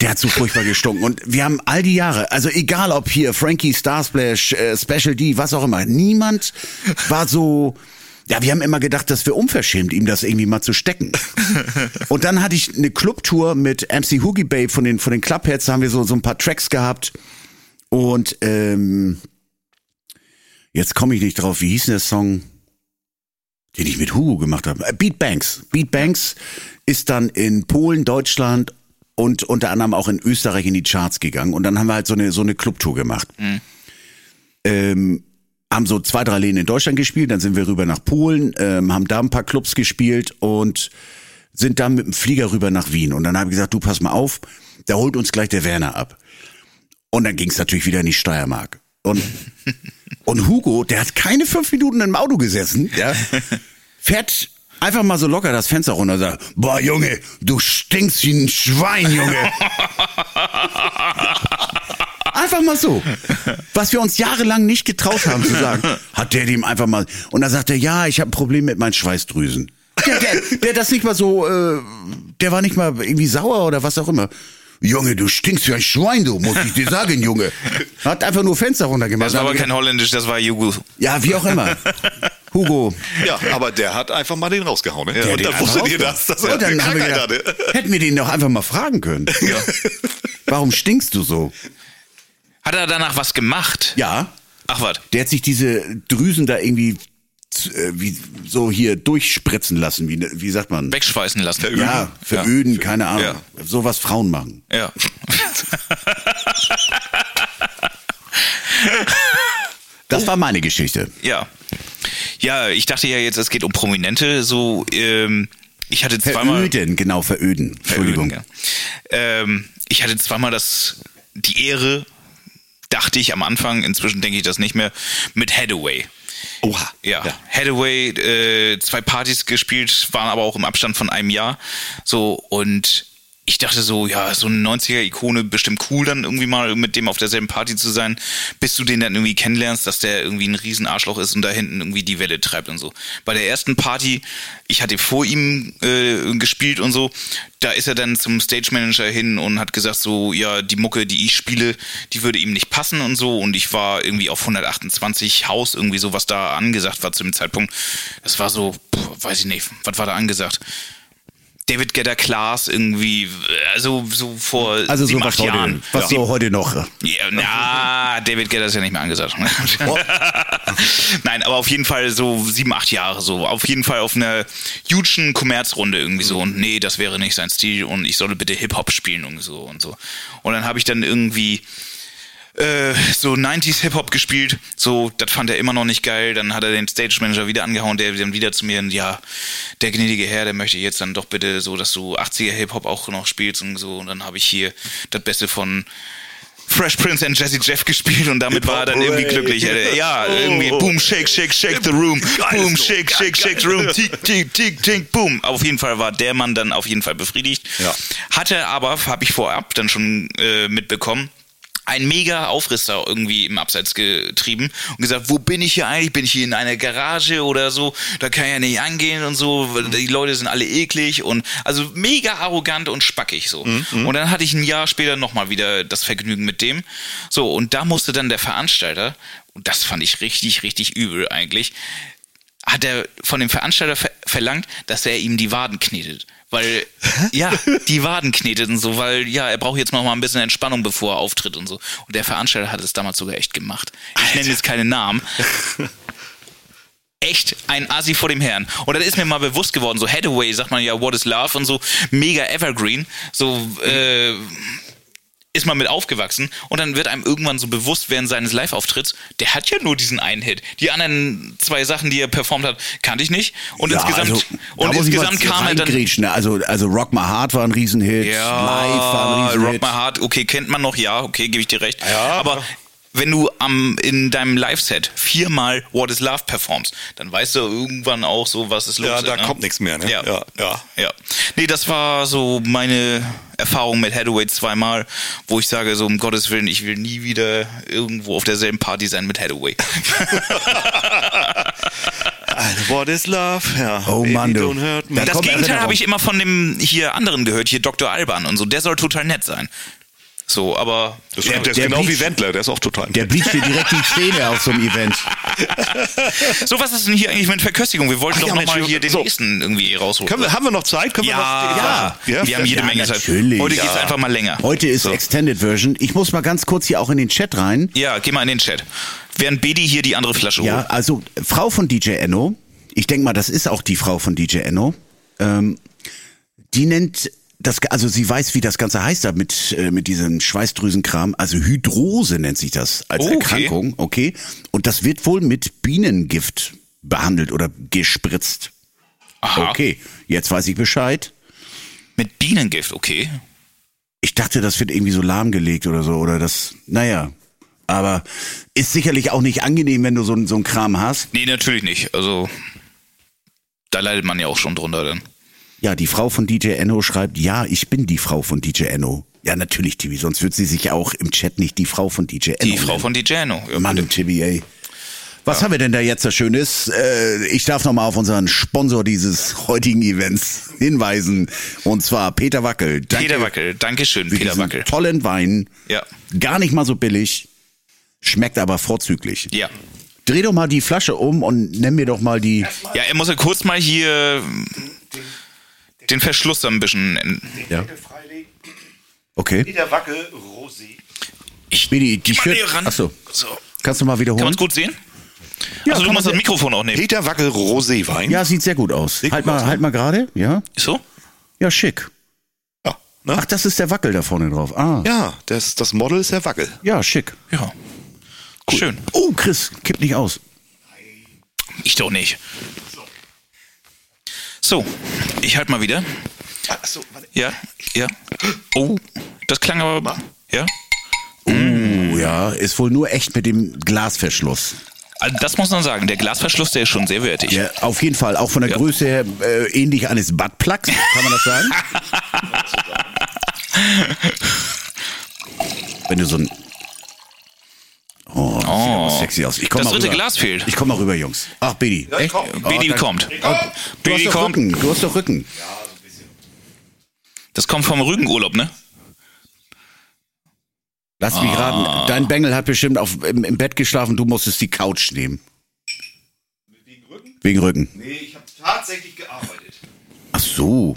Speaker 3: der hat so furchtbar gestunken und wir haben all die Jahre, also egal ob hier Frankie, Starsplash, äh, Special D, was auch immer, niemand war so, ja, wir haben immer gedacht, dass wir unverschämt ihm das irgendwie mal zu stecken. Und dann hatte ich eine Clubtour mit MC Hoogie Babe von den, von den Clubheads, da haben wir so, so ein paar Tracks gehabt und ähm, jetzt komme ich nicht drauf, wie hieß denn der Song, den ich mit Hugo gemacht habe? Äh, Beat Banks. Beat Banks ist dann in Polen, Deutschland und unter anderem auch in Österreich in die Charts gegangen. Und dann haben wir halt so eine, so eine Clubtour gemacht. Ähm, haben so zwei, drei Läden in Deutschland gespielt, dann sind wir rüber nach Polen, ähm, haben da ein paar Clubs gespielt und sind dann mit dem Flieger rüber nach Wien. Und dann habe ich gesagt, du pass mal auf, da holt uns gleich der Werner ab. Und dann ging es natürlich wieder in die Steiermark. Und Und Hugo, der hat keine fünf Minuten im Auto gesessen, ja, fährt einfach mal so locker das Fenster runter und sagt, boah Junge, du stinkst wie ein Schwein, Junge. Einfach mal so. Was wir uns jahrelang nicht getraut haben zu sagen, hat der dem einfach mal. Und dann sagt er, ja, ich habe ein Problem mit meinen Schweißdrüsen. Der, der, der das nicht mal so, äh, der war nicht mal irgendwie sauer oder was auch immer. Junge, du stinkst wie ein Schwein, du, muss ich dir sagen, Junge. Hat einfach nur Fenster runtergemacht.
Speaker 1: Das war aber
Speaker 3: Dann
Speaker 1: kein Holländisch, das war Jugo.
Speaker 3: ja, wie auch immer. Hugo.
Speaker 4: Ja, aber der hat einfach mal den
Speaker 2: ne?
Speaker 4: rausgehauen. Ja, und
Speaker 3: der
Speaker 4: dann
Speaker 3: hat
Speaker 4: wusstet
Speaker 3: auch
Speaker 4: ihr das, dass
Speaker 3: so,
Speaker 4: er eine
Speaker 3: dann haben wir
Speaker 4: Krankheit
Speaker 3: gedacht,
Speaker 4: hatte.
Speaker 3: hätten wir den doch einfach mal fragen können. Warum stinkst du so?
Speaker 1: Hat er danach was gemacht?
Speaker 3: Ja,
Speaker 1: Ach was.
Speaker 3: der hat sich diese Drüsen da irgendwie z- äh, wie, so hier durchspritzen lassen. Wie, ne- wie sagt man?
Speaker 1: Wegschweißen lassen.
Speaker 3: Ja, veröden, keine Ahnung. So was Frauen machen.
Speaker 1: Ja.
Speaker 3: Das
Speaker 4: Oh.
Speaker 3: war meine Geschichte.
Speaker 1: Ja. Ja, ich dachte ja jetzt, es geht um Prominente. So, ähm, ich hatte zweimal.
Speaker 3: Veröden, genau, veröden. Entschuldigung.
Speaker 1: Veröden, ja. Ähm, ich hatte zweimal das, die Ehre, dachte ich am Anfang, inzwischen denke ich das nicht mehr, mit Hathaway.
Speaker 2: Oha.
Speaker 1: Ja, Hathaway, äh, zwei Partys gespielt, waren aber auch im Abstand von einem Jahr. So, und ich dachte so, ja, so eine 90er-Ikone, bestimmt cool dann irgendwie mal mit dem auf derselben Party zu sein, bis du den dann irgendwie kennenlernst, dass der irgendwie ein riesen Arschloch ist und da hinten irgendwie die Welle treibt und so. Bei der ersten Party, ich hatte vor ihm äh, gespielt und so, da ist er dann zum Stage Manager hin und hat gesagt so, ja, die Mucke, die ich spiele, die würde ihm nicht passen und so und ich war irgendwie auf 128 Haus irgendwie so, was da angesagt war zu dem Zeitpunkt. Das war so, puh, weiß ich nicht, was war da angesagt? David Getter Klaas irgendwie, also so vor
Speaker 3: Also so
Speaker 1: sieben,
Speaker 3: was
Speaker 1: acht Jahren.
Speaker 3: heute, was
Speaker 1: Ja.
Speaker 3: so heute noch. äh,
Speaker 1: Ja, na, David Guetta ist ja nicht mehr angesagt. Nein, aber auf jeden Fall so sieben, acht Jahre so. Auf jeden Fall auf einer hugen Kommerzrunde irgendwie so. Und nee, das wäre nicht sein Stil und ich solle bitte Hip-Hop spielen und so und so. Und dann habe ich dann irgendwie äh, so 90s Hip-Hop gespielt. So, das fand er immer noch nicht geil. Dann hat er den Stage Manager wieder angehauen, der dann wieder zu mir, ja, der gnädige Herr, der möchte jetzt dann doch bitte so, dass du 80er Hip-Hop auch noch spielst und so. Und dann habe ich hier das Beste von Fresh Prince and Jesse Jeff gespielt und damit war er dann irgendwie glücklich. Alter. Ja, irgendwie boom, shake, shake, shake the room. Boom, shake, shake, shake the room. Tick, tick, tick, tick, boom. Auf jeden Fall war der Mann dann auf jeden Fall befriedigt.
Speaker 3: Ja.
Speaker 1: Hatte aber, habe ich vorab dann schon äh, mitbekommen, einen mega Aufriss da irgendwie im Abseits getrieben und gesagt, wo bin ich hier eigentlich? Bin ich hier in einer Garage oder so? Da kann ich ja nicht angehen und so. weil Die Leute sind alle eklig und also mega arrogant und spackig so. Und dann hatte ich ein Jahr später nochmal wieder das Vergnügen mit dem. So, und da musste dann der Veranstalter, und das fand ich richtig, richtig übel eigentlich, hat er von dem Veranstalter ver verlangt, dass er ihm die Waden knetet. Weil, ja, die Waden knetet und so, weil, ja, er braucht jetzt noch mal ein bisschen Entspannung, bevor er auftritt und so. Und der Veranstalter hat es damals sogar echt gemacht. Ich nenne jetzt keine Namen. Echt ein Asi vor dem Herrn. Und dann ist mir mal bewusst geworden, so Hathaway sagt man ja, what is love und so, mega evergreen, so, äh, ist man mit aufgewachsen und dann wird einem irgendwann so bewusst während seines Live-Auftritts, der hat ja nur diesen einen Hit. Die anderen zwei Sachen, die er performt hat, kannte ich nicht. Und
Speaker 3: Ja,
Speaker 1: insgesamt,
Speaker 3: also, da
Speaker 1: und
Speaker 3: muss ich mal
Speaker 1: insgesamt kam er dann.
Speaker 3: reingrätschen, ne? Also, also Rock My Heart war ein Riesenhit. Live war ein
Speaker 1: Ja,
Speaker 3: Riesenhit.
Speaker 1: Rock My Heart, okay, kennt man noch, ja, okay, gebe ich dir recht.
Speaker 2: Ja.
Speaker 1: Aber wenn du am, in deinem Live-Set viermal What is Love performst, dann weißt du irgendwann auch so, was ist los.
Speaker 2: Ja,
Speaker 1: ist,
Speaker 2: da
Speaker 1: ne?
Speaker 2: kommt nichts mehr, ne?
Speaker 1: Ja.
Speaker 2: Ja,
Speaker 1: ja.
Speaker 2: ja.
Speaker 1: Ja. Nee, das war so meine Erfahrung mit Hathaway zweimal, wo ich sage, so um Gottes Willen, ich will nie wieder irgendwo auf derselben Party sein mit Hathaway.
Speaker 2: What is love? Ja.
Speaker 3: Oh,
Speaker 2: Baby,
Speaker 3: Mann, du.
Speaker 2: Don't hurt me.
Speaker 3: Da-
Speaker 1: das
Speaker 3: kommt
Speaker 1: Gegenteil
Speaker 3: Erinnerung.
Speaker 1: habe ich immer von dem hier anderen gehört, hier Dr. Alban und so, der soll total nett sein. So, aber
Speaker 4: Das
Speaker 1: Ja,
Speaker 4: stimmt, der ist
Speaker 3: der
Speaker 4: genau
Speaker 3: Beat-
Speaker 4: wie Wendler, der ist auch total.
Speaker 3: Der blieb dir direkt die Zähne auf so einem Event.
Speaker 1: So, was ist denn hier eigentlich mit Verköstigung? Wir wollten
Speaker 2: Ach
Speaker 1: doch
Speaker 2: ja,
Speaker 1: noch nochmal
Speaker 2: Mensch,
Speaker 1: hier den
Speaker 2: so.
Speaker 1: nächsten irgendwie rausholen.
Speaker 2: Können wir, haben wir noch Zeit? Können wir noch,
Speaker 1: ja, ja, wir haben jede
Speaker 3: Ja,
Speaker 1: Menge Zeit.
Speaker 3: natürlich.
Speaker 1: Heute
Speaker 3: Ja.
Speaker 1: geht's einfach mal länger.
Speaker 3: Heute ist Extended Version. Ich muss mal ganz kurz hier auch in den Chat rein.
Speaker 1: Ja, geh mal in den Chat. Während Bedi hier die andere Flasche
Speaker 3: Ja,
Speaker 1: holt.
Speaker 3: also äh, Frau von DJ Enno, ich denke mal, das ist auch die Frau von DJ Enno, ähm, die nennt das, Ga- also sie weiß, wie das Ganze heißt da mit, äh, mit diesem Schweißdrüsenkram, also Hydrose nennt sich das als
Speaker 1: Oh, okay.
Speaker 3: Erkrankung, okay? Und das wird wohl mit Bienengift behandelt oder gespritzt.
Speaker 1: Aha.
Speaker 3: Okay, jetzt weiß ich Bescheid.
Speaker 1: Mit Bienengift, okay.
Speaker 3: Ich dachte, das wird irgendwie so lahmgelegt oder so, oder das, naja. Aber ist sicherlich auch nicht angenehm, wenn du so, so einen Kram hast.
Speaker 1: Nee, natürlich nicht. Also, da leidet man ja auch schon drunter dann.
Speaker 3: Ja, die Frau von DJ Enno schreibt, ja, ich bin die Frau von DJ Enno. Ja, natürlich, Tibi, sonst wird sie sich auch im Chat nicht die Frau von DJ Enno
Speaker 1: Die Frau von DiGeno. Ja,
Speaker 3: Mann,
Speaker 1: bitte.
Speaker 3: Tibi, ey. Was haben wir denn da jetzt so Schönes? Äh, ich darf nochmal auf unseren Sponsor dieses heutigen Events hinweisen. Und zwar Peter Wackel. Danke
Speaker 1: Peter Wackel, Dankeschön,
Speaker 3: für
Speaker 1: Peter
Speaker 3: diesen
Speaker 1: Wackel.
Speaker 3: tollen Wein.
Speaker 1: Ja.
Speaker 3: Gar nicht mal so billig. Schmeckt aber vorzüglich.
Speaker 1: Ja.
Speaker 3: Dreh doch mal die Flasche um und nenn mir doch mal die.
Speaker 1: Ja, er muss ja kurz mal hier den Verschluss dann ein bisschen. in-
Speaker 3: Ja. Okay.
Speaker 5: Peter Wackel, Rosi.
Speaker 3: Speedy, die
Speaker 1: Geh mal
Speaker 3: Schür-
Speaker 1: näher ran.
Speaker 3: Achso.
Speaker 1: So.
Speaker 3: Kannst du mal
Speaker 1: Kann man
Speaker 3: wiederholen?
Speaker 1: es gut sehen?
Speaker 3: Ja,
Speaker 1: also du
Speaker 3: kann man
Speaker 1: musst das
Speaker 3: se-
Speaker 1: Mikrofon auch nehmen.
Speaker 2: Peter Wackel Roséwein.
Speaker 3: Ja, sieht sehr gut aus.
Speaker 2: Sieht
Speaker 3: halt
Speaker 2: gut
Speaker 3: mal,
Speaker 2: aus, ne?
Speaker 3: halt mal gerade. Ja.
Speaker 1: So?
Speaker 3: Ja, schick.
Speaker 2: Ja, ne?
Speaker 3: Ach, das ist der Wackel da vorne drauf. Ah.
Speaker 2: ja das, das Model ist der Wackel.
Speaker 3: Ja, schick.
Speaker 1: Ja. Schön.
Speaker 3: Oh, Chris, kippt nicht aus.
Speaker 1: Ich doch nicht. So, ich halt mal wieder.
Speaker 2: Achso, warte.
Speaker 1: Ja, ja. Oh, das klang aber. Ja.
Speaker 3: Oh
Speaker 2: Mm.
Speaker 3: ja, ist wohl nur echt mit dem Glasverschluss.
Speaker 1: Also das muss man sagen. Der Glasverschluss, der ist schon sehr wertig.
Speaker 3: Ja, auf jeden Fall, auch von der
Speaker 1: Ja.
Speaker 3: Größe her äh, ähnlich eines Buttplugs, kann man das sagen? Wenn du so ein... Oh, das sieht aber sexy aus. Ich komm
Speaker 1: Das
Speaker 3: mal
Speaker 1: dritte
Speaker 3: rüber.
Speaker 1: Glas fehlt.
Speaker 3: Ich komm mal rüber, Jungs. Ach, Bedi.
Speaker 1: Echt? Bedi kommt.
Speaker 3: Oh, Du
Speaker 1: Bedi
Speaker 3: hast doch
Speaker 1: kommt.
Speaker 3: Rücken. Du hast doch Rücken.
Speaker 1: Das kommt vom Rügenurlaub, ne?
Speaker 3: Lass
Speaker 1: Ah.
Speaker 3: mich raten. Dein Bengel hat bestimmt auf, im, im Bett geschlafen, du musstest die Couch nehmen.
Speaker 5: Wegen Rücken?
Speaker 3: Wegen Rücken.
Speaker 5: Nee, ich habe tatsächlich gearbeitet.
Speaker 3: Ach so.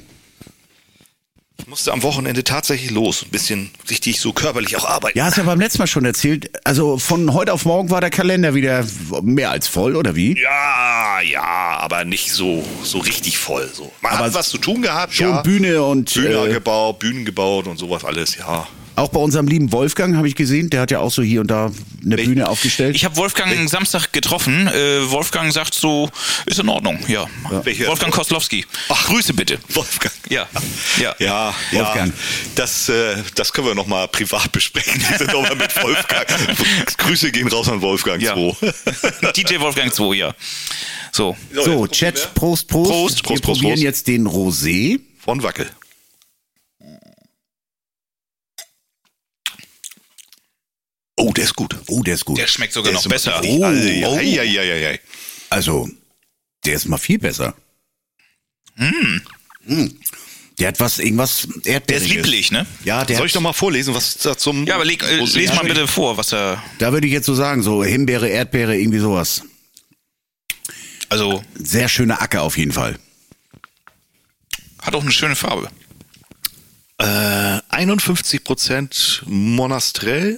Speaker 6: Ich musste am Wochenende tatsächlich los. Ein bisschen richtig so körperlich auch arbeiten.
Speaker 3: Ja, hast ja beim letzten Mal schon erzählt. Also von heute auf morgen war der Kalender wieder mehr als voll, oder wie?
Speaker 6: Ja, ja, aber nicht so, so richtig voll. So. Man
Speaker 3: Aber
Speaker 6: hat was zu tun gehabt,
Speaker 3: Schon
Speaker 6: ja.
Speaker 3: Bühne und
Speaker 6: Bühne
Speaker 3: äh,
Speaker 6: gebaut, Bühnen gebaut und sowas alles, ja.
Speaker 3: auch bei unserem lieben Wolfgang habe ich gesehen, der hat ja auch so hier und da eine Bühne aufgestellt.
Speaker 1: Ich habe Wolfgang Samstag getroffen. Äh, Wolfgang sagt so, ist in Ordnung, ja.
Speaker 2: Welcher?
Speaker 1: Wolfgang Koslowski. Ach, Grüße bitte.
Speaker 2: Wolfgang.
Speaker 1: Ja, ja.
Speaker 2: Ja,
Speaker 3: Wolfgang.
Speaker 2: ja. Das, äh, das können wir nochmal privat besprechen. Wir sind nochmal mit Wolfgang. Grüße gehen raus an Wolfgang
Speaker 1: Ja.
Speaker 2: 2.
Speaker 1: DJ Wolfgang 2, ja. So.
Speaker 3: so, Chat, Prost, Prost.
Speaker 1: Prost,
Speaker 3: Wir
Speaker 2: Prost, Prost,
Speaker 3: probieren
Speaker 2: Prost.
Speaker 3: jetzt den Rosé.
Speaker 2: Von Wackel.
Speaker 3: Oh, der ist gut. Oh, der ist gut.
Speaker 1: Der schmeckt sogar noch besser.
Speaker 3: Oh,
Speaker 2: Oh.
Speaker 3: oh.
Speaker 2: Ei, ei, ei, ei, ei.
Speaker 3: Also, der ist mal viel besser. Hm. Der hat was, irgendwas
Speaker 1: Der ist
Speaker 3: Erdbeeriges.
Speaker 1: lieblich, ne?
Speaker 3: Ja, der
Speaker 2: Soll
Speaker 3: hat,
Speaker 2: ich noch mal vorlesen, was da zum.
Speaker 1: Ja, aber leg, äh,
Speaker 2: Rosé-
Speaker 1: lese mal bitte vor, was er.
Speaker 3: da würde ich jetzt so sagen, so Himbeere, Erdbeere, irgendwie sowas.
Speaker 1: Also,
Speaker 3: Sehr schöne Acker auf jeden Fall.
Speaker 1: hat auch eine schöne Farbe.
Speaker 2: 51% Monastrell,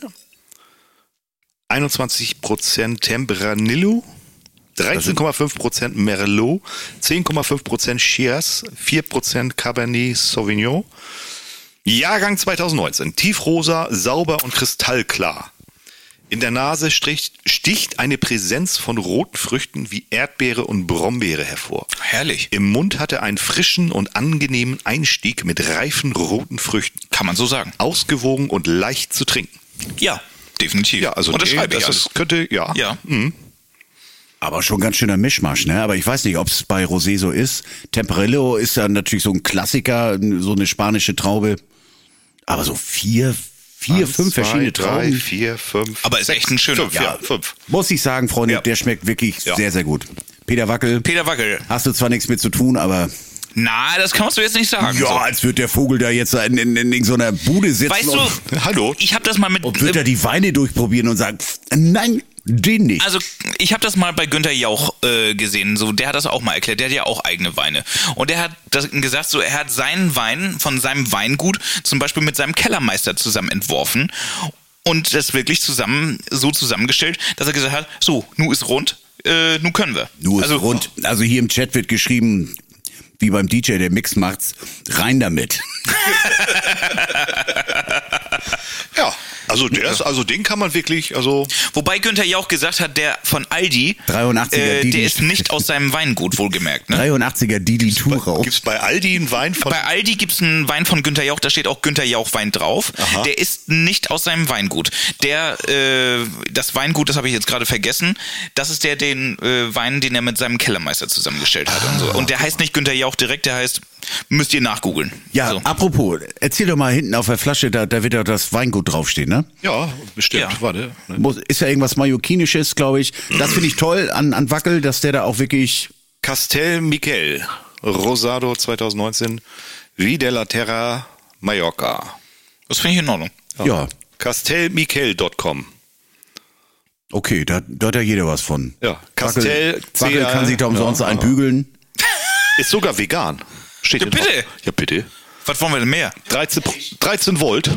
Speaker 2: 21% Tempranillo, 13,5% Merlot, 10,5% Shiraz, 4% Cabernet Sauvignon. Jahrgang 2019, tiefrosa, sauber und kristallklar. In der Nase strich, sticht eine Präsenz von roten Früchten wie Erdbeere und Brombeere hervor.
Speaker 1: Herrlich.
Speaker 2: Im Mund hatte einen frischen und angenehmen Einstieg mit reifen roten Früchten.
Speaker 1: Kann man so sagen.
Speaker 2: Ausgewogen und leicht zu trinken.
Speaker 1: Ja, definitiv.
Speaker 2: Ja, also
Speaker 1: Unterschreibe
Speaker 2: nee,
Speaker 1: ich
Speaker 2: das
Speaker 1: alles.
Speaker 2: ist, könnte, ja.
Speaker 1: Ja.
Speaker 3: Aber schon ganz schöner Mischmasch, ne? Aber ich weiß nicht, ob es bei Rosé so ist. Temperillo ist ja natürlich so ein Klassiker, so eine spanische Traube. Aber so vier, vier,
Speaker 2: Eins,
Speaker 3: fünf
Speaker 2: zwei,
Speaker 3: verschiedene
Speaker 2: drei,
Speaker 3: Trauben.
Speaker 2: vier, fünf.
Speaker 1: Aber ist echt ein schöner.
Speaker 2: fünf, ja, fünf.
Speaker 3: Muss ich sagen, Freunde, der schmeckt wirklich sehr, sehr gut. Peter Wackel,
Speaker 1: Peter Wackel.
Speaker 3: hast du zwar nichts mit zu tun, aber
Speaker 1: Na, das kannst du jetzt nicht sagen.
Speaker 3: ja,
Speaker 1: So.
Speaker 3: als wird der Vogel da jetzt in, in, in, so einer Bude sitzen
Speaker 1: Weißt
Speaker 3: und,
Speaker 1: du,
Speaker 2: Hallo.
Speaker 1: ich habe das mal mit. ähm,
Speaker 3: und wird da die Weine durchprobieren und sagen, pff, nein, den nicht.
Speaker 1: Also, ich habe das mal bei Günther Jauch äh, gesehen. So, der hat das auch mal erklärt. Der hat ja auch eigene Weine. Und der hat das gesagt, so, er hat seinen Wein von seinem Weingut zum Beispiel mit seinem Kellermeister zusammen entworfen und das wirklich zusammen so zusammengestellt, dass er gesagt hat, so, nu ist rund, äh, nu können wir.
Speaker 3: Nur also,
Speaker 1: also,
Speaker 3: rund. Also hier im Chat wird geschrieben, wie beim DJ, der Mix macht's, rein damit.
Speaker 4: Ja, also der ist, also den kann man wirklich, also
Speaker 1: Wobei Günther Jauch gesagt hat, der von Aldi,
Speaker 3: 83er
Speaker 1: äh,
Speaker 3: Didi.
Speaker 1: der ist nicht aus seinem Weingut, wohlgemerkt. Ne?
Speaker 3: 83er Didi Turau.
Speaker 4: gibt's bei Aldi einen Wein von.
Speaker 1: Bei Aldi gibt's einen Wein von Günther Jauch, da steht auch Günther Jauch Wein drauf. Der ist nicht aus seinem Weingut. Der, äh, das Weingut, das habe ich jetzt gerade vergessen, das ist der den äh, Wein, den er mit seinem Kellermeister zusammengestellt hat. und, so.
Speaker 3: Ah.
Speaker 1: und der heißt nicht Günther Jauch direkt, der heißt, müsst ihr nachgoogeln.
Speaker 3: Ja,
Speaker 1: so.
Speaker 3: apropos, erzähl doch mal hinten auf der Flasche, da, da wird ja das Weingut draufstehen, ne?
Speaker 4: Ja, bestimmt.
Speaker 1: Ja.
Speaker 4: Warte.
Speaker 3: Muss, ist ja irgendwas Mallorquinisches, glaube ich. Das finde ich toll an, an Wackel, dass der da auch wirklich
Speaker 4: Castel Miquel, Rosado 2019, Vida la Terra, Mallorca.
Speaker 1: Das finde ich in Ordnung.
Speaker 3: Ja,
Speaker 4: CastelMiquel.com.
Speaker 3: okay, da, da hat ja jeder was von.
Speaker 4: Ja, Castell,
Speaker 3: Wackel
Speaker 4: CL,
Speaker 3: kann sich da umsonst
Speaker 4: ja,
Speaker 3: einbügeln.
Speaker 4: Ist sogar vegan. Steht
Speaker 1: Ja,
Speaker 4: hier drauf.
Speaker 1: bitte.
Speaker 4: Ja, bitte.
Speaker 1: Was wollen wir denn mehr?
Speaker 4: 13, Pro- 13 Volt.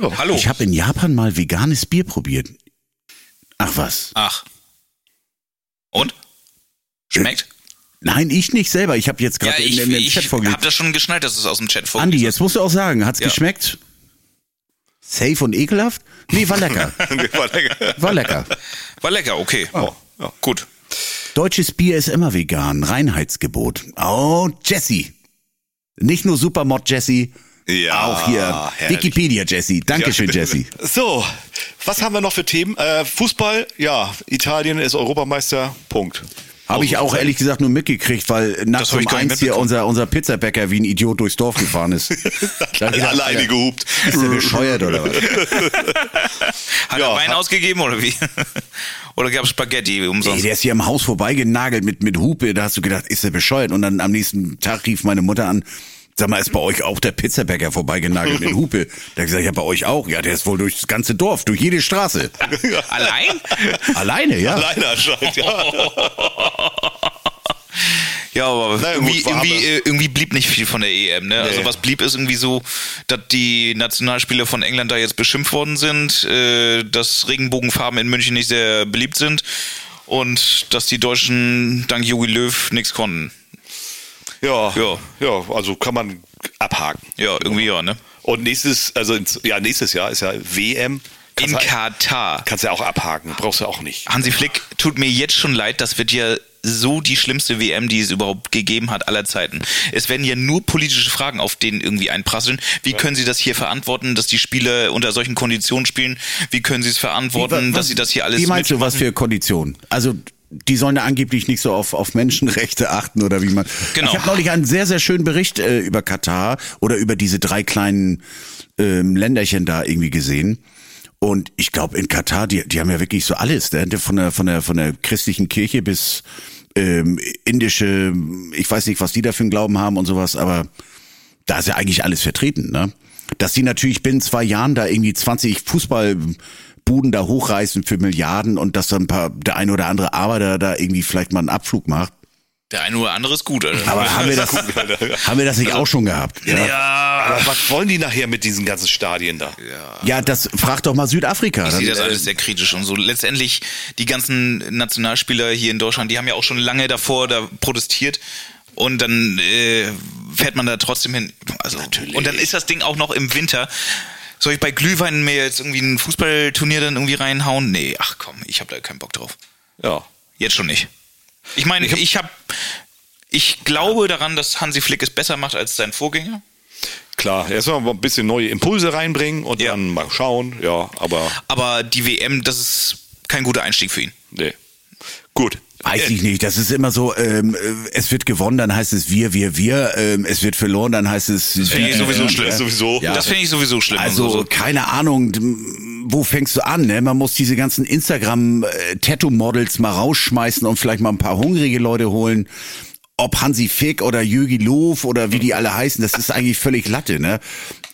Speaker 4: Ja.
Speaker 1: Hallo.
Speaker 3: Ich habe in Japan mal veganes Bier probiert. Ach was.
Speaker 1: Ach. Und? Schmeckt?
Speaker 3: Nein, ich nicht selber. Ich habe jetzt
Speaker 1: Ja,
Speaker 3: gerade
Speaker 1: ich,
Speaker 3: in, in den
Speaker 1: ich
Speaker 3: Chat
Speaker 1: habe
Speaker 3: vorgelegt.
Speaker 1: das schon geschnallt, dass es aus dem Chat vorgeht.
Speaker 3: Andi, jetzt musst du auch sagen, hat's
Speaker 1: Ja.
Speaker 3: geschmeckt? Safe und ekelhaft? Nee, war lecker. War lecker.
Speaker 1: War lecker, okay.
Speaker 3: Ah.
Speaker 4: ja.
Speaker 1: Gut.
Speaker 3: Deutsches Bier ist immer vegan. Reinheitsgebot. Oh, Jesse. Nicht nur Supermod Jesse,
Speaker 4: Ja,
Speaker 3: auch hier
Speaker 4: herrlich.
Speaker 3: Wikipedia Jesse. Dankeschön, Jesse.
Speaker 4: So, was haben wir noch für Themen? Äh, Fußball, ja, Italien ist Europameister, Punkt.
Speaker 3: Habe ich auch ehrlich gesagt nur mitgekriegt, weil nachts
Speaker 1: hab
Speaker 3: um
Speaker 1: ich gar nicht
Speaker 3: eins hier
Speaker 1: mitbekommen.
Speaker 3: unser, unser Pizzabäcker wie ein Idiot durchs Dorf gefahren ist. Da hab ich
Speaker 4: Alle,
Speaker 3: gedacht,
Speaker 4: alle eine
Speaker 3: Alter,
Speaker 4: gehupt.
Speaker 3: Ist der bescheuert oder was?
Speaker 1: Hat
Speaker 4: Ja,
Speaker 1: er Wein
Speaker 4: hat-
Speaker 1: ausgegeben oder wie? oder gab es Spaghetti
Speaker 3: Ey,
Speaker 1: umsonst?
Speaker 3: der ist hier am Haus vorbeigenagelt mit, mit Hupe. Da hast du gedacht, ist der bescheuert? Und dann am nächsten Tag rief meine Mutter an. Sag mal, ist bei euch auch der Pizzabäcker vorbeigenagelt mit Hupe? Da hab ich gesagt, ja, bei euch auch. Ja, der ist wohl durch das ganze Dorf, durch jede Straße.
Speaker 1: Allein?
Speaker 3: Alleine, ja.
Speaker 4: Alleine anscheinend, ja.
Speaker 1: ja, aber
Speaker 4: Na ja, gut, wir
Speaker 1: irgendwie,
Speaker 4: haben
Speaker 1: irgendwie,
Speaker 4: es.
Speaker 1: äh, irgendwie blieb nicht viel von der EM. Ne? Also was blieb ist irgendwie so, dass die Nationalspieler von England da jetzt beschimpft worden sind, äh, dass Regenbogenfarben in München nicht sehr beliebt sind und dass die Deutschen dank Jogi Löw nichts konnten.
Speaker 4: Ja,
Speaker 1: Ja.
Speaker 4: ja, ja, also kann man abhaken.
Speaker 1: Ja, irgendwie ja, ne?
Speaker 4: Und nächstes, also ins, ja, nächstes Jahr ist ja WM.
Speaker 1: In
Speaker 4: Kannst ja-
Speaker 1: Katar.
Speaker 4: Kannst ja auch abhaken, brauchst ja auch nicht.
Speaker 1: Hansi Flick, tut mir jetzt schon leid, das wird ja so die schlimmste WM, die es überhaupt gegeben hat aller Zeiten. Es werden ja nur politische Fragen auf denen irgendwie einprasseln. Wie können sie das hier verantworten, dass die Spieler unter solchen Konditionen spielen? Wie können sie es verantworten,
Speaker 3: Wie, wa-
Speaker 1: dass sie das hier alles
Speaker 3: Wie meinst du,
Speaker 1: mitmachen?
Speaker 3: was für Konditionen? Also die sollen da angeblich nicht so auf, auf Menschenrechte achten oder wie man.
Speaker 1: Genau.
Speaker 3: Ich habe neulich einen sehr, sehr schönen Bericht äh, über Katar oder über diese drei kleinen ähm, Länderchen da irgendwie gesehen. Und ich glaube, in Katar, die, die haben ja wirklich so alles, ne? von der, von der, von der christlichen Kirche bis ähm, indische, ich weiß nicht, was die da für einen Glauben haben und sowas, aber da ist ja eigentlich alles vertreten, ne? Dass die natürlich binnen zwei Jahren da irgendwie 20 Fußballbuden da hochreißen für Milliarden und dass dann ein paar, der ein oder andere Arbeiter da irgendwie vielleicht mal einen Abflug macht.
Speaker 1: Der eine oder andere ist gut, Alter.
Speaker 3: Aber haben wir das, haben wir das nicht auch schon gehabt? Ja,
Speaker 1: Ah.
Speaker 4: Aber was wollen die nachher mit diesen ganzen Stadien da?
Speaker 3: ja das fragt doch mal Südafrika.
Speaker 1: Ich sehe
Speaker 3: Dann,
Speaker 1: das alles sehr kritisch und so. Letztendlich, die ganzen Nationalspieler hier in Deutschland, die haben ja auch schon lange davor da protestiert. Und dann äh, fährt man da trotzdem hin. Also, Natürlich. Und dann ist das Ding auch noch im Winter. Soll ich bei Glühwein mir jetzt irgendwie ein Fußballturnier dann irgendwie reinhauen? Nee, ach komm, ich habe da keinen Bock drauf.
Speaker 4: Ja.
Speaker 1: Jetzt schon nicht. Ich meine, ich habe, ich glaube daran, dass Hansi Flick es besser macht als sein Vorgänger.
Speaker 4: Klar, erstmal mal ein bisschen neue Impulse reinbringen und
Speaker 1: Ja.
Speaker 4: dann mal schauen. Ja, aber
Speaker 1: Aber die WM, das ist kein guter Einstieg für ihn.
Speaker 4: nee. Gut.
Speaker 3: Weiß ich nicht, das ist immer so, ähm, äh, es wird gewonnen, dann heißt es wir, wir, wir, ähm, es wird verloren, dann heißt es...
Speaker 1: finde ich sowieso schlimm,
Speaker 4: Äh, sowieso.
Speaker 3: Ja.
Speaker 1: Das finde ich sowieso schlimm. und
Speaker 3: Also
Speaker 1: so.
Speaker 3: keine Ahnung, d- wo fängst du an? Ne? Man muss diese ganzen Instagram-Tattoo-Models mal rausschmeißen und vielleicht mal ein paar hungrige Leute holen. Ob Hansi Fick oder Jürgi Loof oder wie die alle heißen, das ist eigentlich völlig Latte. Ne?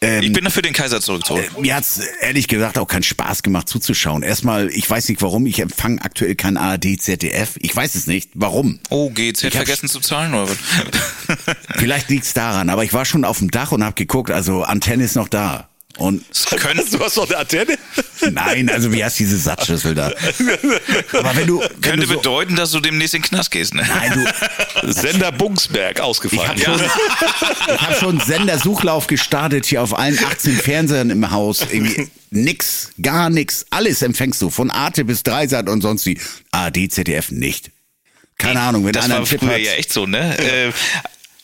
Speaker 3: Äh,
Speaker 1: Ich bin dafür, den Kaiser zurückzuholen.
Speaker 3: Mir hat's ehrlich gesagt auch keinen Spaß gemacht zuzuschauen. Erstmal, ich weiß nicht warum, ich empfange aktuell kein ARD, ZDF. Ich weiß es nicht, warum.
Speaker 1: Oh, GZ
Speaker 3: hab-
Speaker 1: vergessen zu zahlen, oder was?
Speaker 3: Vielleicht liegt's daran, aber ich war schon auf dem Dach und habe geguckt, also Antenne ist noch da. Und
Speaker 1: Können,
Speaker 2: Du hast doch eine Antenne?
Speaker 3: nein, also wie heißt diese Satzschüssel da? Aber wenn du. Wenn
Speaker 1: könnte
Speaker 3: du so,
Speaker 1: bedeuten, dass du demnächst in den Knast gehst, ne?
Speaker 3: nein, du,
Speaker 2: Sender Bungsberg
Speaker 3: ich
Speaker 2: ausgefallen.
Speaker 3: habe schon, ich hab schon Sendersuchlauf gestartet hier auf allen 18 Fernsehern im Haus. Irgendwie nix, gar nix. Alles empfängst du, von Arte bis Dreisat und sonst wie. AD, ZDF nicht. Keine Ahnung, wenn
Speaker 1: das
Speaker 3: einer
Speaker 1: war
Speaker 3: einen Tipp
Speaker 1: früher
Speaker 3: hat.
Speaker 1: ja echt so, ne? Äh,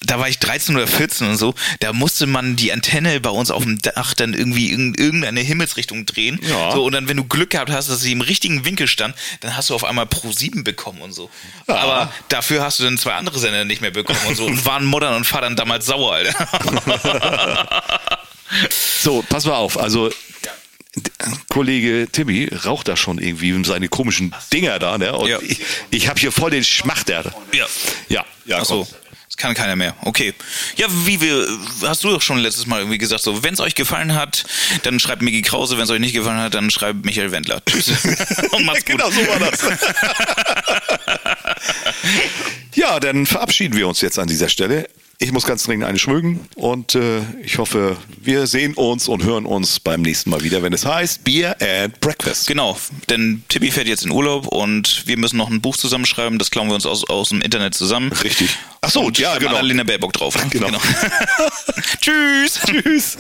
Speaker 1: da war ich 13 oder 14 und so, da musste man die Antenne bei uns auf dem Dach dann irgendwie in irgendeine Himmelsrichtung drehen.
Speaker 2: Ja.
Speaker 1: So, und dann, wenn du Glück gehabt hast, dass sie im richtigen Winkel stand, dann hast du auf einmal Pro 7 bekommen und so. Aber dafür hast du dann zwei andere Sender nicht mehr bekommen und so und waren Modern und Vatern damals sauer, Alter.
Speaker 2: So, pass mal auf. Also, d- Kollege Timmy raucht da schon irgendwie um seine komischen Dinger da, ne? Und
Speaker 1: Ja.
Speaker 2: ich, ich habe hier voll den Schmachter.
Speaker 1: ja.
Speaker 2: Ja, ja,
Speaker 1: Ach so.
Speaker 2: komm.
Speaker 1: Das kann keiner mehr. Okay. Ja, wie wir, hast du doch schon letztes Mal irgendwie gesagt, so, wenn es euch gefallen hat, dann schreibt Miki Krause, wenn es euch nicht gefallen hat, dann schreibt Michael Wendler. Tschüss. Und macht's gut.
Speaker 2: Genau so war das. ja, dann verabschieden wir uns jetzt an dieser Stelle. Ich muss ganz dringend eine schmücken und äh, ich hoffe, wir sehen uns und hören uns beim nächsten Mal wieder, wenn es heißt Beer and Breakfast.
Speaker 1: Genau, denn Tippi fährt jetzt in Urlaub und wir müssen noch ein Buch zusammenschreiben, das klauen wir uns aus, aus dem Internet zusammen.
Speaker 2: Richtig. Ach so,
Speaker 1: und
Speaker 2: ja,
Speaker 1: schreiben
Speaker 2: genau.
Speaker 1: Annalena Baerbock drauf.
Speaker 2: Genau.
Speaker 1: Tschüss. Tschüss.